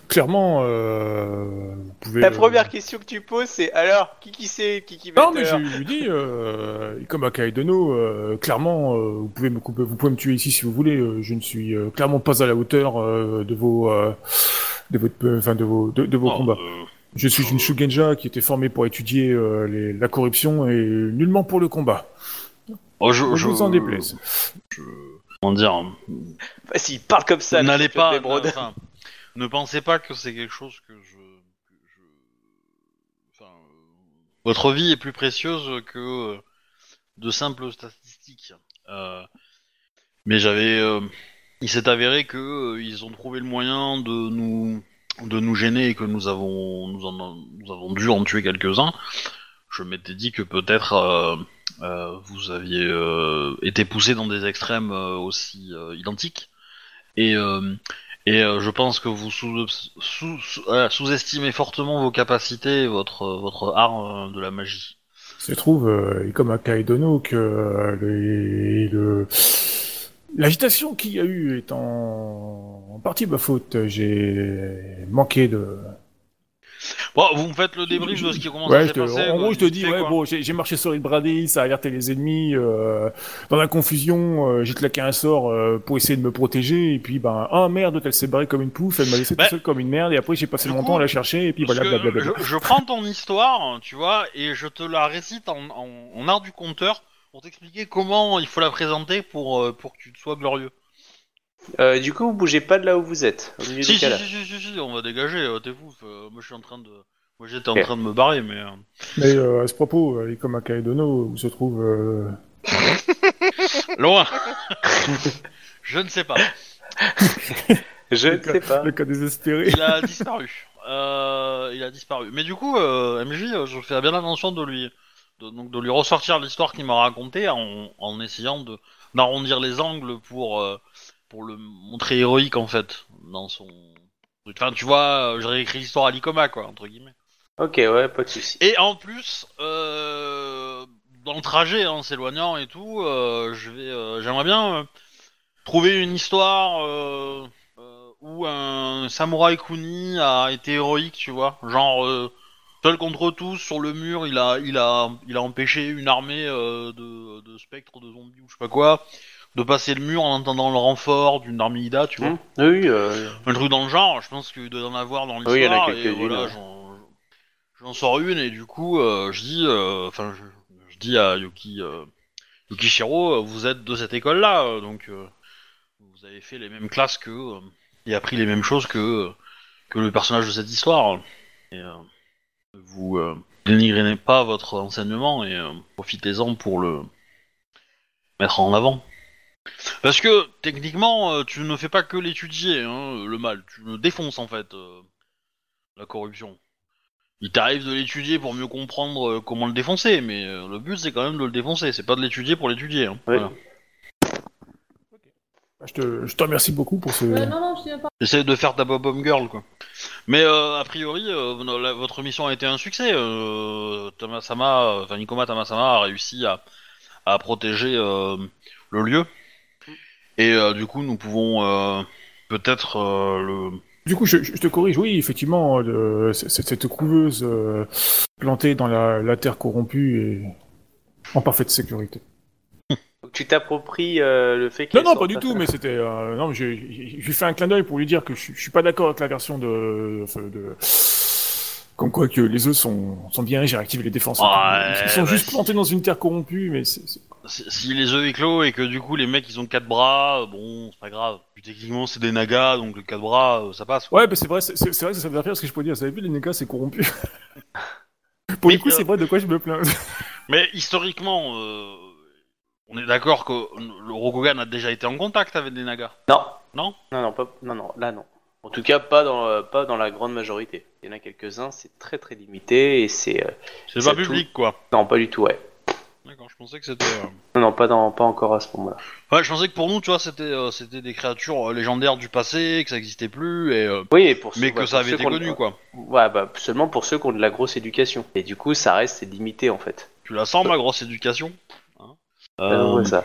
[SPEAKER 5] clairement, euh, vous pouvez.
[SPEAKER 4] La
[SPEAKER 5] euh,
[SPEAKER 4] première question que tu poses, c'est alors qui qui c'est qui qui va
[SPEAKER 5] Non,
[SPEAKER 4] être
[SPEAKER 5] mais je
[SPEAKER 4] heureux
[SPEAKER 5] lui dis, euh, comme à Kaedono, euh, clairement, euh, vous, pouvez me couper, vous pouvez me tuer ici si vous voulez. euh, je ne suis euh, clairement pas à la hauteur euh, de vos, euh, de votre, euh, enfin, de vos, de, de vos
[SPEAKER 1] Oh,
[SPEAKER 5] combats.
[SPEAKER 1] euh,
[SPEAKER 5] Je suis une Shugenja qui était formée pour étudier euh, les- la corruption et nullement pour le combat.
[SPEAKER 1] oh, je,
[SPEAKER 5] Je,
[SPEAKER 1] je-
[SPEAKER 5] vous en déplaise.
[SPEAKER 1] Comment dire hein.
[SPEAKER 4] Bah, S'il parle comme ça, le
[SPEAKER 1] N'allez
[SPEAKER 4] truc
[SPEAKER 1] pas.
[SPEAKER 4] de Brode.
[SPEAKER 1] enfin, ne pensez pas que c'est quelque chose que je. que je- enfin, euh, votre vie est plus précieuse que euh, de simples statistiques. Euh, mais j'avais. euh, il s'est avéré que euh, ils ont trouvé le moyen de nous de nous gêner et que nous avons nous, en- nous avons dû en tuer quelques-uns. Je m'étais dit que peut-être euh, euh, vous aviez euh, été poussé dans des extrêmes euh, aussi euh, identiques. Et, euh, et euh, je pense que vous sous, sous, sous- voilà, sous-estimez fortement vos capacités et votre, euh, votre art euh, de la magie.
[SPEAKER 5] Se trouve, euh, comme à Kaedono, que euh, les- le- l'agitation qu'il y a eu est en, en partie ma faute. J'ai manqué de
[SPEAKER 1] Bon, vous me faites le débrief de ce qui commence à
[SPEAKER 5] Ouais,
[SPEAKER 1] se
[SPEAKER 5] je te-
[SPEAKER 1] passer.
[SPEAKER 5] en
[SPEAKER 1] quoi.
[SPEAKER 5] gros, je te
[SPEAKER 1] Vite
[SPEAKER 5] dis,
[SPEAKER 1] fait,
[SPEAKER 5] ouais,
[SPEAKER 1] quoi.
[SPEAKER 5] bon, j'ai j'ai marché sur Bradé, ça a alerté les ennemis, euh, dans la confusion, euh, j'ai claqué un sort euh, pour essayer de me protéger, et puis, ben, ah merde, elle s'est barrée comme une pouffe, elle m'a laissé
[SPEAKER 1] Bah,
[SPEAKER 5] tout seul comme une merde, et après j'ai passé
[SPEAKER 1] du
[SPEAKER 5] mon
[SPEAKER 1] coup,
[SPEAKER 5] temps à la chercher, et puis
[SPEAKER 1] Parce
[SPEAKER 5] voilà,
[SPEAKER 1] que
[SPEAKER 5] blablabla.
[SPEAKER 1] Je, je prends ton histoire, tu vois, et je te la récite en, en, en art du compteur pour t'expliquer comment il faut la présenter pour, euh, pour que tu te sois glorieux.
[SPEAKER 4] Euh, du coup, vous bougez pas de là où vous êtes. Au milieu
[SPEAKER 1] Si
[SPEAKER 4] du
[SPEAKER 1] si,
[SPEAKER 4] cas
[SPEAKER 1] si, si, si, si, on va dégager, euh, t'es fou. euh, moi, je suis en train de... Moi, j'étais en
[SPEAKER 4] Ok.
[SPEAKER 1] train de me barrer, mais... euh,
[SPEAKER 5] Mais euh, à ce propos, euh, et comme à Kaedono, où se trouve... euh,
[SPEAKER 1] Loin Je ne sais pas.
[SPEAKER 4] Je
[SPEAKER 5] le
[SPEAKER 4] ne
[SPEAKER 5] cas-
[SPEAKER 4] sais pas.
[SPEAKER 5] Le cas désespéré.
[SPEAKER 1] Il a disparu. Euh, il a disparu. Mais du coup, euh, MJ, euh, je fais bien attention de lui, de, donc de lui ressortir l'histoire qu'il m'a racontée en, en essayant de d'arrondir les angles pour euh, pour le montrer héroïque en fait dans son. Enfin, tu vois, euh, je réécris l'histoire à l'icoma quoi entre guillemets.
[SPEAKER 4] Ok, ouais, pas de soucis.
[SPEAKER 1] Et en plus, euh, dans le trajet, en s'éloignant et tout, euh, je vais, euh, j'aimerais bien euh, trouver une histoire euh, euh, où un samouraï Kuni a été héroïque, tu vois, genre euh, seul contre tous sur le mur, il a, il a, il a empêché une armée euh, de, de spectres, de zombies ou je sais pas quoi, de passer le mur en attendant le renfort d'une armée Ida, tu vois
[SPEAKER 4] Hum, Oui, euh,
[SPEAKER 1] un truc dans le genre, je pense qu'il doit y en avoir dans l'histoire.
[SPEAKER 4] Oui, il y en a
[SPEAKER 1] et
[SPEAKER 4] quelques-unes,
[SPEAKER 1] voilà,
[SPEAKER 4] ouais.
[SPEAKER 1] j'en- J'en sors une et du coup, euh, je dis, euh, enfin, je, je dis à Yuki, euh, Yukishiro, euh, vous êtes de cette école-là, euh, donc euh, vous avez fait les mêmes classes que euh, et appris les mêmes choses que euh, que le personnage de cette histoire. Et euh, vous euh, dénigrez pas votre enseignement et euh, profitez-en pour le mettre en avant. Parce que techniquement, euh, tu ne fais pas que l'étudier, hein, le mal. Tu le défonces en fait, euh, la corruption. Il t'arrive de l'étudier pour mieux comprendre euh, comment le défoncer, mais euh, le but c'est quand même de le défoncer. C'est pas de l'étudier pour l'étudier. hein.
[SPEAKER 4] Ouais.
[SPEAKER 1] Voilà.
[SPEAKER 5] Je te, je te remercie beaucoup pour ce.
[SPEAKER 2] Euh, non, non, je viens pas.
[SPEAKER 1] Essaye de faire ta bob girl quoi. Mais euh, a priori, euh, no- la- votre mission a été un succès. Euh, Tamasama, euh, enfin Nikoma Tamasama a réussi à, à protéger euh, le lieu. Et euh, du coup, nous pouvons euh, peut-être euh, le
[SPEAKER 5] Du coup, je, je te corrige, oui, effectivement, le- c- c- cette couveuse euh, plantée dans la, la terre corrompue est en parfaite sécurité.
[SPEAKER 4] donc tu t'appropries euh, le fait que.
[SPEAKER 5] Non, non, pas du tout, mais c'était. euh, non, mais j'ai- j'ai j'ai fait un clin d'œil pour lui dire que je, je suis pas d'accord avec la version de. enfin, de- Comme quoi que les œufs sont, sont bien, j'ai réactivé les défenses.
[SPEAKER 1] Ouais,
[SPEAKER 5] Ils sont
[SPEAKER 1] bah,
[SPEAKER 5] juste
[SPEAKER 1] si.
[SPEAKER 5] plantés dans une terre corrompue, mais c'est. c'est-
[SPEAKER 1] si si les œufs éclos et que du coup les mecs ils ont quatre bras, euh, bon c'est pas grave. Puis techniquement c'est des nagas donc le quatre bras euh, ça passe. quoi.
[SPEAKER 5] Ouais, bah, c'est vrai, c'est c'est- c'est vrai que ça veut dire ce que je peux dire. Vous avez vu, les négas, c'est corrompu. pour
[SPEAKER 1] Mais,
[SPEAKER 5] le coup,
[SPEAKER 1] euh,
[SPEAKER 5] c'est vrai de quoi je me plains.
[SPEAKER 1] Mais historiquement, euh, on est d'accord que le Rokugan a déjà été en contact avec des nagas.
[SPEAKER 4] Non.
[SPEAKER 1] Non
[SPEAKER 4] Non, non, pas... non, non, là non. En tout cas, pas dans, euh, pas dans la grande majorité. Il y en a quelques-uns, c'est très très limité et c'est. euh,
[SPEAKER 1] C'est
[SPEAKER 4] C'est
[SPEAKER 1] pas
[SPEAKER 4] tout.
[SPEAKER 1] public quoi.
[SPEAKER 4] Non, pas du tout, ouais.
[SPEAKER 1] D'accord, je pensais que c'était. euh,
[SPEAKER 4] Non, non, pas, dans, pas encore à ce moment-là.
[SPEAKER 1] Ouais, je pensais que pour nous, tu vois, c'était euh, c'était des créatures euh, légendaires du passé, que ça existait plus et euh,
[SPEAKER 4] Oui, et pour ceux,
[SPEAKER 1] mais
[SPEAKER 4] ouais,
[SPEAKER 1] que ça
[SPEAKER 4] pour
[SPEAKER 1] avait
[SPEAKER 4] ceux
[SPEAKER 1] été
[SPEAKER 4] qui ont-
[SPEAKER 1] connu quoi.
[SPEAKER 4] Ouais, bah, seulement pour ceux qui ont de la grosse éducation. Et du coup, ça reste limité en fait.
[SPEAKER 1] Tu la sens ma grosse éducation. Hein
[SPEAKER 4] Euh,
[SPEAKER 1] Euh,
[SPEAKER 4] ouais, ça.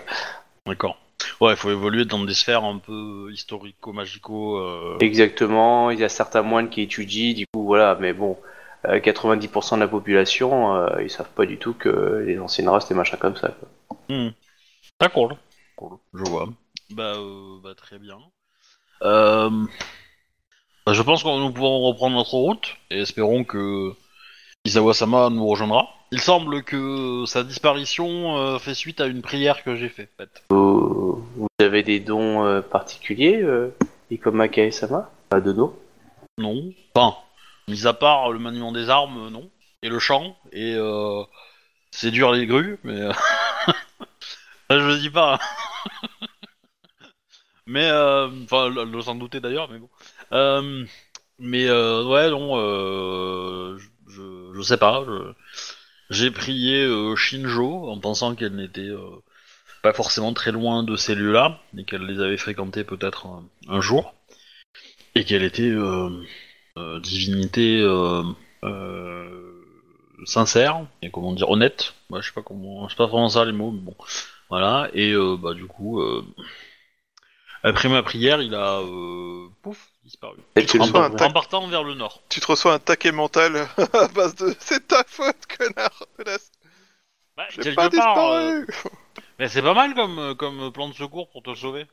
[SPEAKER 1] D'accord. Ouais, il faut évoluer dans des sphères un peu historico-magico. euh,
[SPEAKER 4] Exactement, il y a certains moines qui étudient, du coup, voilà, mais bon, euh, 90% de la population, euh, ils savent pas du tout que les anciennes races, des machins comme ça. quoi.
[SPEAKER 1] D'accord. Je vois. Bah, euh, bah, très bien. Euh, bah, je pense que nous pourrons reprendre notre route et espérons que Izawa-sama nous rejoindra. Il semble que sa disparition euh, fait suite à une prière que j'ai faite. Pat.
[SPEAKER 4] Vous, vous avez des dons euh, particuliers, euh, Ikoma Kaesama Pas de dons
[SPEAKER 1] Non. Enfin, mis à part le maniement des armes, euh, non. Et le chant, et euh, séduire les grues, mais... euh, ça, je dis pas. mais, euh, enfin, le- le s'en douter d'ailleurs, mais bon. Euh, mais, euh, ouais, non, euh, je, je, je sais pas. je- J'ai prié euh, Shinjo en pensant qu'elle n'était euh, pas forcément très loin de ces lieux-là, et qu'elle les avait fréquentés peut-être un- un jour et qu'elle était euh, euh, divinité euh, euh, sincère et comment dire honnête Bah, je sais pas comment je sais pas vraiment ça les mots mais bon voilà et euh, bah du coup euh, après ma prière il a euh, pouf disparu
[SPEAKER 4] Tel que
[SPEAKER 1] en,
[SPEAKER 4] le
[SPEAKER 3] soit
[SPEAKER 4] soir,
[SPEAKER 3] un
[SPEAKER 1] en
[SPEAKER 3] tac.
[SPEAKER 1] partant vers le nord
[SPEAKER 3] Tu te reçois un taquet mental à base de c'est ta faute, connard, connasse.
[SPEAKER 1] bah,
[SPEAKER 3] J'ai pas
[SPEAKER 1] euh,
[SPEAKER 3] disparu.
[SPEAKER 1] mais c'est pas mal comme euh, comme plan de secours pour te sauver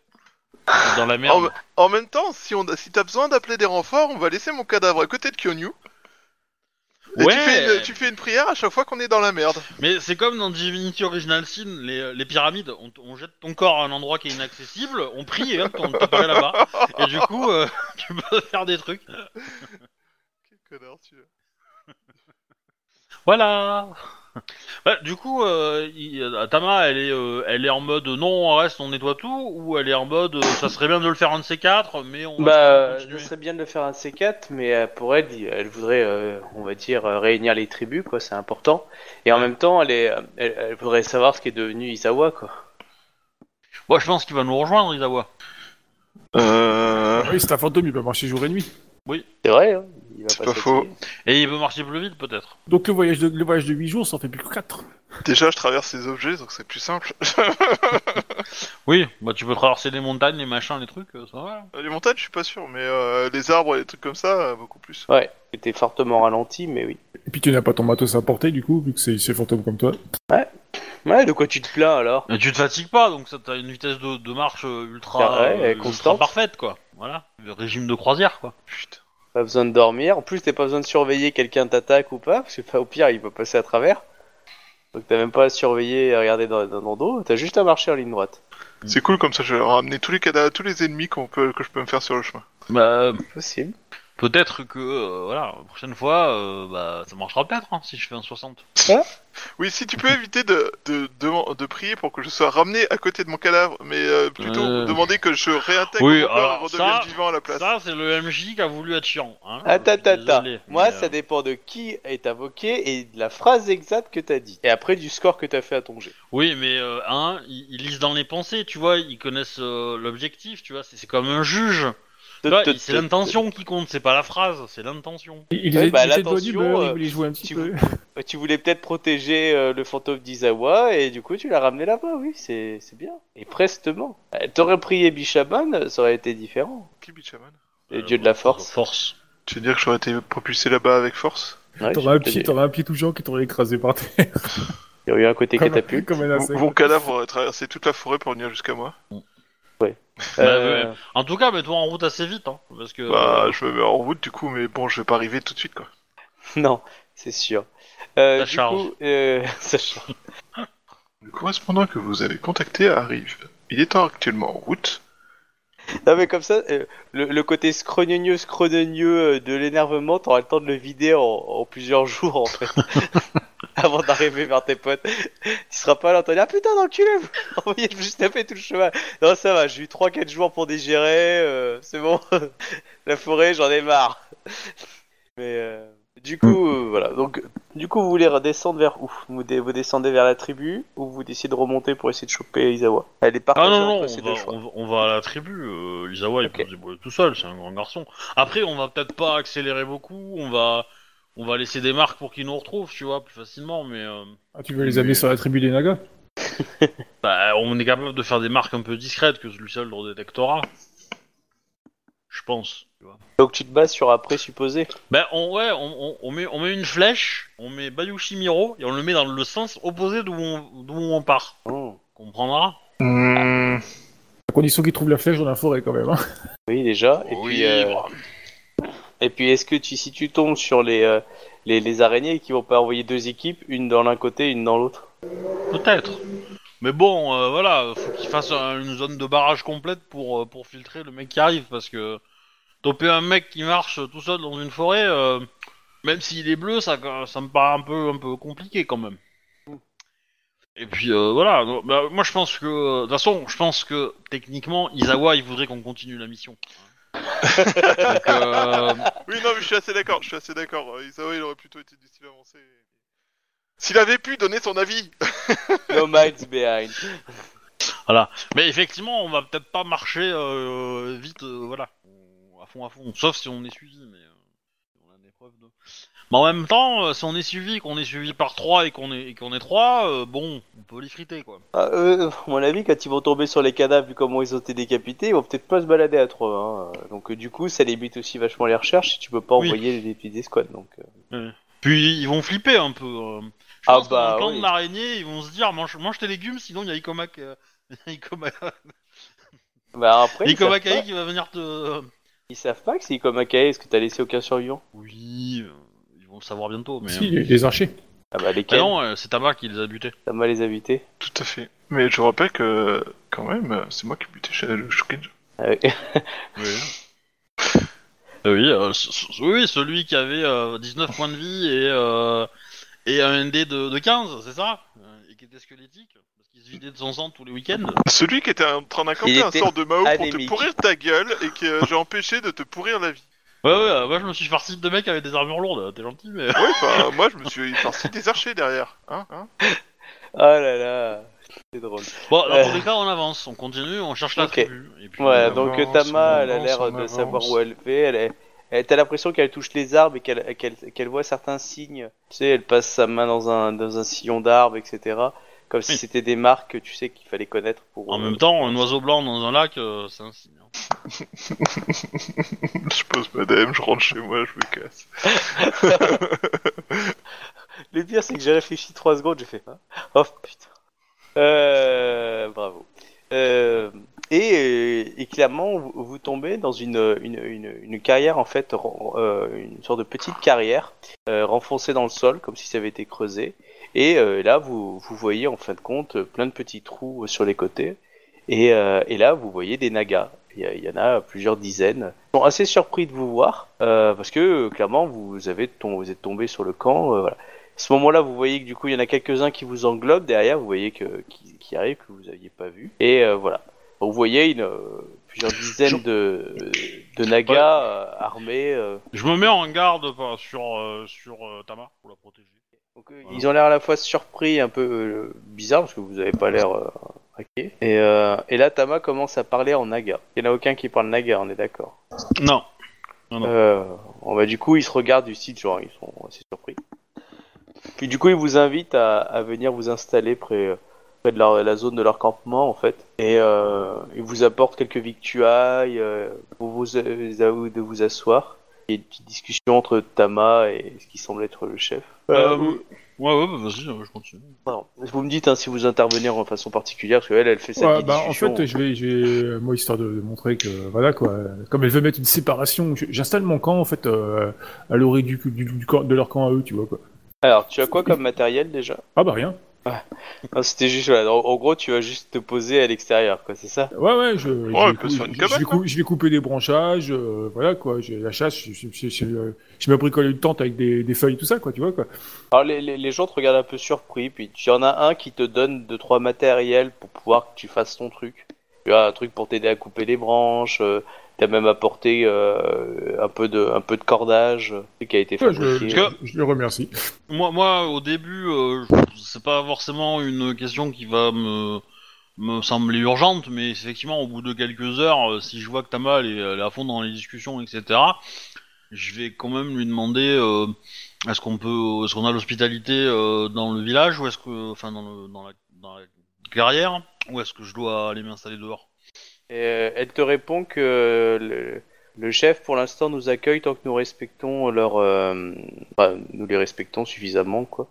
[SPEAKER 1] dans la merde
[SPEAKER 3] Oh, bah- En même temps, si on si t'as besoin d'appeler des renforts, on va laisser mon cadavre à côté de Kyonyu. Et
[SPEAKER 1] Ouais.
[SPEAKER 3] tu, fais une, tu fais une prière à chaque fois qu'on est dans la merde.
[SPEAKER 1] Mais c'est comme dans Divinity Original Sin, les, les pyramides, on, on jette ton corps à un endroit qui est inaccessible, on prie et hop, on t'apparaît là-bas. Et du coup, euh, tu peux faire des trucs.
[SPEAKER 3] Quel connard, tu es.
[SPEAKER 1] Voilà Bah, Du coup, euh, il- Tama, elle est, euh, elle est en mode non, on reste, on nettoie tout, ou elle est en mode euh, ça serait bien de le faire un de ces quatre, mais on va
[SPEAKER 4] Bah,
[SPEAKER 1] continuer.
[SPEAKER 4] ce serait bien de le faire un de ces quatre, mais euh, pour elle, il- elle voudrait, euh, on va dire, euh, réunir les tribus, quoi, c'est important. Et en même temps, elle, est, euh, elle, elle voudrait savoir ce qui est devenu Isawa, quoi.
[SPEAKER 1] Moi, je pense qu'il va nous rejoindre, Isawa.
[SPEAKER 3] Euh...
[SPEAKER 5] Ah oui, c'est un fantôme, il peut marcher jour et nuit.
[SPEAKER 4] C'est vrai, hein il va
[SPEAKER 3] C'est
[SPEAKER 4] pas
[SPEAKER 3] pas
[SPEAKER 4] s'étirer.
[SPEAKER 3] faux.
[SPEAKER 1] Et il peut marcher plus vite, peut-être.
[SPEAKER 5] Donc le voyage de, le voyage de 8 jours, ça en fait plus que 4.
[SPEAKER 3] Déjà, je traverse ces objets, donc c'est plus simple.
[SPEAKER 1] Oui, bah tu peux traverser les montagnes, les machins, les trucs, euh, ça va. là.
[SPEAKER 3] les montagnes, je suis pas sûr, mais euh, les arbres et les trucs comme ça, euh, beaucoup plus.
[SPEAKER 4] Ouais, c'était fortement ralenti, mais oui.
[SPEAKER 5] Et puis tu n'as pas ton matos à porter, du coup, vu que c'est c'est fantôme comme toi.
[SPEAKER 4] Ouais, de quoi tu te plains alors
[SPEAKER 1] Et tu te fatigues pas, donc ça t'as une vitesse de, de marche euh, ultra,
[SPEAKER 4] Ah ouais,
[SPEAKER 1] euh,
[SPEAKER 4] elle est
[SPEAKER 1] ultra
[SPEAKER 4] constante.
[SPEAKER 1] parfaite, quoi. Voilà, le régime de croisière, quoi.
[SPEAKER 3] Putain.
[SPEAKER 4] Pas besoin de dormir. En plus, t'as pas besoin de surveiller quelqu'un t'attaque ou pas, parce que pas- au pire, il peut passer à travers. Donc t'as même pas à surveiller et à regarder dans, dans ton dos, t'as juste à marcher en ligne droite.
[SPEAKER 5] Mm.
[SPEAKER 3] C'est cool comme ça, je vais ramener tous les cadavres, tous les ennemis qu'on peut, que je peux me faire sur le chemin.
[SPEAKER 4] euh,
[SPEAKER 1] Bah,
[SPEAKER 4] Possible.
[SPEAKER 1] peut-être que, euh, voilà, la prochaine fois, euh, bah, ça marchera peut-être, hein, si je fais un 60.
[SPEAKER 3] Oui, si tu peux éviter de, de, de, de prier pour que je sois ramené à côté de mon cadavre, mais euh, plutôt
[SPEAKER 1] Euh.
[SPEAKER 3] demander que je réintègre
[SPEAKER 1] Oui,
[SPEAKER 3] mon corps et
[SPEAKER 1] alors,
[SPEAKER 3] redevienne
[SPEAKER 1] ça-
[SPEAKER 3] vivant à la place.
[SPEAKER 1] Ça, c'est le MJ qui a voulu être chiant, hein.
[SPEAKER 4] Attends,
[SPEAKER 1] Je suis
[SPEAKER 4] attends, attends.
[SPEAKER 1] désolé,
[SPEAKER 4] Moi,
[SPEAKER 1] mais,
[SPEAKER 4] ça
[SPEAKER 1] euh,
[SPEAKER 4] dépend de qui est invoqué et de la phrase exacte que t'as dit. Et après, du score que t'as fait à ton jet.
[SPEAKER 1] Oui, mais, euh, hein, ils, ils lisent dans les pensées, tu vois, ils connaissent euh, l'objectif, tu vois, c'est c'est comme un juge. Tu vois, il- C'est l'intention qui compte, c'est pas la phrase, c'est l'intention.
[SPEAKER 5] Il, il
[SPEAKER 4] Ouais,
[SPEAKER 5] était-
[SPEAKER 4] bah,
[SPEAKER 5] il était doigt du
[SPEAKER 4] l'attention,
[SPEAKER 5] beurre,
[SPEAKER 4] euh,
[SPEAKER 5] il voulait jouer un petit
[SPEAKER 4] tu-
[SPEAKER 5] peu.
[SPEAKER 4] Ouais, Tu voulais peut-être protéger euh, le fantôme d'Isawa et du coup tu l'as ramené là-bas, oui, c'est c'est bien. Et prestement. Euh, T'aurais prié Bishaban, ça aurait été différent.
[SPEAKER 3] Qui, Bichaman
[SPEAKER 4] Le
[SPEAKER 1] Euh,
[SPEAKER 4] dieu de la force.
[SPEAKER 1] Force.
[SPEAKER 3] Tu veux dire que j'aurais été propulsé là-bas avec force
[SPEAKER 4] Ouais,
[SPEAKER 5] T'auras un,
[SPEAKER 4] je te
[SPEAKER 5] pied-
[SPEAKER 4] dis.
[SPEAKER 5] t'auras un pied tout genre qui t'aurait écrasé par terre.
[SPEAKER 4] Il y aurait eu un côté
[SPEAKER 5] Comme-
[SPEAKER 4] catapulte.
[SPEAKER 5] Comme un
[SPEAKER 3] Mon-
[SPEAKER 5] insecte.
[SPEAKER 3] Mon cadavre aurait traversé toute la forêt pour venir jusqu'à moi.
[SPEAKER 4] Euh,
[SPEAKER 1] Bah, En tout cas, mets-toi en route assez vite, hein, parce que...
[SPEAKER 3] Bah, je me mets en route du coup, mais bon, je vais pas arriver tout de suite quoi.
[SPEAKER 4] Non, c'est sûr. Euh,
[SPEAKER 1] Ça
[SPEAKER 4] du
[SPEAKER 1] charge.
[SPEAKER 4] coup, euh, ça charge.
[SPEAKER 3] Le correspondant que vous avez contacté arrive. Il est actuellement en route.
[SPEAKER 4] Non mais comme ça, euh, le, le côté scrogneux, scrogneux euh, de l'énervement, t'auras le temps de le vider en, en plusieurs jours en fait. Avant d'arriver vers tes potes. Tu seras pas là, t'en dis, ah putain d'enculé, vous envoyez juste taper tout le chemin. Non ça va, j'ai eu 3-4 jours pour digérer, euh, c'est bon, la forêt j'en ai marre. Mais euh, du
[SPEAKER 1] Mm.
[SPEAKER 4] coup, euh, voilà, donc du coup vous voulez redescendre vers où vous, dé- vous descendez vers la tribu ou vous décidez de remonter pour essayer de choper Isawa Elle est partagée
[SPEAKER 1] Ah non, non,
[SPEAKER 4] entre
[SPEAKER 1] on
[SPEAKER 4] ces
[SPEAKER 1] va,
[SPEAKER 4] deux choix.
[SPEAKER 1] on va- on va à la tribu. Euh, Isawa, il
[SPEAKER 4] Ok.
[SPEAKER 1] peut se débrouiller tout seul, c'est un grand garçon. Après, on va peut-être pas accélérer beaucoup, on va, on va laisser des marques pour qu'ils nous retrouvent, tu vois, plus facilement, mais... euh,
[SPEAKER 5] Ah, tu veux les amener
[SPEAKER 1] Mais-
[SPEAKER 5] sur la tribu des Nagas
[SPEAKER 1] bah, on est capable de faire des marques un peu discrètes que celui seul le détectera. Je pense, tu vois.
[SPEAKER 4] Donc tu te bases sur un présupposé.
[SPEAKER 1] Ben, on, ouais, on, on, on met, on met une flèche, on met Bayushi Miro, et on le met dans le sens opposé d'où on, d'où on part.
[SPEAKER 4] Oh.
[SPEAKER 1] Comprendra
[SPEAKER 5] À condition qu'ils trouvent la flèche dans la forêt quand même. hein.
[SPEAKER 4] Oui déjà. Et puis, euh, et puis est-ce que tu, si tu tombes sur les, euh, les les araignées qui vont pas envoyer deux équipes, une dans l'un côté, une dans l'autre.
[SPEAKER 1] Peut-être. Mais bon, euh, voilà, faut qu'il fasse un- une zone de barrage complète pour, euh, pour filtrer le mec qui arrive, parce que toper un mec qui marche tout seul dans une forêt, euh, même s'il est bleu, ça, ça me paraît un peu, un peu compliqué quand même. Et puis euh, voilà, donc, bah, moi je pense que, euh, de toute façon, je pense que techniquement, Izawa, il voudrait qu'on continue la mission. Donc, euh,
[SPEAKER 3] Oui, non, mais je suis assez d'accord, je suis assez d'accord. Euh, Isawa, il aurait plutôt été du style avancé. S'il avait pu donner son avis
[SPEAKER 4] No minds behind.
[SPEAKER 1] Mais effectivement, on va peut-être pas marcher euh, vite, euh, voilà, On- à fond, à fond. Sauf si on est suivi, mais euh, on a des preuves de. Mais en même temps, euh, si on est suivi, qu'on est suivi par trois et qu'on est et qu'on est trois, euh, bon, on peut les friter quoi.
[SPEAKER 4] Ah, euh, à mon avis, quand ils vont tomber sur les cadavres vu comment ils ont été décapités, ils vont peut-être pas se balader à trois. hein. Donc euh, du coup, ça limite aussi vachement les recherches. Si tu peux pas
[SPEAKER 1] Oui.
[SPEAKER 4] envoyer les petits squads, donc. euh.
[SPEAKER 1] Puis ils vont flipper un peu. euh. Je
[SPEAKER 4] Ah
[SPEAKER 1] pense
[SPEAKER 4] bah,
[SPEAKER 1] qu'en plan
[SPEAKER 4] oui.
[SPEAKER 1] de l'araignée, ils vont se dire mange, mange tes légumes, sinon il y a Ikomak, euh, Ikoma-
[SPEAKER 4] Bah après, ils savent,
[SPEAKER 1] Ikomakae
[SPEAKER 4] pas,
[SPEAKER 1] qui va venir te. euh,
[SPEAKER 4] ils savent pas que c'est Ikomakae. Est-ce que t'as laissé aucun survivant
[SPEAKER 1] Oui, euh, ils vont le savoir bientôt, mais.
[SPEAKER 3] hein.
[SPEAKER 5] Si, les, les archers.
[SPEAKER 4] Ah bah
[SPEAKER 1] Mais
[SPEAKER 4] lesquels
[SPEAKER 1] non, euh, c'est Tabac qui les a butés.
[SPEAKER 4] T'as mal les invités.
[SPEAKER 3] Tout à fait. Mais je vous rappelle que, quand même, euh, c'est moi qui ai buté chez le Shuriken.
[SPEAKER 4] Ah oui.
[SPEAKER 1] Euh, oui, euh, ce- ce- oui, celui qui avait euh, 19 points de vie et, euh, et un ND de, de 15, c'est ça Euh, Et qui était squelettique, parce qu'il se vidait de son sang tous les week-ends.
[SPEAKER 3] Celui qui était en train d'incanter
[SPEAKER 4] Il
[SPEAKER 3] un
[SPEAKER 4] était
[SPEAKER 3] sort de Mao pour te
[SPEAKER 4] anémique.
[SPEAKER 3] pourrir ta gueule et que euh, j'ai empêché de te pourrir la vie.
[SPEAKER 1] Ouais, ouais, euh, moi je me suis farci de mecs avec des armures lourdes, euh, t'es gentil, mais...
[SPEAKER 3] Ouais, enfin, moi, je me suis farci des archers derrière. Hein, hein
[SPEAKER 4] Oh là là, c'est drôle.
[SPEAKER 1] Bon, dans tous
[SPEAKER 4] Euh.
[SPEAKER 1] les cas, on avance, on continue, on cherche la
[SPEAKER 4] Ok.
[SPEAKER 1] tribu. Et puis, euh,
[SPEAKER 4] Ouais,
[SPEAKER 3] On
[SPEAKER 4] donc
[SPEAKER 3] avance,
[SPEAKER 4] Tama,
[SPEAKER 3] on
[SPEAKER 4] elle a
[SPEAKER 3] avance,
[SPEAKER 4] l'air
[SPEAKER 3] on
[SPEAKER 4] de
[SPEAKER 3] avance.
[SPEAKER 4] savoir où elle fait. Elle est, Elle- T'as l'impression qu'elle touche les arbres et qu'elle qu'elle qu'elle voit certains signes. Tu sais, elle passe sa main dans un, dans un sillon d'arbre, etc. Comme si
[SPEAKER 1] Oui.
[SPEAKER 4] c'était des marques, que tu sais, qu'il fallait connaître pour...
[SPEAKER 1] En
[SPEAKER 4] euh,
[SPEAKER 1] même temps, un oiseau blanc dans un lac, euh, c'est un signe. hein.
[SPEAKER 3] Je pose ma DM, je rentre chez moi, je me casse.
[SPEAKER 4] Le pire, c'est que j'ai réfléchi 3 secondes, j'ai fait hein Oh putain. Euh, bravo. Euh, et, et clairement, vous, vous tombez dans une, une, une, une carrière, en fait, ren- euh, une sorte de petite carrière, euh, renfoncée dans le sol, comme si ça avait été creusé. Et euh, là, vous, vous voyez, en fin de compte, plein de petits trous euh, sur les côtés. Et, euh, et là, vous voyez des nagas. Il y, a- il y en a plusieurs dizaines. Ils sont assez surpris de vous voir, euh, parce que, euh, clairement, vous, avez tom- vous êtes tombé sur le camp. euh, voilà. À ce moment-là, vous voyez que du coup, il y en a quelques-uns qui vous englobent derrière, vous voyez que qui, qui arrivent que vous n'aviez pas vu. Et euh, voilà. Vous voyez une, euh, plusieurs dizaines de, de nagas
[SPEAKER 1] Ouais.
[SPEAKER 4] euh, armés. euh.
[SPEAKER 1] Je me mets en garde par- sur, euh, sur euh, Tama pour la protéger.
[SPEAKER 4] Donc, euh,
[SPEAKER 1] Voilà.
[SPEAKER 4] Ils ont l'air à la fois surpris et un peu euh, bizarre parce que vous n'avez pas l'air euh, inquiet. Et, euh, et là, Tama commence à parler en naga. Il n'y en a aucun qui parle naga, on est d'accord.
[SPEAKER 1] Non. Non.
[SPEAKER 4] Euh, bon, bah, du coup, ils se regardent du site, genre, ils sont assez surpris. Puis du coup, ils vous invitent à, à venir vous installer près, près de leur- la zone de leur campement, en fait. Et euh, ils vous apportent quelques victuailles euh, pour vous, euh, de vous asseoir. Il y a une petite discussion entre Tama et ce qui semble être le chef.
[SPEAKER 1] Euh,
[SPEAKER 4] Euh, vous-
[SPEAKER 1] Ouais, ouais, bah, vas-y, euh, je continue.
[SPEAKER 4] pardon. Vous me dites hein, si vous intervenez en façon particulière, parce qu'elle, elle fait sa
[SPEAKER 5] Ouais,
[SPEAKER 4] petite
[SPEAKER 5] bah, en
[SPEAKER 4] discussion.
[SPEAKER 5] fait, je vais, je vais- moi, histoire de, de montrer que, voilà, quoi, comme elle veut mettre une séparation, je- j'installe mon camp, en fait, euh, à l'orée du, du, du camp- de leur camp à eux, tu vois, quoi.
[SPEAKER 4] Alors, tu as quoi comme matériel déjà
[SPEAKER 5] Ah, bah, rien.
[SPEAKER 4] Non, C'était juste, voilà, en, en gros, tu vas juste te poser à l'extérieur, quoi, c'est ça
[SPEAKER 5] Ouais, ouais, je, je,
[SPEAKER 3] on
[SPEAKER 5] vais
[SPEAKER 3] peut se faire une
[SPEAKER 5] je-
[SPEAKER 3] cabane, hein.
[SPEAKER 5] je vais cou- je vais couper des branchages, euh, voilà, quoi, j'ai la chasse, je, je, je, je, je m'ai bricolé une tente avec des, des feuilles, tout ça, quoi, tu vois, quoi.
[SPEAKER 4] Alors les, les, les gens te regardent un peu surpris, puis il y en a un qui te donne deux trois matériels pour pouvoir que tu fasses ton truc. Tu as un truc pour t'aider à couper les branches, euh, t'as même apporté euh, un peu de un peu de cordage euh, qui a été
[SPEAKER 5] Ouais,
[SPEAKER 4] fabriqué.
[SPEAKER 5] je, je- je le remercie.
[SPEAKER 1] Moi, moi au début, euh, je- c'est pas forcément une question qui va me, me sembler urgente, mais effectivement, au bout de quelques heures, euh, si je vois que Tama elle est, elle est à fond dans les discussions, etc., je vais quand même lui demander euh, est-ce qu'on peut, est-ce qu'on a l'hospitalité euh, dans le village ou est-ce que, enfin, dans, le- dans la, dans la carrière, ou est-ce que je dois aller m'installer dehors
[SPEAKER 4] Et, euh, elle te répond que euh, le, le chef pour l'instant nous accueille tant que nous respectons leur, euh, enfin, nous les respectons suffisamment quoi.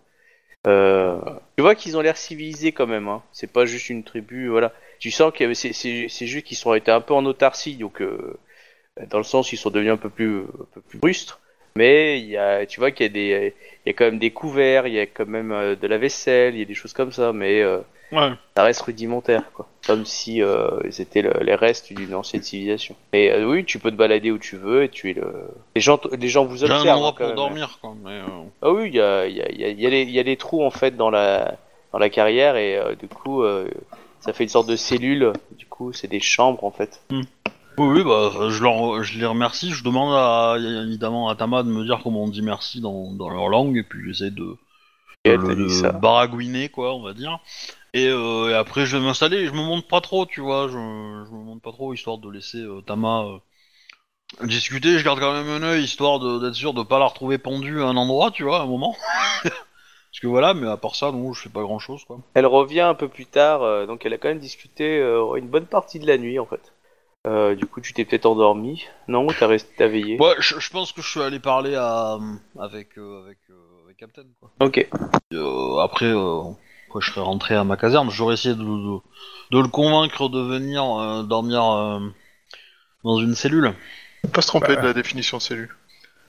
[SPEAKER 4] Euh, tu vois qu'ils ont l'air civilisés quand même. Hein. C'est pas juste une tribu, voilà. Tu sens que c'est c'est- c'est juste qu'ils sont été un peu en autarcie, donc euh, dans le sens ils sont devenus un peu plus un peu plus rustres. Mais il y a, tu vois qu'il y a des, il y a quand même des couverts, il y a quand même euh, de la vaisselle, il y a des choses comme ça, mais euh,
[SPEAKER 1] Ouais.
[SPEAKER 4] ça reste rudimentaire, quoi. Comme si euh, c'était le- les restes d'une ancienne civilisation. Et euh, oui, tu peux te balader où tu veux et tu es le. Les gens, t- les gens vous
[SPEAKER 1] J'ai
[SPEAKER 4] observent.
[SPEAKER 1] un endroit
[SPEAKER 4] hein, quand
[SPEAKER 1] pour
[SPEAKER 4] même.
[SPEAKER 1] dormir, quoi. Mais, euh,
[SPEAKER 4] Ah oui, il y a, il y, a, il y, a, il y a les- il y a les trous en fait dans la dans la carrière et euh, du coup euh, ça fait une sorte de cellule. Du coup, c'est des chambres en fait.
[SPEAKER 1] Oui, oui, bah, je, leur, je les remercie. Je demande à, évidemment à Tama de me dire comment on dit merci dans, dans leur langue, et puis j'essaie de,
[SPEAKER 4] Et elle
[SPEAKER 1] de
[SPEAKER 4] t'a
[SPEAKER 1] le-
[SPEAKER 4] dit ça.
[SPEAKER 1] baragouiner, quoi, on va dire. Et, euh, et après, je vais m'installer. Je me montre pas trop, tu vois. Je, je me montre pas trop, histoire de laisser euh, Tama euh, discuter. Je garde quand même un œil, histoire de- d'être sûr de pas la retrouver pendue à un endroit, tu vois, à un moment. Parce que voilà, mais à part ça, non, je fais pas grand chose, quoi.
[SPEAKER 4] Elle revient un peu plus tard, euh, donc elle a quand même discuté euh, une bonne partie de la nuit en fait. Euh, du coup, tu t'es peut-être endormi. Non, ou t'as resté t'as veillé.
[SPEAKER 1] Ouais, je, je pense que je suis allé parler à, avec, euh, avec, euh, avec Captain, quoi.
[SPEAKER 4] Ok.
[SPEAKER 1] Euh, après, euh, après, je serais rentré à ma caserne. J'aurais essayé de, de, de le convaincre de venir euh, dormir euh, dans une cellule,
[SPEAKER 3] Faut Pas se tromper de la définition de cellule.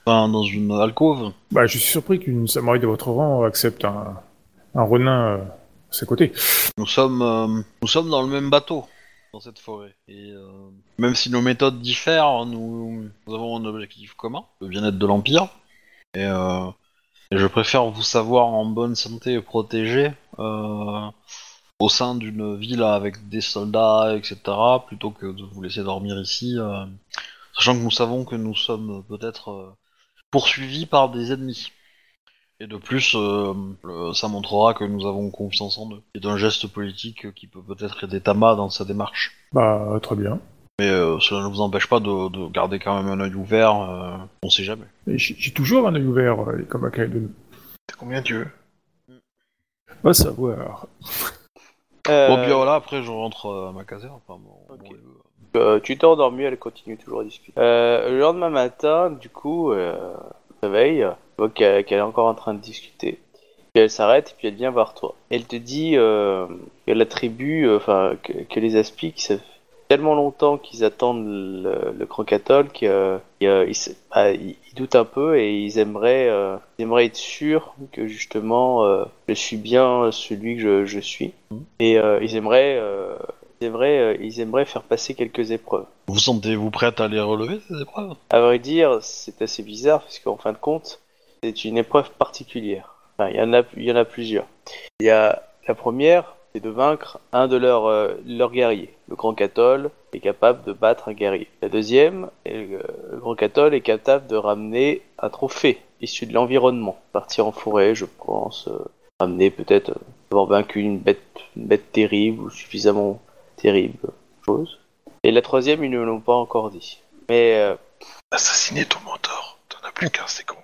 [SPEAKER 1] enfin dans une alcôve.
[SPEAKER 5] Bah, je suis surpris qu'une samouraï de votre rang accepte un, un renin euh, à ses côtés.
[SPEAKER 1] Nous sommes, euh, nous sommes dans le même bateau dans cette forêt. Et euh, même si nos méthodes diffèrent, hein, nous, nous avons un objectif commun le bien-être de l'empire. Et, euh, et je préfère vous savoir en bonne santé et protégé euh, au sein d'une ville avec des soldats, etc., plutôt que de vous laisser dormir ici, euh, sachant que nous savons que nous sommes peut-être euh, poursuivis par des ennemis. Et de plus, euh, le- ça montrera que nous avons confiance en eux. C'est un geste politique qui peut peut-être aider Tama dans sa démarche.
[SPEAKER 5] Bah, très bien.
[SPEAKER 1] Mais euh, cela ne vous empêche pas de, de garder quand même un œil ouvert, euh, on sait jamais.
[SPEAKER 5] Et J'ai j'ai toujours un œil ouvert, euh, comme à Caledon.
[SPEAKER 3] T'as combien tu veux
[SPEAKER 5] Pas savoir.
[SPEAKER 1] Bon,
[SPEAKER 4] Euh,
[SPEAKER 1] puis voilà, après je rentre euh, à ma caserne. Enfin, bon,
[SPEAKER 4] Ok.
[SPEAKER 1] bon, euh,
[SPEAKER 4] Euh, tu t'es endormi, elle continue toujours à discuter. Euh, le lendemain matin, du coup, euh, elle se réveille, elle voit qu'elle qu'elle est encore en train de discuter. Puis elle s'arrête et puis elle vient voir toi. Elle te dit euh, qu'elle attribue, euh, enfin, que, que les aspics, ça fait tellement longtemps qu'ils attendent le, le crocatole qu'ils euh, bah, doutent un peu et ils aimeraient, euh, ils aimeraient être sûrs que justement euh, je suis bien euh, celui que je, je suis. Et euh, ils aimeraient. euh, ils aimeraient, euh, ils aimeraient faire passer quelques épreuves.
[SPEAKER 1] Vous sentez-vous prête à les relever ces épreuves
[SPEAKER 4] À vrai dire, c'est assez bizarre, parce qu'en fin de compte, c'est une épreuve particulière. Enfin, il y en a, il y en a plusieurs. Il y a la première, c'est de vaincre un de leurs euh, leurs guerriers. Le grand cathol est capable de battre un guerrier. La deuxième, est, euh, le grand cathol est capable de ramener un trophée issu de l'environnement. Partir en forêt, je pense, euh, ramener peut-être euh, avoir vaincu une bête, une bête terrible ou suffisamment terrible chose. Et la troisième, ils ne l'ont pas encore dit. Mais euh,
[SPEAKER 3] Assassiner ton mentor. T'en as plus qu'un, c'est con.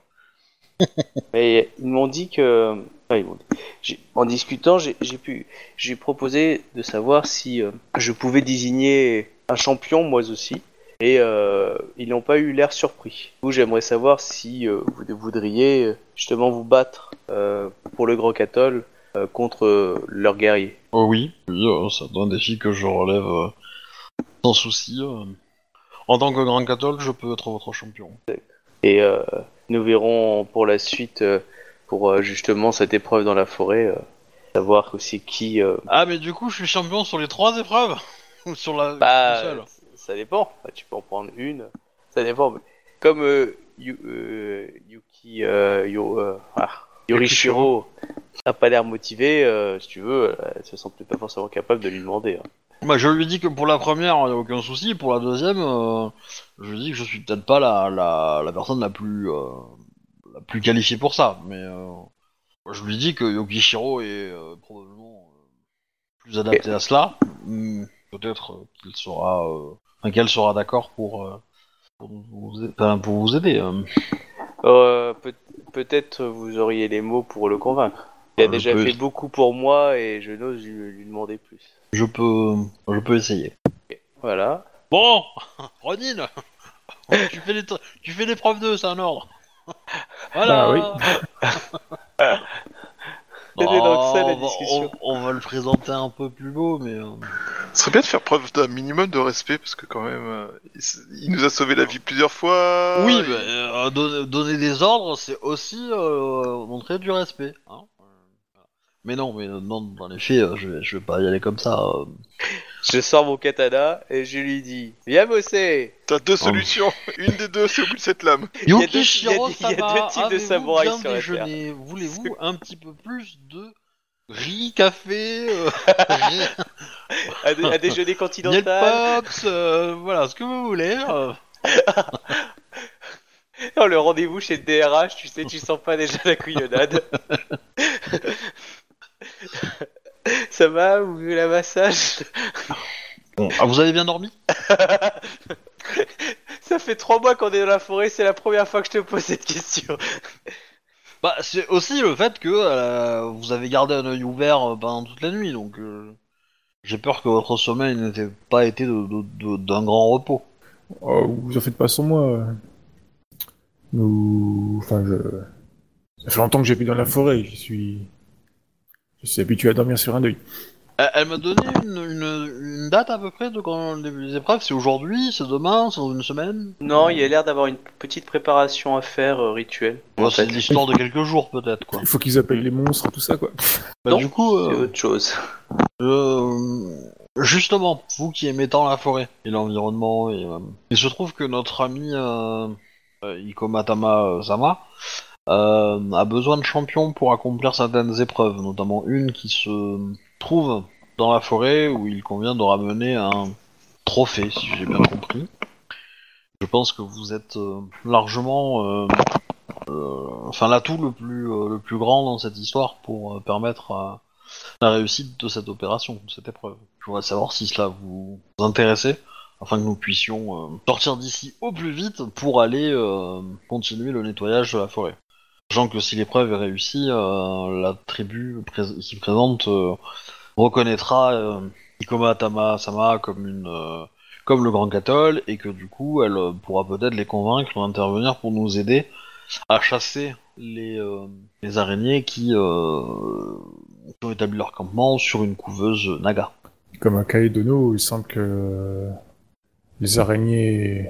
[SPEAKER 4] Mais ils m'ont dit que. enfin, ils m'ont dit- j'ai- En discutant, j'ai j'ai pu. J'ai proposé de savoir si euh, je pouvais désigner un champion, moi aussi. Et euh, ils n'ont pas eu l'air surpris. Vous, j'aimerais savoir si euh, vous voudriez euh, justement vous battre euh, pour le Grand Cathol euh, contre euh, leur guerrier.
[SPEAKER 1] Oh oui, oui euh, c'est un défi que je relève euh, sans souci. euh. En tant que grand catholique, je peux être votre champion.
[SPEAKER 4] Et euh, nous verrons pour la suite, euh, pour euh, justement cette épreuve dans la forêt, euh, savoir aussi qui. euh,
[SPEAKER 1] Ah, mais du coup, je suis champion sur les trois épreuves Ou sur la
[SPEAKER 4] Bah,
[SPEAKER 1] une seule
[SPEAKER 4] ça dépend. Bah, tu peux en prendre une. Ça dépend. mais Comme euh, Yu- euh, Yuki, euh, Yo- euh, ah, Yorishiro n'a pas l'air motivé, euh, si tu veux, euh, elle se sent peut-être pas forcément capable de lui demander. hein.
[SPEAKER 1] Bah, je lui dis que pour la première, il n'y a aucun souci. Pour la deuxième, euh, je lui dis que je suis peut-être pas la, la, la personne la plus, euh, la plus qualifiée pour ça. Mais euh, je lui dis que Yokishiro est euh, probablement euh, plus adapté à cela. Hmm, Peut-être euh, qu'il sera, euh, enfin, qu'elle sera d'accord pour, euh, pour, vous, enfin, pour vous aider. euh.
[SPEAKER 4] Euh, peut- peut-être vous auriez les mots pour le convaincre. Il a
[SPEAKER 1] Euh,
[SPEAKER 4] déjà
[SPEAKER 1] peut-
[SPEAKER 4] fait beaucoup pour moi et je n'ose lui, lui demander plus.
[SPEAKER 1] Je peux, je peux essayer.
[SPEAKER 4] Voilà.
[SPEAKER 1] Bon, Ronin, tu fais les, tu fais l'épreuve 2, c'est un ordre. Voilà.
[SPEAKER 5] Bah oui.
[SPEAKER 1] Non,
[SPEAKER 4] Quelle est donc ça, la
[SPEAKER 1] on va-
[SPEAKER 4] discussion
[SPEAKER 1] Oh, on, on va le présenter un peu plus beau, mais euh,
[SPEAKER 3] Ce serait bien de faire preuve d'un minimum de respect parce que quand même, euh, il, s- il nous a sauvé la vie plusieurs
[SPEAKER 4] Ah
[SPEAKER 3] fois.
[SPEAKER 1] oui,
[SPEAKER 3] Il-
[SPEAKER 4] bah.
[SPEAKER 1] mais, euh, donner, donner des ordres, c'est aussi euh, montrer du respect. hein. Euh, voilà. Mais non, mais euh, non, dans les faits, euh, je vais, je vais pas y aller comme ça. euh.
[SPEAKER 4] Je sors mon katana et je lui dis Viens bosser
[SPEAKER 3] T'as deux solutions. Une des deux, c'est au bout de cette lame.
[SPEAKER 4] y a deux-
[SPEAKER 1] Yukishiro
[SPEAKER 4] il y a- il y a
[SPEAKER 1] Sama,
[SPEAKER 4] deux types de
[SPEAKER 1] avez-vous
[SPEAKER 4] samouraïs
[SPEAKER 1] bien
[SPEAKER 4] sur la Terre.
[SPEAKER 1] déjeuné Voulez-vous un petit peu plus de riz, café, euh, riz-
[SPEAKER 4] à, dé- à déjeuner
[SPEAKER 1] Miel
[SPEAKER 4] continental.
[SPEAKER 1] Pops, euh, voilà, ce que vous voulez. euh.
[SPEAKER 4] Non, Oh, le rendez-vous chez le DRH, tu sais, tu sens pas déjà la couillonnade. Ça va Vous voulez la massage
[SPEAKER 1] Ah, vous avez bien dormi
[SPEAKER 4] Ça fait trois mois qu'on est dans la forêt, c'est la première fois que je te pose cette question.
[SPEAKER 1] Bah, c'est aussi le fait que euh, vous avez gardé un œil ouvert euh, pendant toute la nuit, donc euh, j'ai peur que votre sommeil n'ait pas été de- de- de- d'un grand repos.
[SPEAKER 5] Oh, vous en faites pas sans moi. Nous. Enfin, je. Ça fait longtemps que j'ai plus dans la forêt, je suis. Je suis habitué à dormir sur un deuil.
[SPEAKER 1] Elle, elle m'a donné une, une- une date à peu près de quand les, les épreuves, c'est aujourd'hui, c'est demain, c'est dans une semaine
[SPEAKER 4] Non, il y a l'air d'avoir une petite préparation à faire euh, rituelle.
[SPEAKER 1] Bon,
[SPEAKER 4] en
[SPEAKER 1] C'est
[SPEAKER 4] fait,
[SPEAKER 1] de l'histoire de quelques jours peut-être, quoi.
[SPEAKER 5] Il faut qu'ils appellent les monstres, tout ça, quoi.
[SPEAKER 1] Bah,
[SPEAKER 4] Non,
[SPEAKER 1] du coup,
[SPEAKER 4] c'est
[SPEAKER 1] euh,
[SPEAKER 4] autre chose.
[SPEAKER 1] Euh, justement, vous qui aimez tant la forêt et l'environnement, et, euh, il se trouve que notre ami euh, euh, Ikomatama euh, Sama euh, a besoin de champions pour accomplir certaines épreuves, notamment une qui se trouve dans la forêt où il convient de ramener un trophée, si j'ai bien compris. Je pense que vous êtes euh, largement, euh, euh, enfin l'atout le plus euh, le plus grand dans cette histoire pour euh, permettre à la réussite de cette opération, de cette épreuve. Je voudrais savoir si cela vous intéressait afin que nous puissions euh, sortir d'ici au plus vite pour aller euh, continuer le nettoyage de la forêt. Sachant que si l'épreuve est réussie, euh, la tribu pré- qui présente euh, reconnaîtra euh, Ikoma Tama Sama comme une euh, comme le grand cathol et que du coup elle euh, pourra peut-être les convaincre d'intervenir pour nous aider à chasser les, euh, les araignées qui, euh, qui ont établi leur campement sur une couveuse naga.
[SPEAKER 5] Comme à Kaedono, il semble que les araignées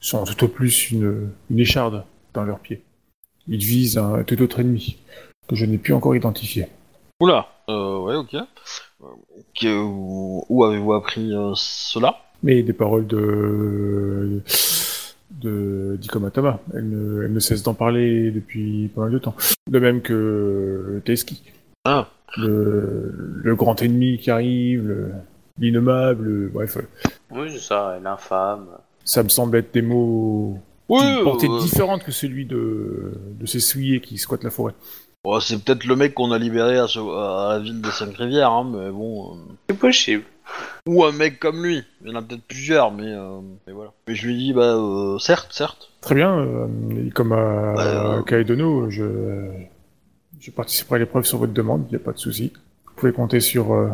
[SPEAKER 5] sont tout au plus une, une écharde dans leurs pieds. Ils visent un tout autre ennemi que je n'ai pu encore identifier.
[SPEAKER 1] Oula, euh, ouais, ok. Euh, que- où où avez-vous appris euh, cela
[SPEAKER 5] Mais des paroles de de d'Ikomatama. Elle ne, elle ne cesse d'en parler depuis pas mal de temps. De même que Teski.
[SPEAKER 1] Ah.
[SPEAKER 5] Le, le grand ennemi qui arrive, le- l'innommable, bref.
[SPEAKER 4] Oui, c'est ça, l'infâme.
[SPEAKER 5] Ça me semble être des mots
[SPEAKER 1] Oui,
[SPEAKER 5] d'une portée
[SPEAKER 1] euh,
[SPEAKER 5] différente que celui de, de ces souillés qui squattent la forêt.
[SPEAKER 1] ouais, c'est peut-être le mec qu'on a libéré à, ce- à la ville des Cinq Rivières, hein, mais bon. euh,
[SPEAKER 4] C'est possible.
[SPEAKER 1] Ou un mec comme lui. Il y en a peut-être plusieurs, mais, euh, mais voilà. Mais je lui ai dit, bah, euh, certes, certes.
[SPEAKER 5] Très bien, euh, et comme à
[SPEAKER 1] Bah, euh,
[SPEAKER 5] Kaedono, je, je participerai à l'épreuve sur votre demande, il n'y a pas de souci. Vous pouvez compter sur euh,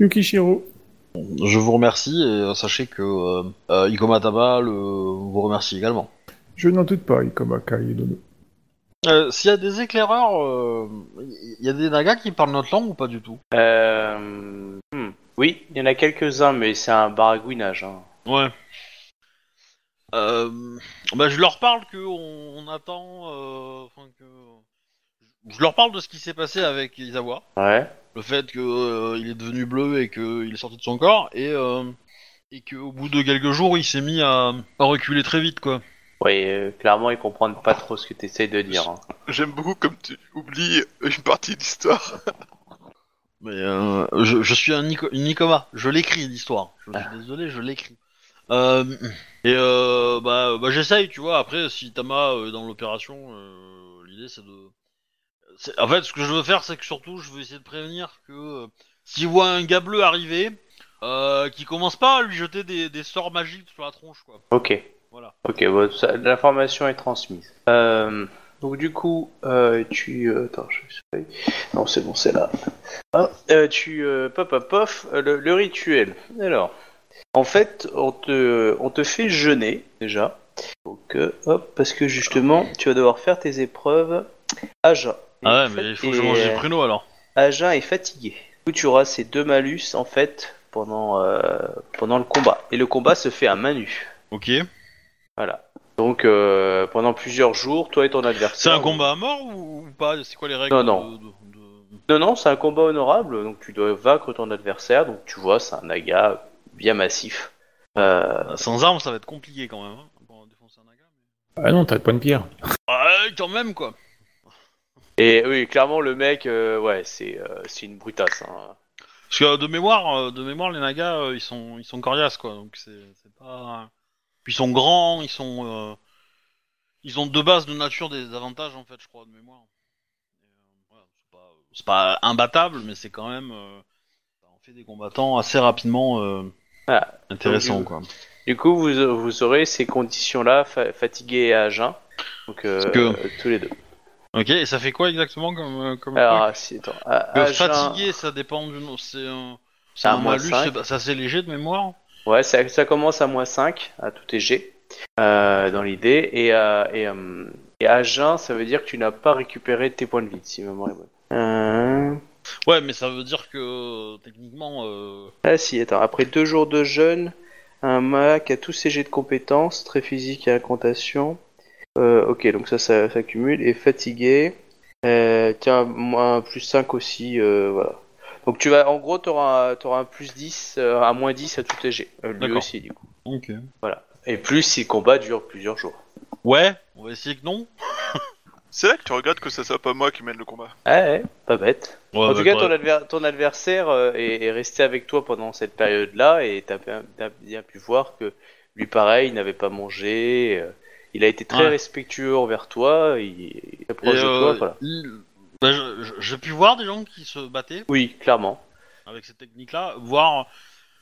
[SPEAKER 5] Yukishiro.
[SPEAKER 1] Je vous remercie et euh, sachez que euh, euh, Ikoma Taba le, vous remercie également.
[SPEAKER 5] Je n'en doute pas, Ikoma Kaedono.
[SPEAKER 1] Euh, S'il y a des éclaireurs, euh, il y a des nagas qui parlent notre langue ou pas du tout
[SPEAKER 4] Euh... hmm. Oui, il y en a quelques-uns, mais c'est un baragouinage. Hein.
[SPEAKER 1] Ouais. Euh, bah, je leur parle que on, on attend. euh, enfin, que- Je leur parle de ce qui s'est passé avec Isawa,
[SPEAKER 4] Ouais.
[SPEAKER 1] le fait que euh, il est devenu bleu et qu'il est sorti de son corps et euh, et qu'au bout de quelques jours, il s'est mis à, à reculer très vite, quoi.
[SPEAKER 4] Oui, euh, clairement, ils comprennent pas trop ce que tu essayes de dire. hein.
[SPEAKER 3] J'aime beaucoup comme tu oublies une partie de l'histoire.
[SPEAKER 1] Mais euh, je, je suis un Nico, une Nicoma, je l'écris l'histoire. Je
[SPEAKER 4] Ah.
[SPEAKER 1] suis désolé, je l'écris. Euh, et euh, bah, bah j'essaye, tu vois. Après, si Tama euh, est dans l'opération, euh, l'idée c'est de. c'est- En fait, ce que je veux faire, c'est que surtout, je veux essayer de prévenir que euh, s'il voit un gars bleu arriver, euh, qu'il commence pas à lui jeter des, des sorts magiques sur la tronche, quoi.
[SPEAKER 4] Ok.
[SPEAKER 1] Voilà.
[SPEAKER 4] Ok, bon, ça- l'information est transmise. Euh, donc du coup, euh, tu... euh, attends, je vais essayer. Non, c'est bon, c'est là. Ah, euh, tu... Euh, pop, pop, pof, euh, le, le rituel. Alors, en fait, on te, on te fait jeûner, déjà. Donc, euh, hop, parce que justement, tu vas devoir faire tes épreuves à jeun.
[SPEAKER 1] Ah ouais,
[SPEAKER 4] Et en fait,
[SPEAKER 1] mais il faut que
[SPEAKER 4] t'es,
[SPEAKER 1] je mange des
[SPEAKER 4] euh,
[SPEAKER 1] pruneaux alors.
[SPEAKER 4] à jeun et fatigué. Du coup, tu auras ces deux malus, en fait, pendant, euh, pendant le combat. Et le combat se fait à main nue.
[SPEAKER 1] Ok.
[SPEAKER 4] Voilà. Donc euh, pendant plusieurs jours, toi et ton adversaire.
[SPEAKER 1] C'est un combat à mort ou, ou pas C'est quoi les règles
[SPEAKER 4] Non, non.
[SPEAKER 1] de- de- de-
[SPEAKER 4] Non, non, c'est un combat honorable. Donc tu dois vaincre ton adversaire. Donc tu vois, c'est un naga bien massif. Euh,
[SPEAKER 1] Euh, Sans armes, ça va être compliqué quand même. hein, pour défoncer un naga, mais-
[SPEAKER 5] Ah non, t'as le point de pierre.
[SPEAKER 1] Ah, quand même quoi.
[SPEAKER 4] et oui, clairement le mec, euh, ouais, c'est euh, c'est une brutasse. hein.
[SPEAKER 1] Parce que euh, de mémoire, euh, de mémoire, les nagas, euh, ils sont, ils sont coriaces quoi. Donc c'est, c'est pas. hein. Puis ils sont grands, ils sont, euh, ils ont de base de nature des avantages en fait, je crois, de mémoire. Et, euh, voilà, c'est, pas, c'est pas imbattable, mais c'est quand même, euh, ça en fait des combattants assez rapidement euh,
[SPEAKER 4] Voilà.
[SPEAKER 1] intéressants
[SPEAKER 4] Donc,
[SPEAKER 1] quoi.
[SPEAKER 4] Du coup, vous, vous aurez ces conditions-là, fa- fatigué et à jeun. Donc euh,
[SPEAKER 1] Parce que-
[SPEAKER 4] euh, tous les deux.
[SPEAKER 1] Ok, et ça fait quoi exactement comme, euh, comme truc
[SPEAKER 4] Alors, euh, si, attends, à,
[SPEAKER 1] Parce
[SPEAKER 4] à
[SPEAKER 1] que
[SPEAKER 4] jeun-
[SPEAKER 1] fatigué, ça dépend du nom. C'est un, c'est
[SPEAKER 4] À
[SPEAKER 1] un
[SPEAKER 4] moins
[SPEAKER 1] malus,
[SPEAKER 4] cinq.
[SPEAKER 1] c'est, c'est assez léger de mémoire.
[SPEAKER 4] Ouais, ça, ça commence à moins 5, à tout TG, euh, dans l'idée. Et, euh, et, euh, et à jeun, ça veut dire que tu n'as pas récupéré tes points de vie, si ma mémoire est bonne. Euh...
[SPEAKER 1] Ouais, mais ça veut dire que euh, techniquement. euh,
[SPEAKER 4] Ah si, attends. Après deux jours de jeûne, un Mac a tous ses jets de compétences, très physique et incantation. Euh, ok, donc ça, ça s'accumule. Et fatigué. Euh, tiens, moins un plus 5 aussi, euh, voilà. Donc tu vas, en gros, t'auras auras un plus 10, euh, un moins 10 à tout TG. Euh, lui
[SPEAKER 1] D'accord.
[SPEAKER 4] aussi, du coup.
[SPEAKER 1] Ok.
[SPEAKER 4] Et plus si le combat dure plusieurs jours.
[SPEAKER 1] Ouais, on va essayer que non.
[SPEAKER 3] C'est là que tu regrettes que ça soit pas moi qui mène le combat.
[SPEAKER 4] Ah ouais, pas bête. en tout cas, ton,
[SPEAKER 1] ouais.
[SPEAKER 4] adver- ton adversaire euh, est, est resté avec toi pendant cette période-là et t'as bien, t'as bien pu voir que lui, pareil, il n'avait pas mangé. euh, il a été très
[SPEAKER 1] Ouais.
[SPEAKER 4] respectueux envers toi. Il, il est
[SPEAKER 1] Et,
[SPEAKER 4] proche de toi.
[SPEAKER 1] euh,
[SPEAKER 4] Voilà.
[SPEAKER 1] il- bah, je- je- J'ai pu voir des gens qui se battaient
[SPEAKER 4] Oui, clairement.
[SPEAKER 1] avec cette technique-là, voir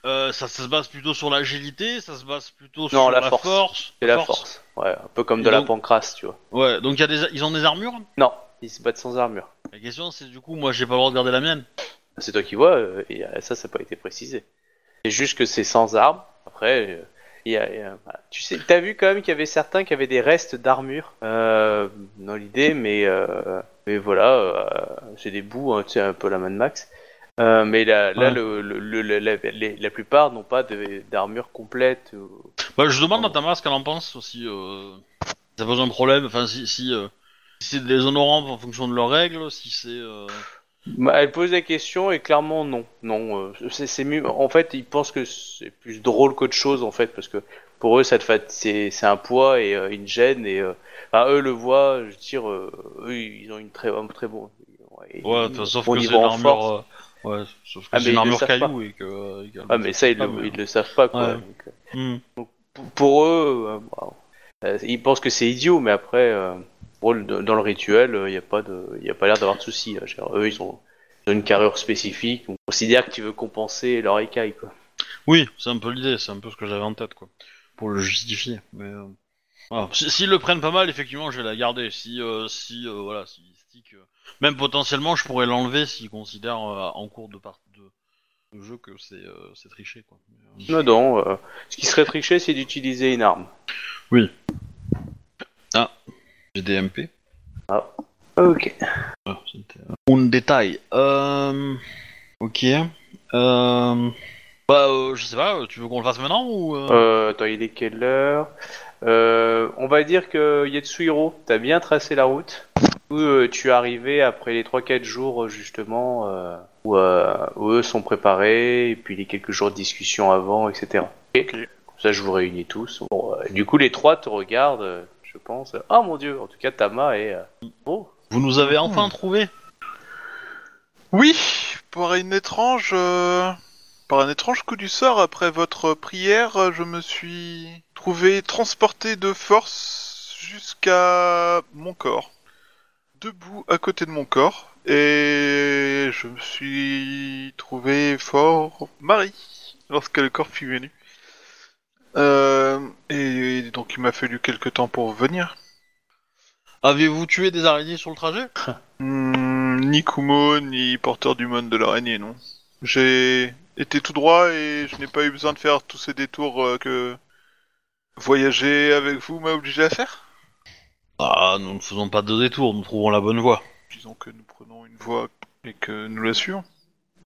[SPEAKER 1] euh, ça, ça se base plutôt sur l'agilité, ça se base plutôt sur
[SPEAKER 4] Non, la
[SPEAKER 1] la,
[SPEAKER 4] force.
[SPEAKER 1] force.
[SPEAKER 4] C'est la force. Ouais, un peu comme de
[SPEAKER 1] Et
[SPEAKER 4] la
[SPEAKER 1] donc-
[SPEAKER 4] pancrasse, tu vois.
[SPEAKER 1] Ouais, donc il y a des, ils ont des armures
[SPEAKER 4] Non, ils se battent sans armure.
[SPEAKER 1] La question c'est du coup, moi j'ai pas le droit de garder la mienne.
[SPEAKER 4] C'est toi qui vois, euh, et euh, ça, ça n'a pas été précisé. C'est juste que c'est sans armes. Après, euh, il y a, il y a- voilà. tu sais, t'as vu quand même qu'il y avait certains qui avaient des restes d'armure euh, dans l'idée, mais, euh, mais voilà, euh, c'est des bouts, hein, tu sais, un peu la Mad Max. Euh, mais là, là
[SPEAKER 1] Ouais.
[SPEAKER 4] le, le- le- la, la- les- la plupart n'ont pas de- d'armure complète. ou-
[SPEAKER 1] Bah, je demande à Tamara ce qu'elle en pense aussi. Euh, si ça pose un problème, enfin si, si, euh, si c'est déshonorant en fonction de leurs règles, si c'est. euh,
[SPEAKER 4] Bah, elle pose la question et clairement non, non. euh, c'est, c'est mieux. En fait, ils pensent que c'est plus drôle qu'autre chose en fait parce que pour eux, ça te fait, c'est, c'est un poids et euh, une gêne et euh, enfin, eux le voient. Je veux dire, euh, eux ils ont une très, un très bon. et-
[SPEAKER 1] Ouais, enfin, sauf
[SPEAKER 4] bon
[SPEAKER 1] que c'est
[SPEAKER 4] niveau
[SPEAKER 1] une
[SPEAKER 4] en force.
[SPEAKER 1] armure. euh, ouais, sauf que
[SPEAKER 4] Ah, mais
[SPEAKER 1] c'est une
[SPEAKER 4] ils le
[SPEAKER 1] armure
[SPEAKER 4] savent
[SPEAKER 1] caillou et que. euh, et qu'elle-
[SPEAKER 4] Ah mais ça ils, le,
[SPEAKER 1] Ah, mais-
[SPEAKER 4] ils le savent pas quoi.
[SPEAKER 1] Ouais.
[SPEAKER 4] Donc, euh,
[SPEAKER 1] Hmm.
[SPEAKER 4] pour, pour eux, euh, bah, euh, ils pensent que c'est idiot, mais après, euh, pour le- dans le rituel, il n'y a pas de, il a pas l'air d'avoir de soucis. hein. Je veux dire, Eux, ils ont, ils ont une carrure spécifique. On considère que tu veux compenser leur écaille quoi.
[SPEAKER 1] Oui, c'est un peu l'idée, c'est un peu ce que j'avais en tête, quoi. Pour le justifier. Mais euh, voilà. Si- S'ils le prennent pas mal, effectivement, je vais la garder. Si, euh, si, euh, voilà, si stick, euh, même potentiellement, je pourrais l'enlever s'ils considèrent euh, en cours de part de, de jeu que c'est euh, c'est triché, quoi. Mais, euh,
[SPEAKER 4] Non, non. euh, ce qui serait triché, c'est d'utiliser une arme.
[SPEAKER 1] J'ai des MP.
[SPEAKER 4] Ok.
[SPEAKER 1] Ah, c'était, euh, Un détail. Euh, ok. Euh, Bah, euh, je sais pas. euh, Tu veux qu'on le fasse maintenant ou euh,
[SPEAKER 4] Euh, attends, il est quelle heure Euh, On va dire que Yetsuhiro, t'as bien tracé la route. Où euh, tu es arrivé après les 3-4 jours, euh, justement, euh, où, euh, où eux sont préparés, et puis les quelques jours de discussion avant, etc. Ok. Comme ça, je vous réunis tous. Bon, euh, du coup, les trois te regardent, euh, je pense. Ah mon dieu, en tout cas, Tama est. euh, Bon.
[SPEAKER 1] Vous nous avez enfin trouvé.
[SPEAKER 3] Oui, par une étrange, euh, par un étrange coup du sort après votre prière, euh, je me suis trouvé transporté de force jusqu'à mon corps, debout à côté de mon corps, et je me suis trouvé fort Marie lorsque le corps fut venu. Euh, et, donc il m'a fallu quelque temps pour venir.
[SPEAKER 1] Avez-vous tué des araignées sur le trajet
[SPEAKER 3] Hmm, ni Kumo, ni porteur du monde de l'araignée, non. J'ai été tout droit et je n'ai pas eu besoin de faire tous ces détours euh, que voyager avec vous m'a obligé à faire.
[SPEAKER 1] Ah, nous ne faisons pas de détour, nous trouvons la bonne voie.
[SPEAKER 3] Disons que nous prenons une voie et que nous la suivons.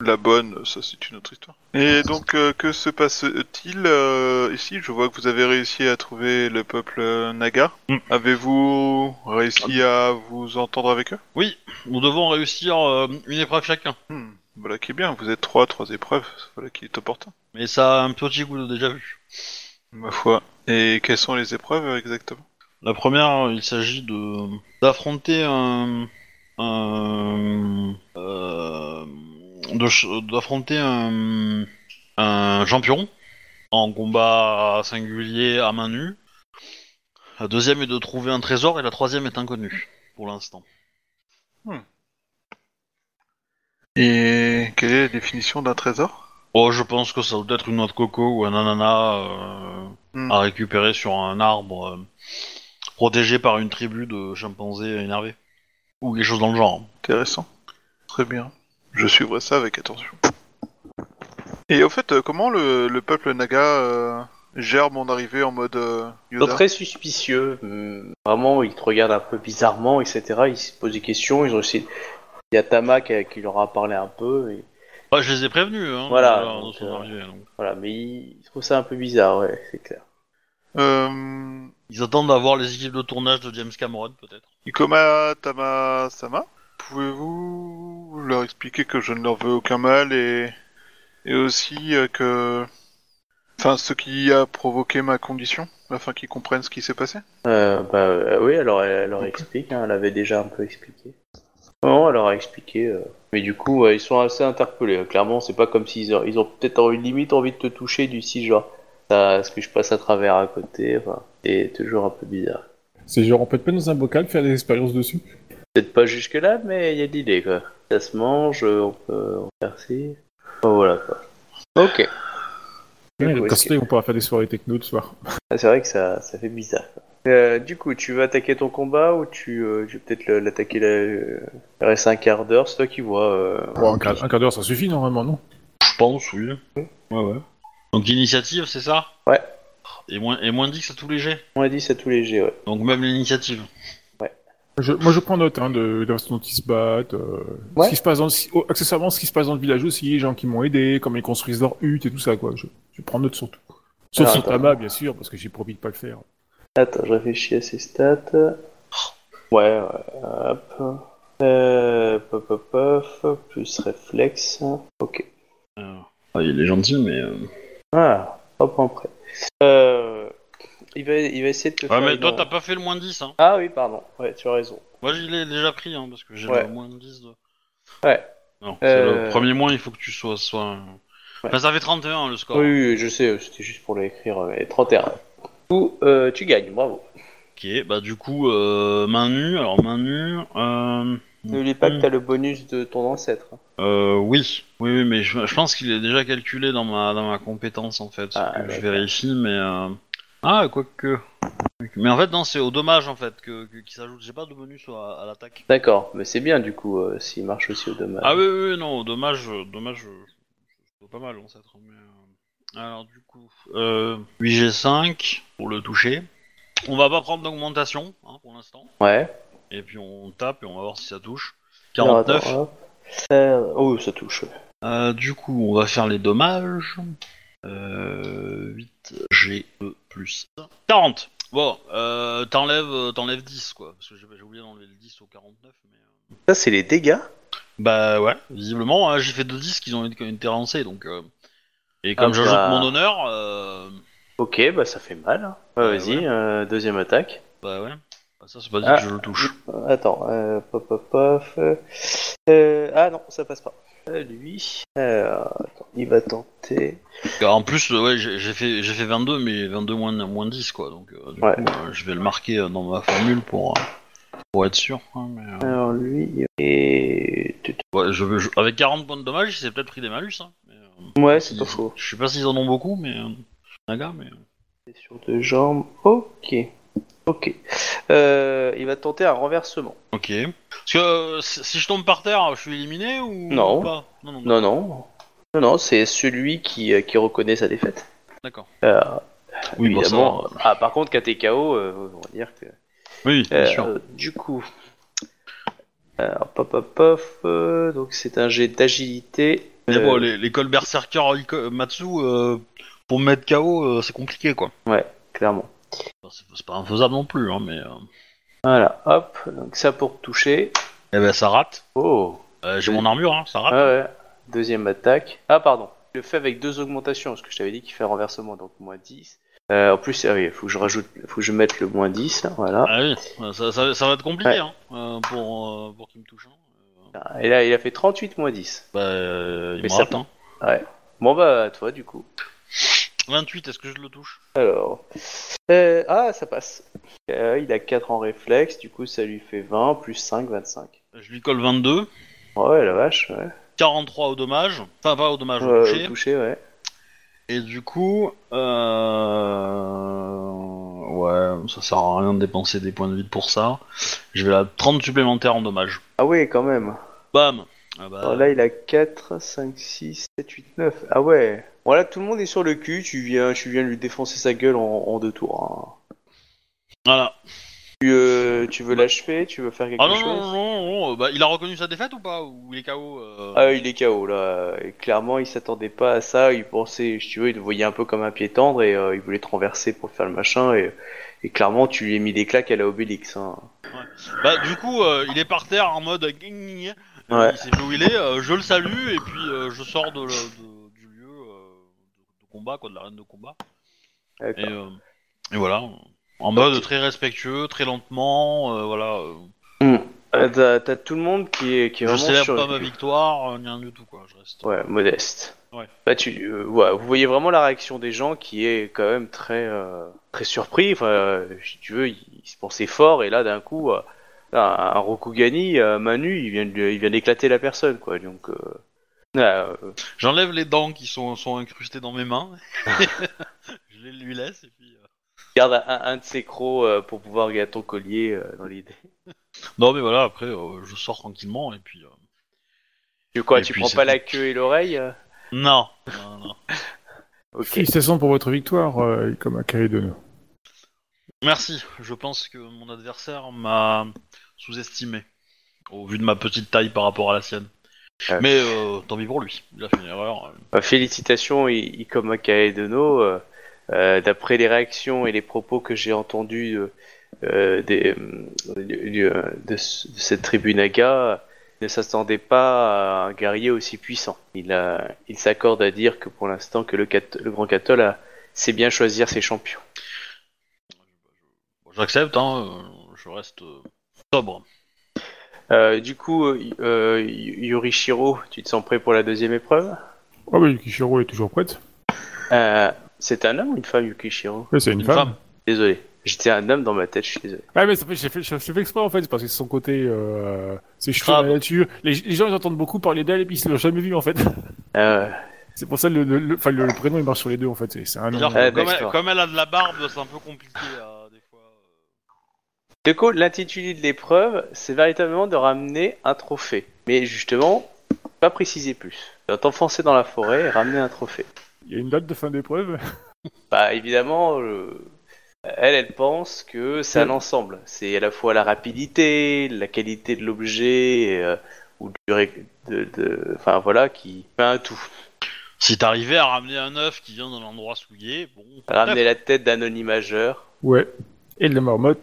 [SPEAKER 3] La bonne, ça c'est une autre histoire. Et donc, euh, que se passe-t-il euh, ici Je vois que vous avez réussi à trouver le peuple euh, Naga.
[SPEAKER 1] Mm.
[SPEAKER 3] Avez-vous réussi à vous entendre avec eux
[SPEAKER 1] Nous devons réussir euh, une épreuve chacun.
[SPEAKER 3] Hmm, Voilà qui est bien, vous êtes trois, trois épreuves, voilà qui est opportun.
[SPEAKER 1] Mais ça a un petit goût de déjà vu.
[SPEAKER 3] Ma foi. Et quelles sont les épreuves euh, exactement
[SPEAKER 1] La première, il s'agit de d'affronter un, un euh, de ch- d'affronter un, un champion en combat singulier à main nue. La deuxième est de trouver un trésor et la troisième est inconnue pour l'instant.
[SPEAKER 3] Et quelle est la définition d'un trésor
[SPEAKER 1] Oh, je pense que ça doit être une noix de coco ou un ananas euh,
[SPEAKER 3] Hmm.
[SPEAKER 1] à récupérer sur un arbre euh, protégé par une tribu de chimpanzés énervés. Ou quelque chose dans le genre.
[SPEAKER 3] Intéressant. Très bien. Je suivrai ça avec attention. Et au fait, euh, comment le, le peuple naga euh, gère mon arrivée en mode euh,
[SPEAKER 4] Ils sont
[SPEAKER 3] Yoda
[SPEAKER 4] très suspicieux. hum, Vraiment, ils te regardent un peu bizarrement, etc. Ils se posent des questions. Ils ont aussi. Il y a Tama qui, qui leur a parlé un peu. et-
[SPEAKER 1] Bah, je les ai prévenus, hein,
[SPEAKER 4] Voilà,
[SPEAKER 1] de leur- de
[SPEAKER 4] donc,
[SPEAKER 1] son
[SPEAKER 4] euh,
[SPEAKER 1] arrivée, donc.
[SPEAKER 4] Voilà, mais ils ils trouvent ça un peu bizarre, ouais, c'est clair.
[SPEAKER 3] Euh,
[SPEAKER 1] Ils attendent d'avoir les équipes de tournage de James Cameron, peut-être.
[SPEAKER 3] Ikoma Tama Sama, pouvez-vous leur expliquer que je ne leur veux aucun mal et, et aussi euh, que. Enfin, ce qui a provoqué ma condition, afin qu'ils comprennent ce qui s'est passé
[SPEAKER 4] Euh, bah euh, oui, alors elle elle leur explique, hein, elle avait déjà un peu expliqué. Non, elle leur a expliqué. euh. Mais du coup, ouais, ils sont assez interpellés. hein. Clairement, c'est pas comme s'ils ont, ils ont peut-être en- limite envie de te toucher du si genre. ça, Est-ce que je passe à travers à côté enfin, C'est toujours un peu bizarre.
[SPEAKER 5] C'est genre, on peut te mettre dans un bocal, faire des expériences dessus.
[SPEAKER 4] Peut-être pas jusque-là, mais il y a de l'idée, quoi. Ça se mange, euh, on peut on peut faire ci. Enfin, voilà, quoi. Ok.
[SPEAKER 5] Ouais, le
[SPEAKER 4] Ouais,
[SPEAKER 5] Castex, on pourra faire des soirées techno ce soir.
[SPEAKER 4] Ah, c'est vrai que ça, ça fait bizarre. quoi. Euh, du coup, tu veux attaquer ton combat ou tu, euh, tu veux peut-être le- l'attaquer la, euh, il reste un quart d'heure, c'est toi qui vois. euh.
[SPEAKER 5] Bon, un quart, un quart d'heure, ça suffit normalement, non
[SPEAKER 1] Je pense, oui. Ouais, ouais. Donc initiative, c'est ça
[SPEAKER 4] Ouais.
[SPEAKER 1] Et moins, et moins 10 à tous les jets
[SPEAKER 4] On a dit c'est tous les jets, ouais.
[SPEAKER 1] Donc même l'initiative.
[SPEAKER 5] Je- Moi, je prends note hein, de, de la façon dont ils se battent, euh,
[SPEAKER 4] Ouais.
[SPEAKER 5] ce qui se passe dans le, si- oh, accessoirement ce qui se passe dans le village aussi, les gens qui m'ont aidé, comment ils construisent leur hutte et tout ça, quoi. Je, je prends note surtout. Sauf
[SPEAKER 4] Alors,
[SPEAKER 5] sur
[SPEAKER 4] attends.
[SPEAKER 5] Tama, bien sûr, parce que j'ai promis de pas le faire.
[SPEAKER 4] Attends, je réfléchis à ses stats. Ouais, ouais, hop. Euh, pop, pop, pop, plus réflexe. Ok.
[SPEAKER 1] Ah, il est gentil, mais...
[SPEAKER 4] Ah, hop, en prêt. Euh, il, va, il va essayer de te
[SPEAKER 1] Ouais,
[SPEAKER 4] faire.
[SPEAKER 1] mais
[SPEAKER 4] une-
[SPEAKER 1] toi, t'as pas fait le moins 10, hein.
[SPEAKER 4] Ah oui, pardon, ouais, tu as raison.
[SPEAKER 1] Moi, je l'ai déjà pris, hein, parce que j'ai
[SPEAKER 4] Ouais.
[SPEAKER 1] le moins 10 de...
[SPEAKER 4] Ouais.
[SPEAKER 1] Non, c'est
[SPEAKER 4] Euh.
[SPEAKER 1] le premier moins, il faut que tu sois... sois... Enfin, ça fait 31, hein, le score.
[SPEAKER 4] Oui, oui, je sais, c'était juste pour l'écrire, mais 31. Ou euh, tu gagnes, bravo.
[SPEAKER 1] Ok, bah du coup, euh, main nue, alors main nue... Euh...
[SPEAKER 4] N'oublie pas que
[SPEAKER 1] Hmm.
[SPEAKER 4] t'as le bonus de ton ancêtre.
[SPEAKER 1] Euh, oui, oui, oui, mais je, je pense qu'il est déjà calculé dans ma, dans ma compétence en fait.
[SPEAKER 4] Ah,
[SPEAKER 1] que je
[SPEAKER 4] d'accord.
[SPEAKER 1] vérifie, mais euh... ah quoique. Mais en fait non, c'est au dommage en fait que, que- qui s'ajoute. J'ai pas de bonus à, à l'attaque.
[SPEAKER 4] D'accord, mais c'est bien du coup euh, s'il marche aussi au dommage.
[SPEAKER 1] Ah oui, oui, oui, non, au dommage, euh, dommage, euh, c'est pas mal en fait. hein, Mais, euh, Alors du coup, euh, 8G5 pour le toucher. On va pas prendre d'augmentation hein, pour l'instant.
[SPEAKER 4] Ouais.
[SPEAKER 1] Et puis on tape et on va voir si ça touche.
[SPEAKER 4] Alors,
[SPEAKER 1] 49.
[SPEAKER 4] attends, hop. Euh, oh, ça touche.
[SPEAKER 1] Euh, du coup, on va faire les dommages. Euh, 8 GE plus 40. Bon, euh, t'enlèves, euh, t'enlèves 10 quoi, parce que j'ai j'ai oublié d'enlever le 10 au 49. Mais... euh,
[SPEAKER 4] Ça, c'est les dégâts
[SPEAKER 1] Bah ouais, visiblement, hein, j'ai fait deux 10 qui ont été, qui ont été lancés, donc. euh, Et comme
[SPEAKER 4] Ah,
[SPEAKER 1] j'ajoute
[SPEAKER 4] bah.
[SPEAKER 1] mon honneur, euh,
[SPEAKER 4] Ok, bah ça fait mal. hein. Ouais,
[SPEAKER 1] Euh,
[SPEAKER 4] Vas-y,
[SPEAKER 1] ouais.
[SPEAKER 4] euh, deuxième attaque.
[SPEAKER 1] bah ouais. Bah, ça, c'est pas dit
[SPEAKER 4] Ah.
[SPEAKER 1] que je le touche.
[SPEAKER 4] Euh, Attends, euh, pop, pop, pop. euh, euh, ah non, ça passe pas. Euh, lui, euh, attends, il va tenter.
[SPEAKER 1] En plus, euh, ouais, j'ai j'ai fait, j'ai fait 22, mais 22 moins, moins 10 quoi, donc euh, du
[SPEAKER 4] Ouais.
[SPEAKER 1] coup, euh, je vais le marquer euh, dans ma formule pour, euh, pour être sûr. hein, mais, euh,
[SPEAKER 4] Alors lui, et... tut, tut.
[SPEAKER 1] Ouais, je, veux- je- avec 40 points de dommage, il s'est peut-être pris des malus. Hein. mais, euh,
[SPEAKER 4] Ouais, c'est
[SPEAKER 1] ils-
[SPEAKER 4] pas faux.
[SPEAKER 1] Je sais pas s'ils en ont beaucoup, mais. euh, Naga, mais. euh,
[SPEAKER 4] C'est sur deux jambes. Ok. Ok. Euh, il va tenter un renversement.
[SPEAKER 1] Ok. Parce que euh, si si je tombe par terre, je suis éliminé ou
[SPEAKER 4] Non.
[SPEAKER 1] ou pas non, non,
[SPEAKER 4] Non, non. Non, non, c'est celui qui, euh, qui reconnaît sa défaite.
[SPEAKER 1] D'accord.
[SPEAKER 4] Euh,
[SPEAKER 1] Oui, bon, ça
[SPEAKER 4] évidemment.
[SPEAKER 1] va.
[SPEAKER 4] ah, par contre, KTKO, euh, on va dire que.
[SPEAKER 1] Oui, bien
[SPEAKER 4] Euh,
[SPEAKER 1] sûr.
[SPEAKER 4] euh, du coup. Alors, pop, pop, pop. euh, donc, c'est un jet d'agilité.
[SPEAKER 1] Mais
[SPEAKER 4] Euh,
[SPEAKER 1] bon, les- l'école Berserker Iko- Matsu, euh, pour me mettre KO, euh, c'est compliqué quoi.
[SPEAKER 4] Clairement.
[SPEAKER 1] Enfin, C'est c'est pas infaisable non plus, hein, mais. euh,
[SPEAKER 4] Voilà, hop. Donc, ça pour toucher.
[SPEAKER 1] Eh ben, ça rate.
[SPEAKER 4] Oh.
[SPEAKER 1] Euh, J'ai
[SPEAKER 4] Oui.
[SPEAKER 1] mon armure, hein, ça rate.
[SPEAKER 4] Ah ouais. Deuxième attaque. Ah, pardon. Je le fais avec deux augmentations, parce que je t'avais dit qu'il fait renversement, donc moins 10. Euh, en plus, ah oui, faut que je rajoute, faut que je mette le moins 10, hein, voilà.
[SPEAKER 1] Ah oui, ouais, ça, ça- ça va être compliqué
[SPEAKER 4] Ouais.
[SPEAKER 1] hein, euh, pour, euh, pour qu'il me touche. hein. Euh,
[SPEAKER 4] Et là, il a fait 38 moins 10.
[SPEAKER 1] Bah, euh, il
[SPEAKER 4] Mais
[SPEAKER 1] me
[SPEAKER 4] ça
[SPEAKER 1] rate.
[SPEAKER 4] peut-
[SPEAKER 1] hein.
[SPEAKER 4] Bon, bah, à toi, du coup.
[SPEAKER 1] 28, est-ce que je le touche
[SPEAKER 4] Alors. Euh, ah, ça passe. Euh, il a 4 en réflexe, du coup, ça lui fait 20, plus 5, 25.
[SPEAKER 1] Je lui colle 22.
[SPEAKER 4] Ouais, la vache, ouais.
[SPEAKER 1] 43 au dommage, enfin pas au dommage, au
[SPEAKER 4] Euh,
[SPEAKER 1] toucher.
[SPEAKER 4] touché, ouais.
[SPEAKER 1] Et du coup, euh... ouais, ça sert à rien de dépenser des points de vie pour ça. Je vais à 30 supplémentaires en dommage.
[SPEAKER 4] Ah, ouais, quand même.
[SPEAKER 1] Euh. Bam ah bah,
[SPEAKER 4] Alors là, il a 4, 5, 6, 7, 8, 9. Ah, ouais. Voilà, tout le monde est sur le cul, tu viens, tu viens lui défoncer sa gueule en, en deux tours. hein.
[SPEAKER 1] Voilà.
[SPEAKER 4] Tu, euh, tu veux l'achever, tu veux faire quelque
[SPEAKER 1] Bah. Ah non,
[SPEAKER 4] chose
[SPEAKER 1] non, non, non, non, euh, bah, il a reconnu sa défaite ou pas Ou il est KO euh,
[SPEAKER 4] Ah, il est KO là. Et clairement, il s'attendait pas à ça. Il pensait, si tu veux, il te voyait un peu comme un pied tendre et euh, il voulait te renverser pour faire le machin. Et, et clairement, tu lui as mis des claques à la Obélix. Hein.
[SPEAKER 1] Bah du coup, euh, il est par terre en mode... euh,
[SPEAKER 4] Ouais.
[SPEAKER 1] Il sait plus où il est, euh, je le salue et puis euh, je sors de, le- de- du lieu euh, de, de combat, quoi, de l'arène de combat. Et,
[SPEAKER 4] D'accord.
[SPEAKER 1] euh, et voilà. En mode très respectueux, très lentement, euh, voilà. euh,
[SPEAKER 4] Euh, T'as t'as tout le monde qui est, qui est
[SPEAKER 1] je
[SPEAKER 4] vraiment
[SPEAKER 1] célèbre
[SPEAKER 4] sur
[SPEAKER 1] pas
[SPEAKER 4] le
[SPEAKER 1] ma
[SPEAKER 4] cul.
[SPEAKER 1] victoire, euh, ni rien du tout, quoi. Je reste.
[SPEAKER 4] Ouais, modeste.
[SPEAKER 1] Ouais.
[SPEAKER 4] Bah, tu, euh, ouais, vous voyez vraiment la réaction des gens qui est quand même très, euh, très surpris. Enfin, euh, si tu veux, ils ils se pensaient fort et là, d'un coup, euh, là, un Rokugani, euh, Manu, il vient, de- il vient d'éclater la personne, quoi. Donc, euh, Euh,
[SPEAKER 1] J'enlève les dents qui sont, sont incrustées dans mes mains. je les lui laisse et puis. euh,
[SPEAKER 4] garde un, un de ses crocs euh, pour pouvoir garder ton collier euh, dans l'idée.
[SPEAKER 1] Non mais voilà, après euh, je sors tranquillement et puis. euh,
[SPEAKER 4] Tu quoi,
[SPEAKER 1] Et
[SPEAKER 4] tu
[SPEAKER 1] puis,
[SPEAKER 4] prends
[SPEAKER 1] c'est
[SPEAKER 4] pas
[SPEAKER 1] tout.
[SPEAKER 4] la queue et l'oreille euh
[SPEAKER 1] Non. non, non.
[SPEAKER 4] Ok.
[SPEAKER 5] Félicitations pour votre victoire, euh, comme acquéré de
[SPEAKER 1] Merci. Je pense que mon adversaire m'a sous-estimé au vu de ma petite taille par rapport à la sienne.
[SPEAKER 4] Euh.
[SPEAKER 1] Mais euh, tant pis pour lui. Il a fait une erreur. Euh,
[SPEAKER 4] Bah, félicitations, I- Ikoma Kaedono. Euh, euh, D'après les réactions et les propos que j'ai entendus euh, euh, des, euh, du- du- euh, de, ce- de cette tribu Naga, euh, ne s'attendait pas à un guerrier aussi puissant. Il, a- il s'accorde à dire que pour l'instant, que le, cat- le grand cathol a sait bien choisir ses champions.
[SPEAKER 1] Bon, J'accepte. Hein, euh, je reste euh, sobre.
[SPEAKER 4] Euh, du coup, euh, y- euh, Y- Yorishiro, tu te sens prêt pour la deuxième épreuve
[SPEAKER 5] Ah oui, Kishiro est toujours prête.
[SPEAKER 4] Euh, C'est un homme ou une femme, Yorishiro
[SPEAKER 5] Ouais, c'est une, femme.
[SPEAKER 4] Désolé, j'étais un homme dans ma tête, je suis désolé.
[SPEAKER 5] Ouais, mais ça fait, j'ai fait, j'ai fait exprès en fait, parce que c'est son côté, euh, c'est chaud
[SPEAKER 1] Crabe.
[SPEAKER 5] la nature. Les, les gens ils entendent beaucoup parler d'elle et puis ils se l'ont jamais vu en fait.
[SPEAKER 4] Euh,
[SPEAKER 5] C'est pour ça le, le, le- enfin, le- le prénom il marche sur les deux en fait. C'est- C'est un nom.
[SPEAKER 1] Genre,
[SPEAKER 4] Ah,
[SPEAKER 1] comme,
[SPEAKER 4] d'accord.
[SPEAKER 1] elle, comme elle a de la barbe, c'est un peu compliqué à- des fois. euh.
[SPEAKER 4] Du coup, l'intitulé de l'épreuve, c'est véritablement de ramener un trophée. Mais justement, pas préciser plus. Tu vas T'enfoncer dans la forêt et ramener un trophée.
[SPEAKER 5] Il y a une date de fin d'épreuve.
[SPEAKER 4] Bah évidemment, le- elle, elle pense que c'est un ensemble. C'est à la fois la rapidité, la qualité de l'objet, euh, ou du... ré- De, de- Enfin voilà, qui fait un tout.
[SPEAKER 1] Si t'arrivais à ramener un œuf qui vient d'un endroit souillé, bon.
[SPEAKER 4] Ramener la tête d'un noni majeur.
[SPEAKER 5] Ouais. Et de la marmotte,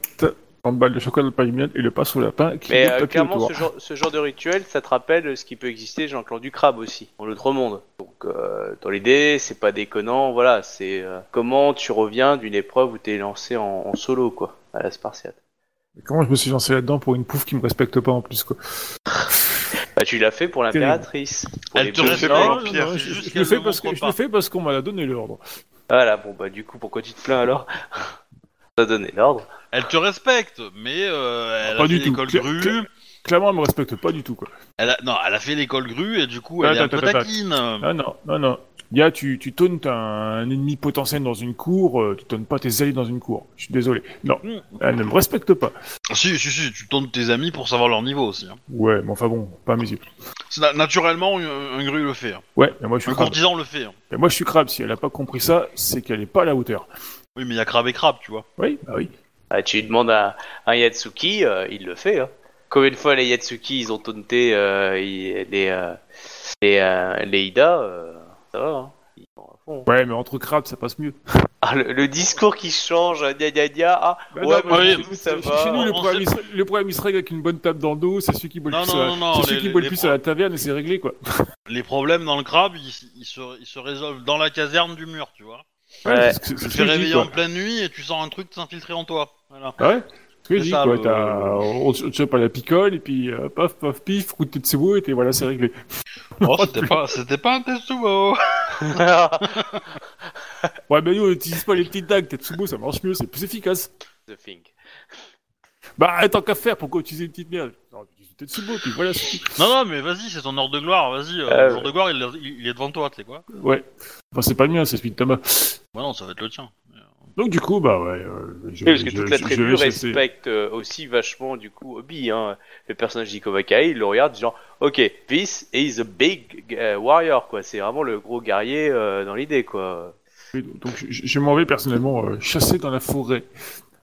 [SPEAKER 5] en balle de chocolat de palmiette et le pain au lapin qui est
[SPEAKER 4] Mais
[SPEAKER 5] le
[SPEAKER 4] euh,
[SPEAKER 5] papier
[SPEAKER 4] clairement,
[SPEAKER 5] autour.
[SPEAKER 4] ce genre, ce genre de rituel, ça te rappelle ce qui peut exister dans le clan du crabe aussi, dans l'autre monde. Donc, euh, dans l'idée, c'est pas déconnant, voilà, c'est euh, comment tu reviens d'une épreuve où t'es lancé en, en solo, quoi, à la Spartiate.
[SPEAKER 5] Mais Comment je me suis lancé là-dedans pour une pouffe qui me respecte pas en plus quoi.
[SPEAKER 4] Bah, tu l'as fait pour l'impératrice. pour
[SPEAKER 1] Elle
[SPEAKER 4] les
[SPEAKER 1] te
[SPEAKER 4] deux
[SPEAKER 1] reste-
[SPEAKER 4] hommes.
[SPEAKER 1] pas, Pierre,
[SPEAKER 5] je,
[SPEAKER 1] c'est
[SPEAKER 5] je
[SPEAKER 1] juste
[SPEAKER 5] le
[SPEAKER 1] qu'elle
[SPEAKER 5] fais
[SPEAKER 1] le
[SPEAKER 5] parce que
[SPEAKER 1] montre
[SPEAKER 5] je
[SPEAKER 1] pas.
[SPEAKER 5] le fais parce qu'on m'a donné l'ordre.
[SPEAKER 4] Voilà, bon, bah, du coup, pourquoi tu te plains alors T'as donné l'ordre.
[SPEAKER 1] Elle te respecte, mais euh, elle
[SPEAKER 5] Ah, Pas
[SPEAKER 1] a
[SPEAKER 5] du
[SPEAKER 1] fait
[SPEAKER 5] tout.
[SPEAKER 1] l'école
[SPEAKER 5] Cla-
[SPEAKER 1] grue.
[SPEAKER 5] cla- Clairement, elle me respecte pas du tout quoi.
[SPEAKER 1] Elle a... Non, elle a fait l'école grue et du coup, elle
[SPEAKER 5] Attends,
[SPEAKER 1] est un peu
[SPEAKER 5] attends, attends.
[SPEAKER 1] taquine.
[SPEAKER 5] Ah non, non, non. Gars, tu, tu tauntes un, un ennemi potentiel dans une cour, euh, tu tauntes pas tes alliés dans une cour. Je suis désolé. Non,
[SPEAKER 1] Mm.
[SPEAKER 5] elle ne me respecte pas.
[SPEAKER 1] Si, si, si, tu tournes tes amis pour savoir leur niveau aussi. hein.
[SPEAKER 5] Ouais, mais enfin bon, pas à mes yeux.
[SPEAKER 1] C'est na- naturellement, un, un grue le fait. hein.
[SPEAKER 5] Ouais, mais moi je suis
[SPEAKER 1] Un
[SPEAKER 5] crabe.
[SPEAKER 1] courtisan le fait. hein.
[SPEAKER 5] Mais moi je suis crabe, si elle a pas compris ça, c'est qu'elle est pas à la hauteur.
[SPEAKER 1] Oui, mais il y a crabe et crabe, tu vois.
[SPEAKER 5] Oui, bah oui.
[SPEAKER 4] Bah, tu lui demandes à un Yatsuki, euh, il le fait. Hein. Combien de fois les Yatsuki, ils ont taunté euh, ils- les, euh, les, euh, les Ida euh, Ça va, hein. Ils sont à fond.
[SPEAKER 5] Ouais, mais entre crabes, ça passe mieux.
[SPEAKER 4] Ah, le, le discours qui change, gna gna gna, ah,
[SPEAKER 5] Bah
[SPEAKER 4] ouais,
[SPEAKER 5] non,
[SPEAKER 4] moi,
[SPEAKER 1] mais-
[SPEAKER 4] chez nous, ça
[SPEAKER 5] Chez-
[SPEAKER 4] va.
[SPEAKER 5] Chez nous, le
[SPEAKER 1] on
[SPEAKER 5] problème,
[SPEAKER 1] sait-
[SPEAKER 5] israélien- le problème israélien avec une bonne table dans le dos, c'est celui qui boit le
[SPEAKER 1] Non,
[SPEAKER 5] plus,
[SPEAKER 1] non,
[SPEAKER 5] à-
[SPEAKER 1] non, non,
[SPEAKER 5] c'est celui
[SPEAKER 1] les-
[SPEAKER 5] qui boit le
[SPEAKER 1] les-
[SPEAKER 5] plus à la taverne et c'est réglé quoi.
[SPEAKER 1] Les problèmes dans le crabe, ils, s- ils se, ils se résolvent dans la caserne du mur, tu vois.
[SPEAKER 4] Ouais.
[SPEAKER 5] c'est- c'est-
[SPEAKER 1] Tu
[SPEAKER 5] c'est
[SPEAKER 1] te
[SPEAKER 5] ce
[SPEAKER 1] fais
[SPEAKER 5] que je dis,
[SPEAKER 1] réveiller
[SPEAKER 5] quoi.
[SPEAKER 1] en pleine nuit et tu sens un truc s'infiltrer en toi. Voilà.
[SPEAKER 5] Ah ouais Ce que je
[SPEAKER 1] C'est
[SPEAKER 5] dis,
[SPEAKER 1] ça,
[SPEAKER 5] quoi,
[SPEAKER 1] le-
[SPEAKER 5] t'as- on te on te chope à la picole, et puis euh, paf, paf, pif, coup de Tetsubo, et t'es- voilà, c'est réglé.
[SPEAKER 1] Oh, c'était pas, c'était pas un test oh. sumo.
[SPEAKER 4] ah.
[SPEAKER 5] Ouais, mais nous, on n'utilise pas les petites dagues, Tetsubo, ça marche mieux, c'est plus efficace.
[SPEAKER 4] The Fink.
[SPEAKER 5] Bah, tant qu'à faire, pourquoi utiliser une petite merde Non, utilise Tetsubo, puis voilà, c'est tout.
[SPEAKER 1] Non, non, mais vas-y, c'est ton ordre de gloire, vas-y. euh,
[SPEAKER 4] Ah,
[SPEAKER 1] L'ordre de gloire, il, est- il est devant toi, tu sais quoi.
[SPEAKER 5] Ouais. Enfin, c'est pas le mien, c'est celui de Thomas.
[SPEAKER 1] Ouais, non, ça va être le tien.
[SPEAKER 5] Donc, du coup, bah ouais. euh, je-
[SPEAKER 4] Oui, parce que
[SPEAKER 5] je-
[SPEAKER 4] toute la
[SPEAKER 5] je-
[SPEAKER 4] tribu
[SPEAKER 5] je- je-
[SPEAKER 4] respecte euh, aussi vachement, du coup, Obi. Hein. Le personnage d'Ikomakai, il le regarde, genre, ok, this is a big euh, warrior, quoi. C'est vraiment le gros guerrier euh, dans l'idée, quoi.
[SPEAKER 5] c'est- Donc, je, je- je m'en vais personnellement euh, chasser dans la forêt.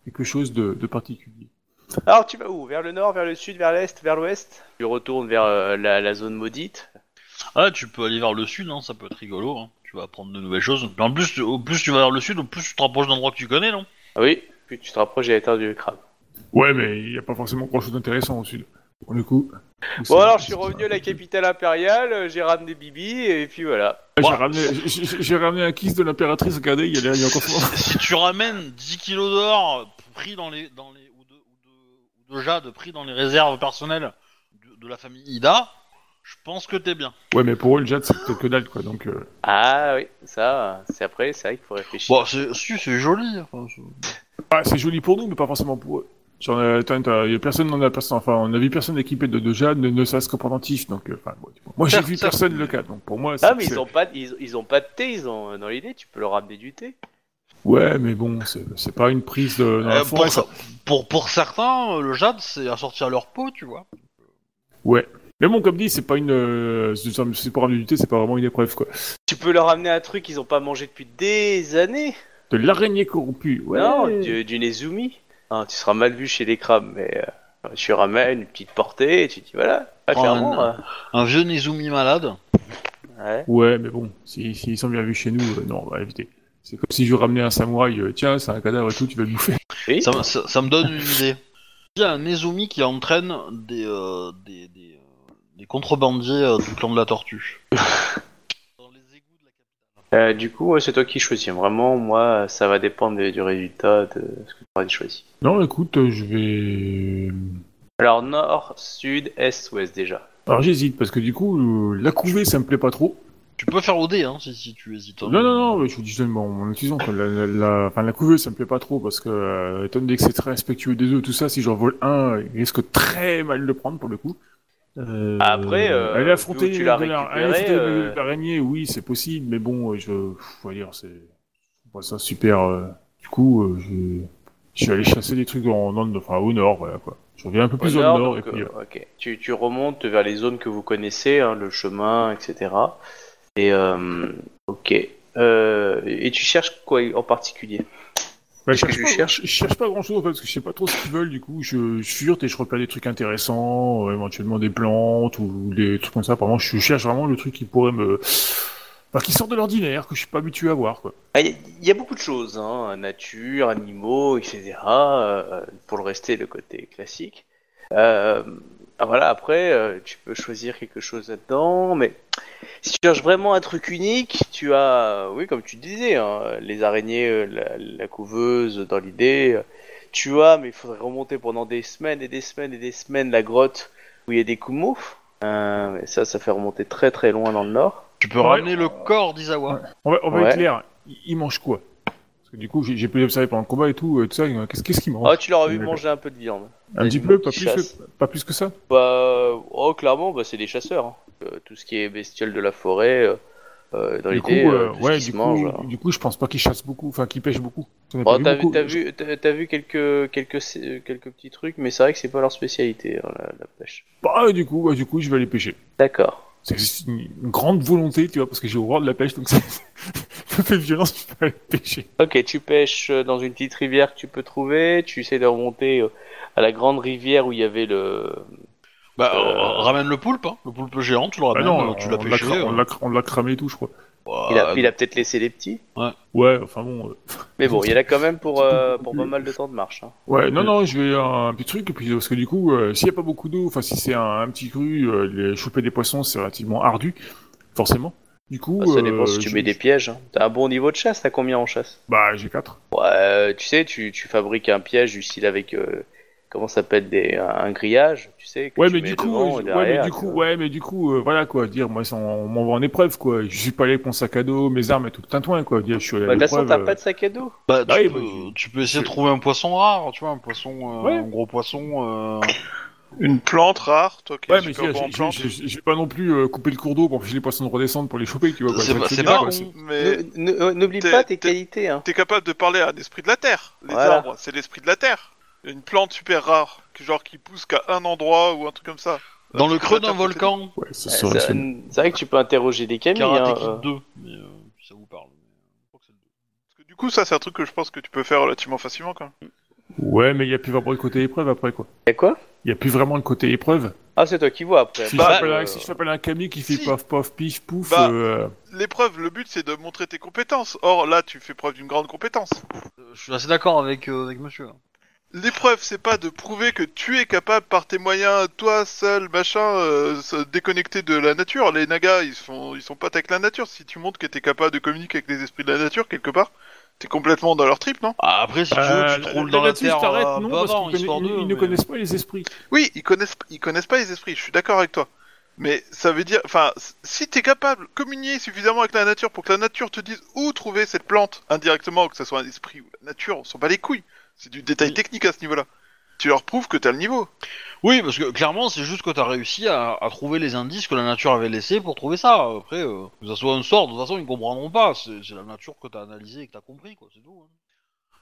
[SPEAKER 5] Quelque chose de, de particulier.
[SPEAKER 4] Alors tu vas où Vers le nord, vers le sud, vers l'est, vers l'ouest Tu retournes vers euh, la, la zone maudite.
[SPEAKER 1] Ah, tu peux aller vers le sud, hein, ça peut être rigolo. hein. Tu vas apprendre de nouvelles choses. En plus, tu- au plus tu vas vers le sud, au plus tu te rapproches d'endroits que tu connais, non
[SPEAKER 4] Ah oui, puis tu te rapproches de la terre du crabe.
[SPEAKER 5] Ouais, mais il n'y a pas forcément grand chose d'intéressant au sud. Pour le coup.
[SPEAKER 4] Bon alors je suis revenu à la capitale impériale, euh, j'ai ramené Bibi et puis voilà.
[SPEAKER 5] Ah, J'ai
[SPEAKER 1] Ouah.
[SPEAKER 5] ramené, j'ai- j'ai- j'ai ramené un kiss de l'impératrice, regardez, il y a, il y a encore son-
[SPEAKER 1] Si tu ramènes 10 kilos d'or pris dans les, dans les ou, de, ou, de, ou de jade pris dans les réserves personnelles de, de la famille Ida, je pense que t'es bien.
[SPEAKER 5] Ouais, mais pour eux, le jade, c'est peut-être que dalle, quoi, donc... euh,
[SPEAKER 4] Ah oui, ça c'est après, c'est vrai qu'il faut réfléchir.
[SPEAKER 1] Bon, c'est si, c'est joli. enfin, c'est-
[SPEAKER 5] Ah, c'est joli pour nous, mais pas forcément pour eux. Sur la- t'as- t'as- y a personne, on a personne, enfin, on a vu personne équipé de deux jades, ne, ne serait-ce qu'en pendentif, donc, euh, enfin, bon, tu vois. moi, j'ai vu
[SPEAKER 1] Personne.
[SPEAKER 5] personne le cas, donc pour moi,
[SPEAKER 4] Ah,
[SPEAKER 5] c'est-
[SPEAKER 4] mais
[SPEAKER 5] c'est-
[SPEAKER 4] ils ont pas, ils, ils ont pas de thé, ils ont, dans l'idée, tu peux leur amener du thé.
[SPEAKER 5] ouais, mais bon, c'est c'est pas une prise de, dans la
[SPEAKER 1] Euh,
[SPEAKER 5] forêt,
[SPEAKER 1] pour,
[SPEAKER 5] ça.
[SPEAKER 1] pour, pour certains, euh, le jade, c'est à sortir leur peau, tu vois.
[SPEAKER 5] Mais bon, comme dit, c'est pas une, euh, c'est- c'est pour ramener du thé, c'est pas vraiment une épreuve, quoi.
[SPEAKER 4] Tu peux leur amener un truc qu'ils ont pas mangé depuis des années.
[SPEAKER 5] De l'araignée corrompue, ouais.
[SPEAKER 4] Non, du, du Nezumi. Hein, tu seras mal vu chez les crabes, mais euh, tu ramènes une petite portée et tu dis voilà. Ah,
[SPEAKER 1] Oh,
[SPEAKER 4] clairement.
[SPEAKER 1] non.
[SPEAKER 4] euh,
[SPEAKER 1] Un vieux Nezumi malade.
[SPEAKER 4] ouais.
[SPEAKER 5] Ouais, mais bon, s'ils si, s'ils sont bien vus chez nous, euh, non, on va éviter. C'est comme si je ramenais un samouraï, euh, tiens, c'est un cadavre et tout, tu vas le bouffer.
[SPEAKER 4] Oui.
[SPEAKER 1] Ça, me- ça- ça me donne une idée. Il y a un Nezumi qui entraîne des, euh, des, des, euh, des contrebandiers euh, du clan de la tortue. Dans les égouts de la capitale.
[SPEAKER 4] Euh, du coup, ouais, c'est toi qui choisis. Vraiment, moi, ça va dépendre de- du résultat de ce que tu auras choisi.
[SPEAKER 5] Non, écoute, euh, je vais. euh,
[SPEAKER 4] Alors, nord, sud, est, ouest déjà.
[SPEAKER 5] Alors j'hésite parce que du coup, euh, la couvée, ça me plaît pas trop.
[SPEAKER 1] Tu peux faire au dé hein, si, si tu hésites. hein.
[SPEAKER 5] Non, non, non, mais je vous dis seulement mon intuition. quoi. La, la, la- enfin, la couvée, ça me plaît pas trop parce que, euh, étant donné que c'est très respectueux des œufs, tout ça, si j'en vole un, il risque très mal de le prendre pour le coup. Euh,
[SPEAKER 4] Après, euh,
[SPEAKER 5] aller affronter
[SPEAKER 4] vu où tu l'as
[SPEAKER 5] de la-
[SPEAKER 4] récupéré,
[SPEAKER 5] aller affronter de-
[SPEAKER 4] euh,
[SPEAKER 5] de l'araignée, oui, c'est possible, mais bon, euh, je, pff, on va dire, c'est, je vois ça super. euh, du coup, euh, je, je suis allé chasser des trucs en, dans le- enfin, au nord, voilà quoi. Je reviens un peu plus au nord, et
[SPEAKER 4] donc,
[SPEAKER 5] puis.
[SPEAKER 4] euh, ok. tu, tu remontes vers les zones que vous connaissez, hein, le chemin, etc. Et euh, ok. Euh, et tu cherches quoi en particulier
[SPEAKER 5] Bah, je,
[SPEAKER 4] Qu'est-ce que
[SPEAKER 5] cherche
[SPEAKER 4] tu
[SPEAKER 5] pas,
[SPEAKER 4] cherches
[SPEAKER 5] je cherche pas grand chose parce que je sais pas trop ce qu'ils veulent du coup je, je furte et je repère des trucs intéressants euh, éventuellement des plantes ou des trucs comme ça vraiment je cherche vraiment le truc qui pourrait me enfin, qui sort de l'ordinaire que je suis pas habitué à voir quoi
[SPEAKER 4] Ah, Il y, a- il y a beaucoup de choses, hein, nature, animaux, etc. euh, pour le rester le côté classique. Euh, ah, voilà, après, euh, tu peux choisir quelque chose là-dedans, mais si tu cherches vraiment un truc unique, tu as, oui, comme tu disais, hein, les araignées, euh, la, la couveuse dans l'idée. euh, Tu as, mais il faudrait remonter pendant des semaines et des semaines et des semaines la grotte où il y a des kumos. Euh, mais ça, ça fait remonter très très loin dans le nord.
[SPEAKER 1] Tu peux
[SPEAKER 5] Ouais.
[SPEAKER 1] ramener le corps d'Isawa.
[SPEAKER 5] on va, on va
[SPEAKER 4] Ouais.
[SPEAKER 5] être clair il, il mange quoi parce que du coup j'ai j'ai pu l'observer pendant le combat et tout euh, tout ça euh, qu'est-ce qu'est-ce qu'il mange
[SPEAKER 4] Ah, tu l'auras vu manger un peu de viande.
[SPEAKER 5] un petit
[SPEAKER 4] animaux
[SPEAKER 5] peu pas
[SPEAKER 4] qui
[SPEAKER 5] plus que,
[SPEAKER 4] chassent.
[SPEAKER 5] pas plus que ça
[SPEAKER 4] Bah, oh, clairement, bah, c'est des chasseurs. hein. Euh, tout ce qui est bestiole de la forêt, euh, euh, dans
[SPEAKER 5] du coup
[SPEAKER 4] l'idée, euh,
[SPEAKER 5] euh,
[SPEAKER 4] tout ce
[SPEAKER 5] ouais
[SPEAKER 4] qui
[SPEAKER 5] du
[SPEAKER 4] se
[SPEAKER 5] coup
[SPEAKER 4] mange. hein.
[SPEAKER 5] du coup je pense pas qu'il chasse beaucoup enfin qu'il pêche beaucoup On a
[SPEAKER 4] Bon,
[SPEAKER 5] pas vu
[SPEAKER 4] Oh, t'as vu,
[SPEAKER 5] beaucoup.
[SPEAKER 4] t'as vu, t'as- t'as vu quelques, quelques, euh, quelques petits trucs, mais c'est vrai que c'est pas leur spécialité, hein, la, la pêche.
[SPEAKER 5] Bah, du coup ouais, du coup je vais aller pêcher
[SPEAKER 4] D'accord.
[SPEAKER 5] C'est juste une, une grande volonté, tu vois, parce que j'ai horreur de la pêche, donc ça ça me fait violence, je peux aller pêcher.
[SPEAKER 4] Ok, tu pêches euh, dans une petite rivière que tu peux trouver, tu essaies de remonter euh, à la grande rivière où il y avait le...
[SPEAKER 1] Bah,
[SPEAKER 4] Euh,
[SPEAKER 1] euh, ramène le poulpe, hein. le poulpe géant, tu le
[SPEAKER 4] Bah
[SPEAKER 1] ramènes, euh, tu l'as
[SPEAKER 5] Bah Ah, on l'a
[SPEAKER 1] pêché.
[SPEAKER 5] cra-
[SPEAKER 1] euh.
[SPEAKER 5] on
[SPEAKER 4] hein.
[SPEAKER 5] l'a cra- on l'a cramé et tout, je crois.
[SPEAKER 1] Bah,
[SPEAKER 4] Il a, il a peut-être laissé les petits,
[SPEAKER 5] Ouais, enfin bon. euh,
[SPEAKER 4] mais bon, il y en a quand même pour, euh, pour pas mal de temps de marche. hein.
[SPEAKER 5] Ouais, non, non, je vais à un petit truc, et puis parce que du coup, euh, s'il n'y a pas beaucoup d'eau, enfin si c'est un, un petit cru, euh, les- choper des poissons, c'est relativement ardu, forcément. Du coup,
[SPEAKER 4] Bah, ça dépend si
[SPEAKER 5] euh,
[SPEAKER 4] tu
[SPEAKER 5] je-
[SPEAKER 4] mets des pièges. hein. T'as un bon niveau de chasse, t'as combien en chasse
[SPEAKER 5] Bah, j'ai quatre.
[SPEAKER 4] Ouais, euh, tu sais, tu, tu fabriques un piège du style avec euh, comment ça s'appelle des un, un grillage, tu sais. Que
[SPEAKER 5] Ouais,
[SPEAKER 4] tu
[SPEAKER 5] mais
[SPEAKER 4] mets
[SPEAKER 5] du coup,
[SPEAKER 4] devant
[SPEAKER 5] je-
[SPEAKER 4] et
[SPEAKER 5] ouais,
[SPEAKER 4] derrière,
[SPEAKER 5] mais du
[SPEAKER 4] tu
[SPEAKER 5] coup,
[SPEAKER 4] vois.
[SPEAKER 5] ouais, mais du coup, euh, voilà quoi, dire, moi, ça, on m'envoie en épreuve, quoi. Je suis pas allé avec mon sac à dos, mes armes et tout le tintouin, quoi. Dire, je suis allé à
[SPEAKER 4] Bah, de toute façon,
[SPEAKER 5] l'épreuve,
[SPEAKER 4] t'as
[SPEAKER 5] euh,
[SPEAKER 4] pas de sac à dos.
[SPEAKER 1] bah, tu,
[SPEAKER 5] Ah oui,
[SPEAKER 1] peux,
[SPEAKER 5] bah,
[SPEAKER 1] tu peux essayer de trouver un poisson rare, tu vois, un poisson, euh,
[SPEAKER 5] Ouais.
[SPEAKER 1] un gros poisson. euh.
[SPEAKER 3] Une plante rare, toi qui es
[SPEAKER 5] Ouais, mais
[SPEAKER 3] super
[SPEAKER 5] j'ai-
[SPEAKER 3] bon en
[SPEAKER 5] j'ai-
[SPEAKER 3] plantes.
[SPEAKER 5] j'ai- j'ai- j'ai pas non plus euh, coupé le cours d'eau pour empêcher les poissons de redescendre pour les choper, tu vois. quoi. Bah,
[SPEAKER 1] C'est
[SPEAKER 5] Ça,
[SPEAKER 1] pas-
[SPEAKER 5] je
[SPEAKER 1] Bah, c'est
[SPEAKER 5] veux dire,
[SPEAKER 1] pas
[SPEAKER 5] quoi,
[SPEAKER 1] con.
[SPEAKER 3] Mais
[SPEAKER 4] Ne- ne- euh, N'oublie
[SPEAKER 3] t'es-
[SPEAKER 4] pas tes
[SPEAKER 3] t'es-
[SPEAKER 4] qualités. Hein.
[SPEAKER 3] t'es capable de parler à un esprit de la terre. Les
[SPEAKER 4] Voilà.
[SPEAKER 3] arbres, c'est l'esprit de la terre. Une plante super rare, que- genre qui pousse qu'à un endroit ou un truc comme ça.
[SPEAKER 1] Dans
[SPEAKER 3] Euh,
[SPEAKER 1] le
[SPEAKER 3] tu
[SPEAKER 1] creux
[SPEAKER 3] peux
[SPEAKER 1] d'un
[SPEAKER 3] t'interpréter-
[SPEAKER 1] volcan,
[SPEAKER 5] Ouais, ça
[SPEAKER 4] C'est
[SPEAKER 5] serait-
[SPEAKER 4] c'est vrai que tu peux interroger des camis.
[SPEAKER 1] Karate
[SPEAKER 4] Hein,
[SPEAKER 1] Kid
[SPEAKER 4] euh.
[SPEAKER 1] 2, mais euh, ça vous parle. Je crois que c'est le 2.
[SPEAKER 3] Parce que Du coup, ça, c'est un truc que je pense que tu peux faire relativement facilement quand même.
[SPEAKER 5] Ouais, mais il y a plus vraiment le côté épreuve après, quoi.
[SPEAKER 4] Y'a quoi
[SPEAKER 5] Il y a plus vraiment le côté épreuve.
[SPEAKER 4] Ah, c'est toi qui vois après.
[SPEAKER 5] Si,
[SPEAKER 3] Bah,
[SPEAKER 5] je,
[SPEAKER 4] euh,
[SPEAKER 5] t'appelle un, si je t'appelle un Camille qui fait
[SPEAKER 3] si.
[SPEAKER 5] paf paf pif pouf,
[SPEAKER 3] Bah.
[SPEAKER 5] euh,
[SPEAKER 3] L'épreuve, le but, c'est de montrer tes compétences. Or, là, tu fais preuve d'une grande compétence.
[SPEAKER 1] Euh, Je suis assez d'accord avec, euh, avec monsieur.
[SPEAKER 3] L'épreuve, c'est pas de prouver que tu es capable par tes moyens, toi seul, machin, euh, se déconnecter de la nature. Les nagas, ils sont, ils sont pas avec la nature. Si tu montres que t'es capable de communiquer avec les esprits de la nature quelque part, t'es complètement dans leur trip, non
[SPEAKER 1] Ah, après, si tu veux, tu te
[SPEAKER 5] euh,
[SPEAKER 1] roules
[SPEAKER 5] là-
[SPEAKER 1] dans la
[SPEAKER 5] là-dessus,
[SPEAKER 1] terre.
[SPEAKER 5] je t'arrête,
[SPEAKER 1] euh,
[SPEAKER 5] non,
[SPEAKER 1] bah
[SPEAKER 5] parce
[SPEAKER 1] avant,
[SPEAKER 5] qu'ils connaissent-
[SPEAKER 1] histoire
[SPEAKER 5] ils,
[SPEAKER 1] de,
[SPEAKER 5] ils ne
[SPEAKER 1] mais-
[SPEAKER 5] connaissent pas les esprits.
[SPEAKER 3] Oui, ils connaissent, ils connaissent pas les esprits. Je suis d'accord avec toi. Mais ça veut dire, enfin, si t'es capable de communier suffisamment avec la nature pour que la nature te dise où trouver cette plante indirectement, que ce soit un esprit ou la nature, on s'en bat les couilles. C'est du détail
[SPEAKER 1] Oui.
[SPEAKER 3] technique à ce niveau-là. Tu leur prouves que t'as le niveau.
[SPEAKER 1] Oui, parce que clairement, c'est juste que t'as réussi à, à trouver les indices que la nature avait laissés pour trouver ça. Après, euh, que ça soit un sort, de toute façon, ils comprendront pas. C'est c'est la nature que t'as analysée et que t'as compris, quoi, c'est tout. hein.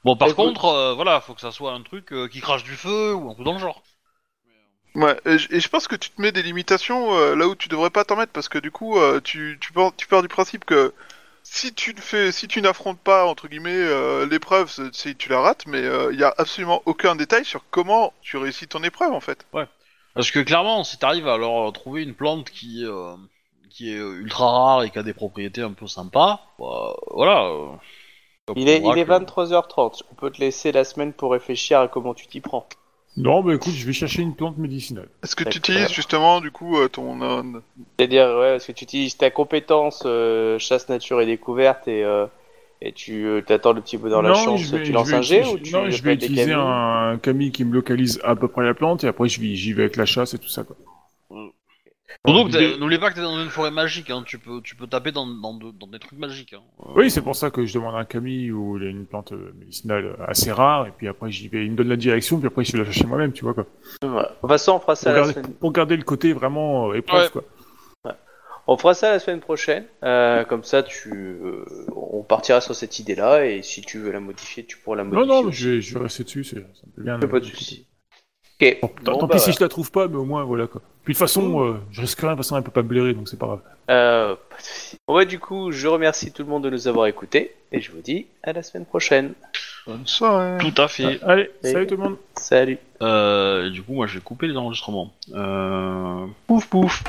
[SPEAKER 1] Bon, par
[SPEAKER 4] Écoute.
[SPEAKER 1] contre, euh, voilà, faut que ça soit un truc euh, qui crache du feu ou un truc dans le genre.
[SPEAKER 3] Ouais, et je, et je pense que tu te mets des limitations euh, là où tu devrais pas t'en mettre parce que du coup, euh, tu, tu, pars, tu pars du principe que si tu ne fais, si tu n'affrontes pas entre guillemets euh, l'épreuve, c'est- c'est- tu la rates, mais il y a absolument aucun détail sur comment tu réussis ton épreuve en fait.
[SPEAKER 1] Parce que clairement, si t'arrives à leur euh, trouver une plante qui, euh, qui est euh, ultra rare et qui a des propriétés un peu sympas, bah, voilà. euh,
[SPEAKER 4] Il est, il
[SPEAKER 1] comprendra
[SPEAKER 4] est
[SPEAKER 1] que-
[SPEAKER 4] 23h30. On peut te laisser la semaine pour réfléchir à comment tu t'y prends.
[SPEAKER 5] Non, bah écoute, je vais chercher une plante médicinale.
[SPEAKER 3] Est-ce que tu
[SPEAKER 4] D'accord.
[SPEAKER 3] utilises justement du coup euh, ton euh,
[SPEAKER 4] C'est-à-dire, ouais, parce que tu utilises ta compétence euh, chasse, nature et découverte et, euh, et tu euh, t'attends le petit bout dans la chance,
[SPEAKER 5] je vais-
[SPEAKER 4] tu lances
[SPEAKER 5] je vais
[SPEAKER 4] un jet ou
[SPEAKER 5] utiliser-
[SPEAKER 4] tu
[SPEAKER 5] non, je
[SPEAKER 4] fais
[SPEAKER 5] vais
[SPEAKER 4] des
[SPEAKER 5] utiliser
[SPEAKER 4] camions
[SPEAKER 5] un Camille qui me localise à peu près la plante et après je vais- j'y vais avec la chasse et tout ça quoi.
[SPEAKER 1] Bon, donc,
[SPEAKER 5] L'idée-
[SPEAKER 1] t'es- n'oublie pas que t'es dans une forêt magique, hein, tu, peux, tu peux taper dans, dans, de- dans des trucs magiques. Hein.
[SPEAKER 5] Oui, c'est pour ça que je demande un Camille où il y a une plante euh, médicinale assez rare et puis après j'y vais, il me donne la direction puis après je vais la chercher moi-même, tu vois quoi.
[SPEAKER 4] Ouais. De toute façon, on fera ça
[SPEAKER 5] Pour
[SPEAKER 4] la
[SPEAKER 5] garder,
[SPEAKER 4] semaine.
[SPEAKER 5] pour garder le côté vraiment euh, épreuve
[SPEAKER 1] Ouais.
[SPEAKER 5] quoi.
[SPEAKER 4] On fera ça la semaine prochaine. euh, comme ça, tu, euh, on partira sur cette idée-là et si tu veux la modifier, tu pourras la
[SPEAKER 5] Non,
[SPEAKER 4] modifier.
[SPEAKER 5] non, mais
[SPEAKER 4] aussi.
[SPEAKER 5] je vais, je vais rester dessus, c'est- ça me plaît bien.
[SPEAKER 4] Fais pas de soucis. Ok.
[SPEAKER 5] Bon, tant
[SPEAKER 4] Bon,
[SPEAKER 5] tant
[SPEAKER 4] bah,
[SPEAKER 5] pis si je la trouve pas, mais au moins voilà quoi. Puis de toute façon, euh, je risque rien, de toute façon elle peut pas me blairer donc c'est pas grave.
[SPEAKER 4] Euh, pas de soucis. Bon, bah, du coup, je remercie tout le monde de nous avoir écoutés et je vous dis à la semaine prochaine.
[SPEAKER 3] Bonne soirée.
[SPEAKER 1] Tout à fait.
[SPEAKER 5] Allez,
[SPEAKER 4] Et-
[SPEAKER 5] salut tout le monde.
[SPEAKER 4] Salut.
[SPEAKER 1] Euh, et du coup, moi, je vais couper les enregistrements. Euh... Pouf, pouf.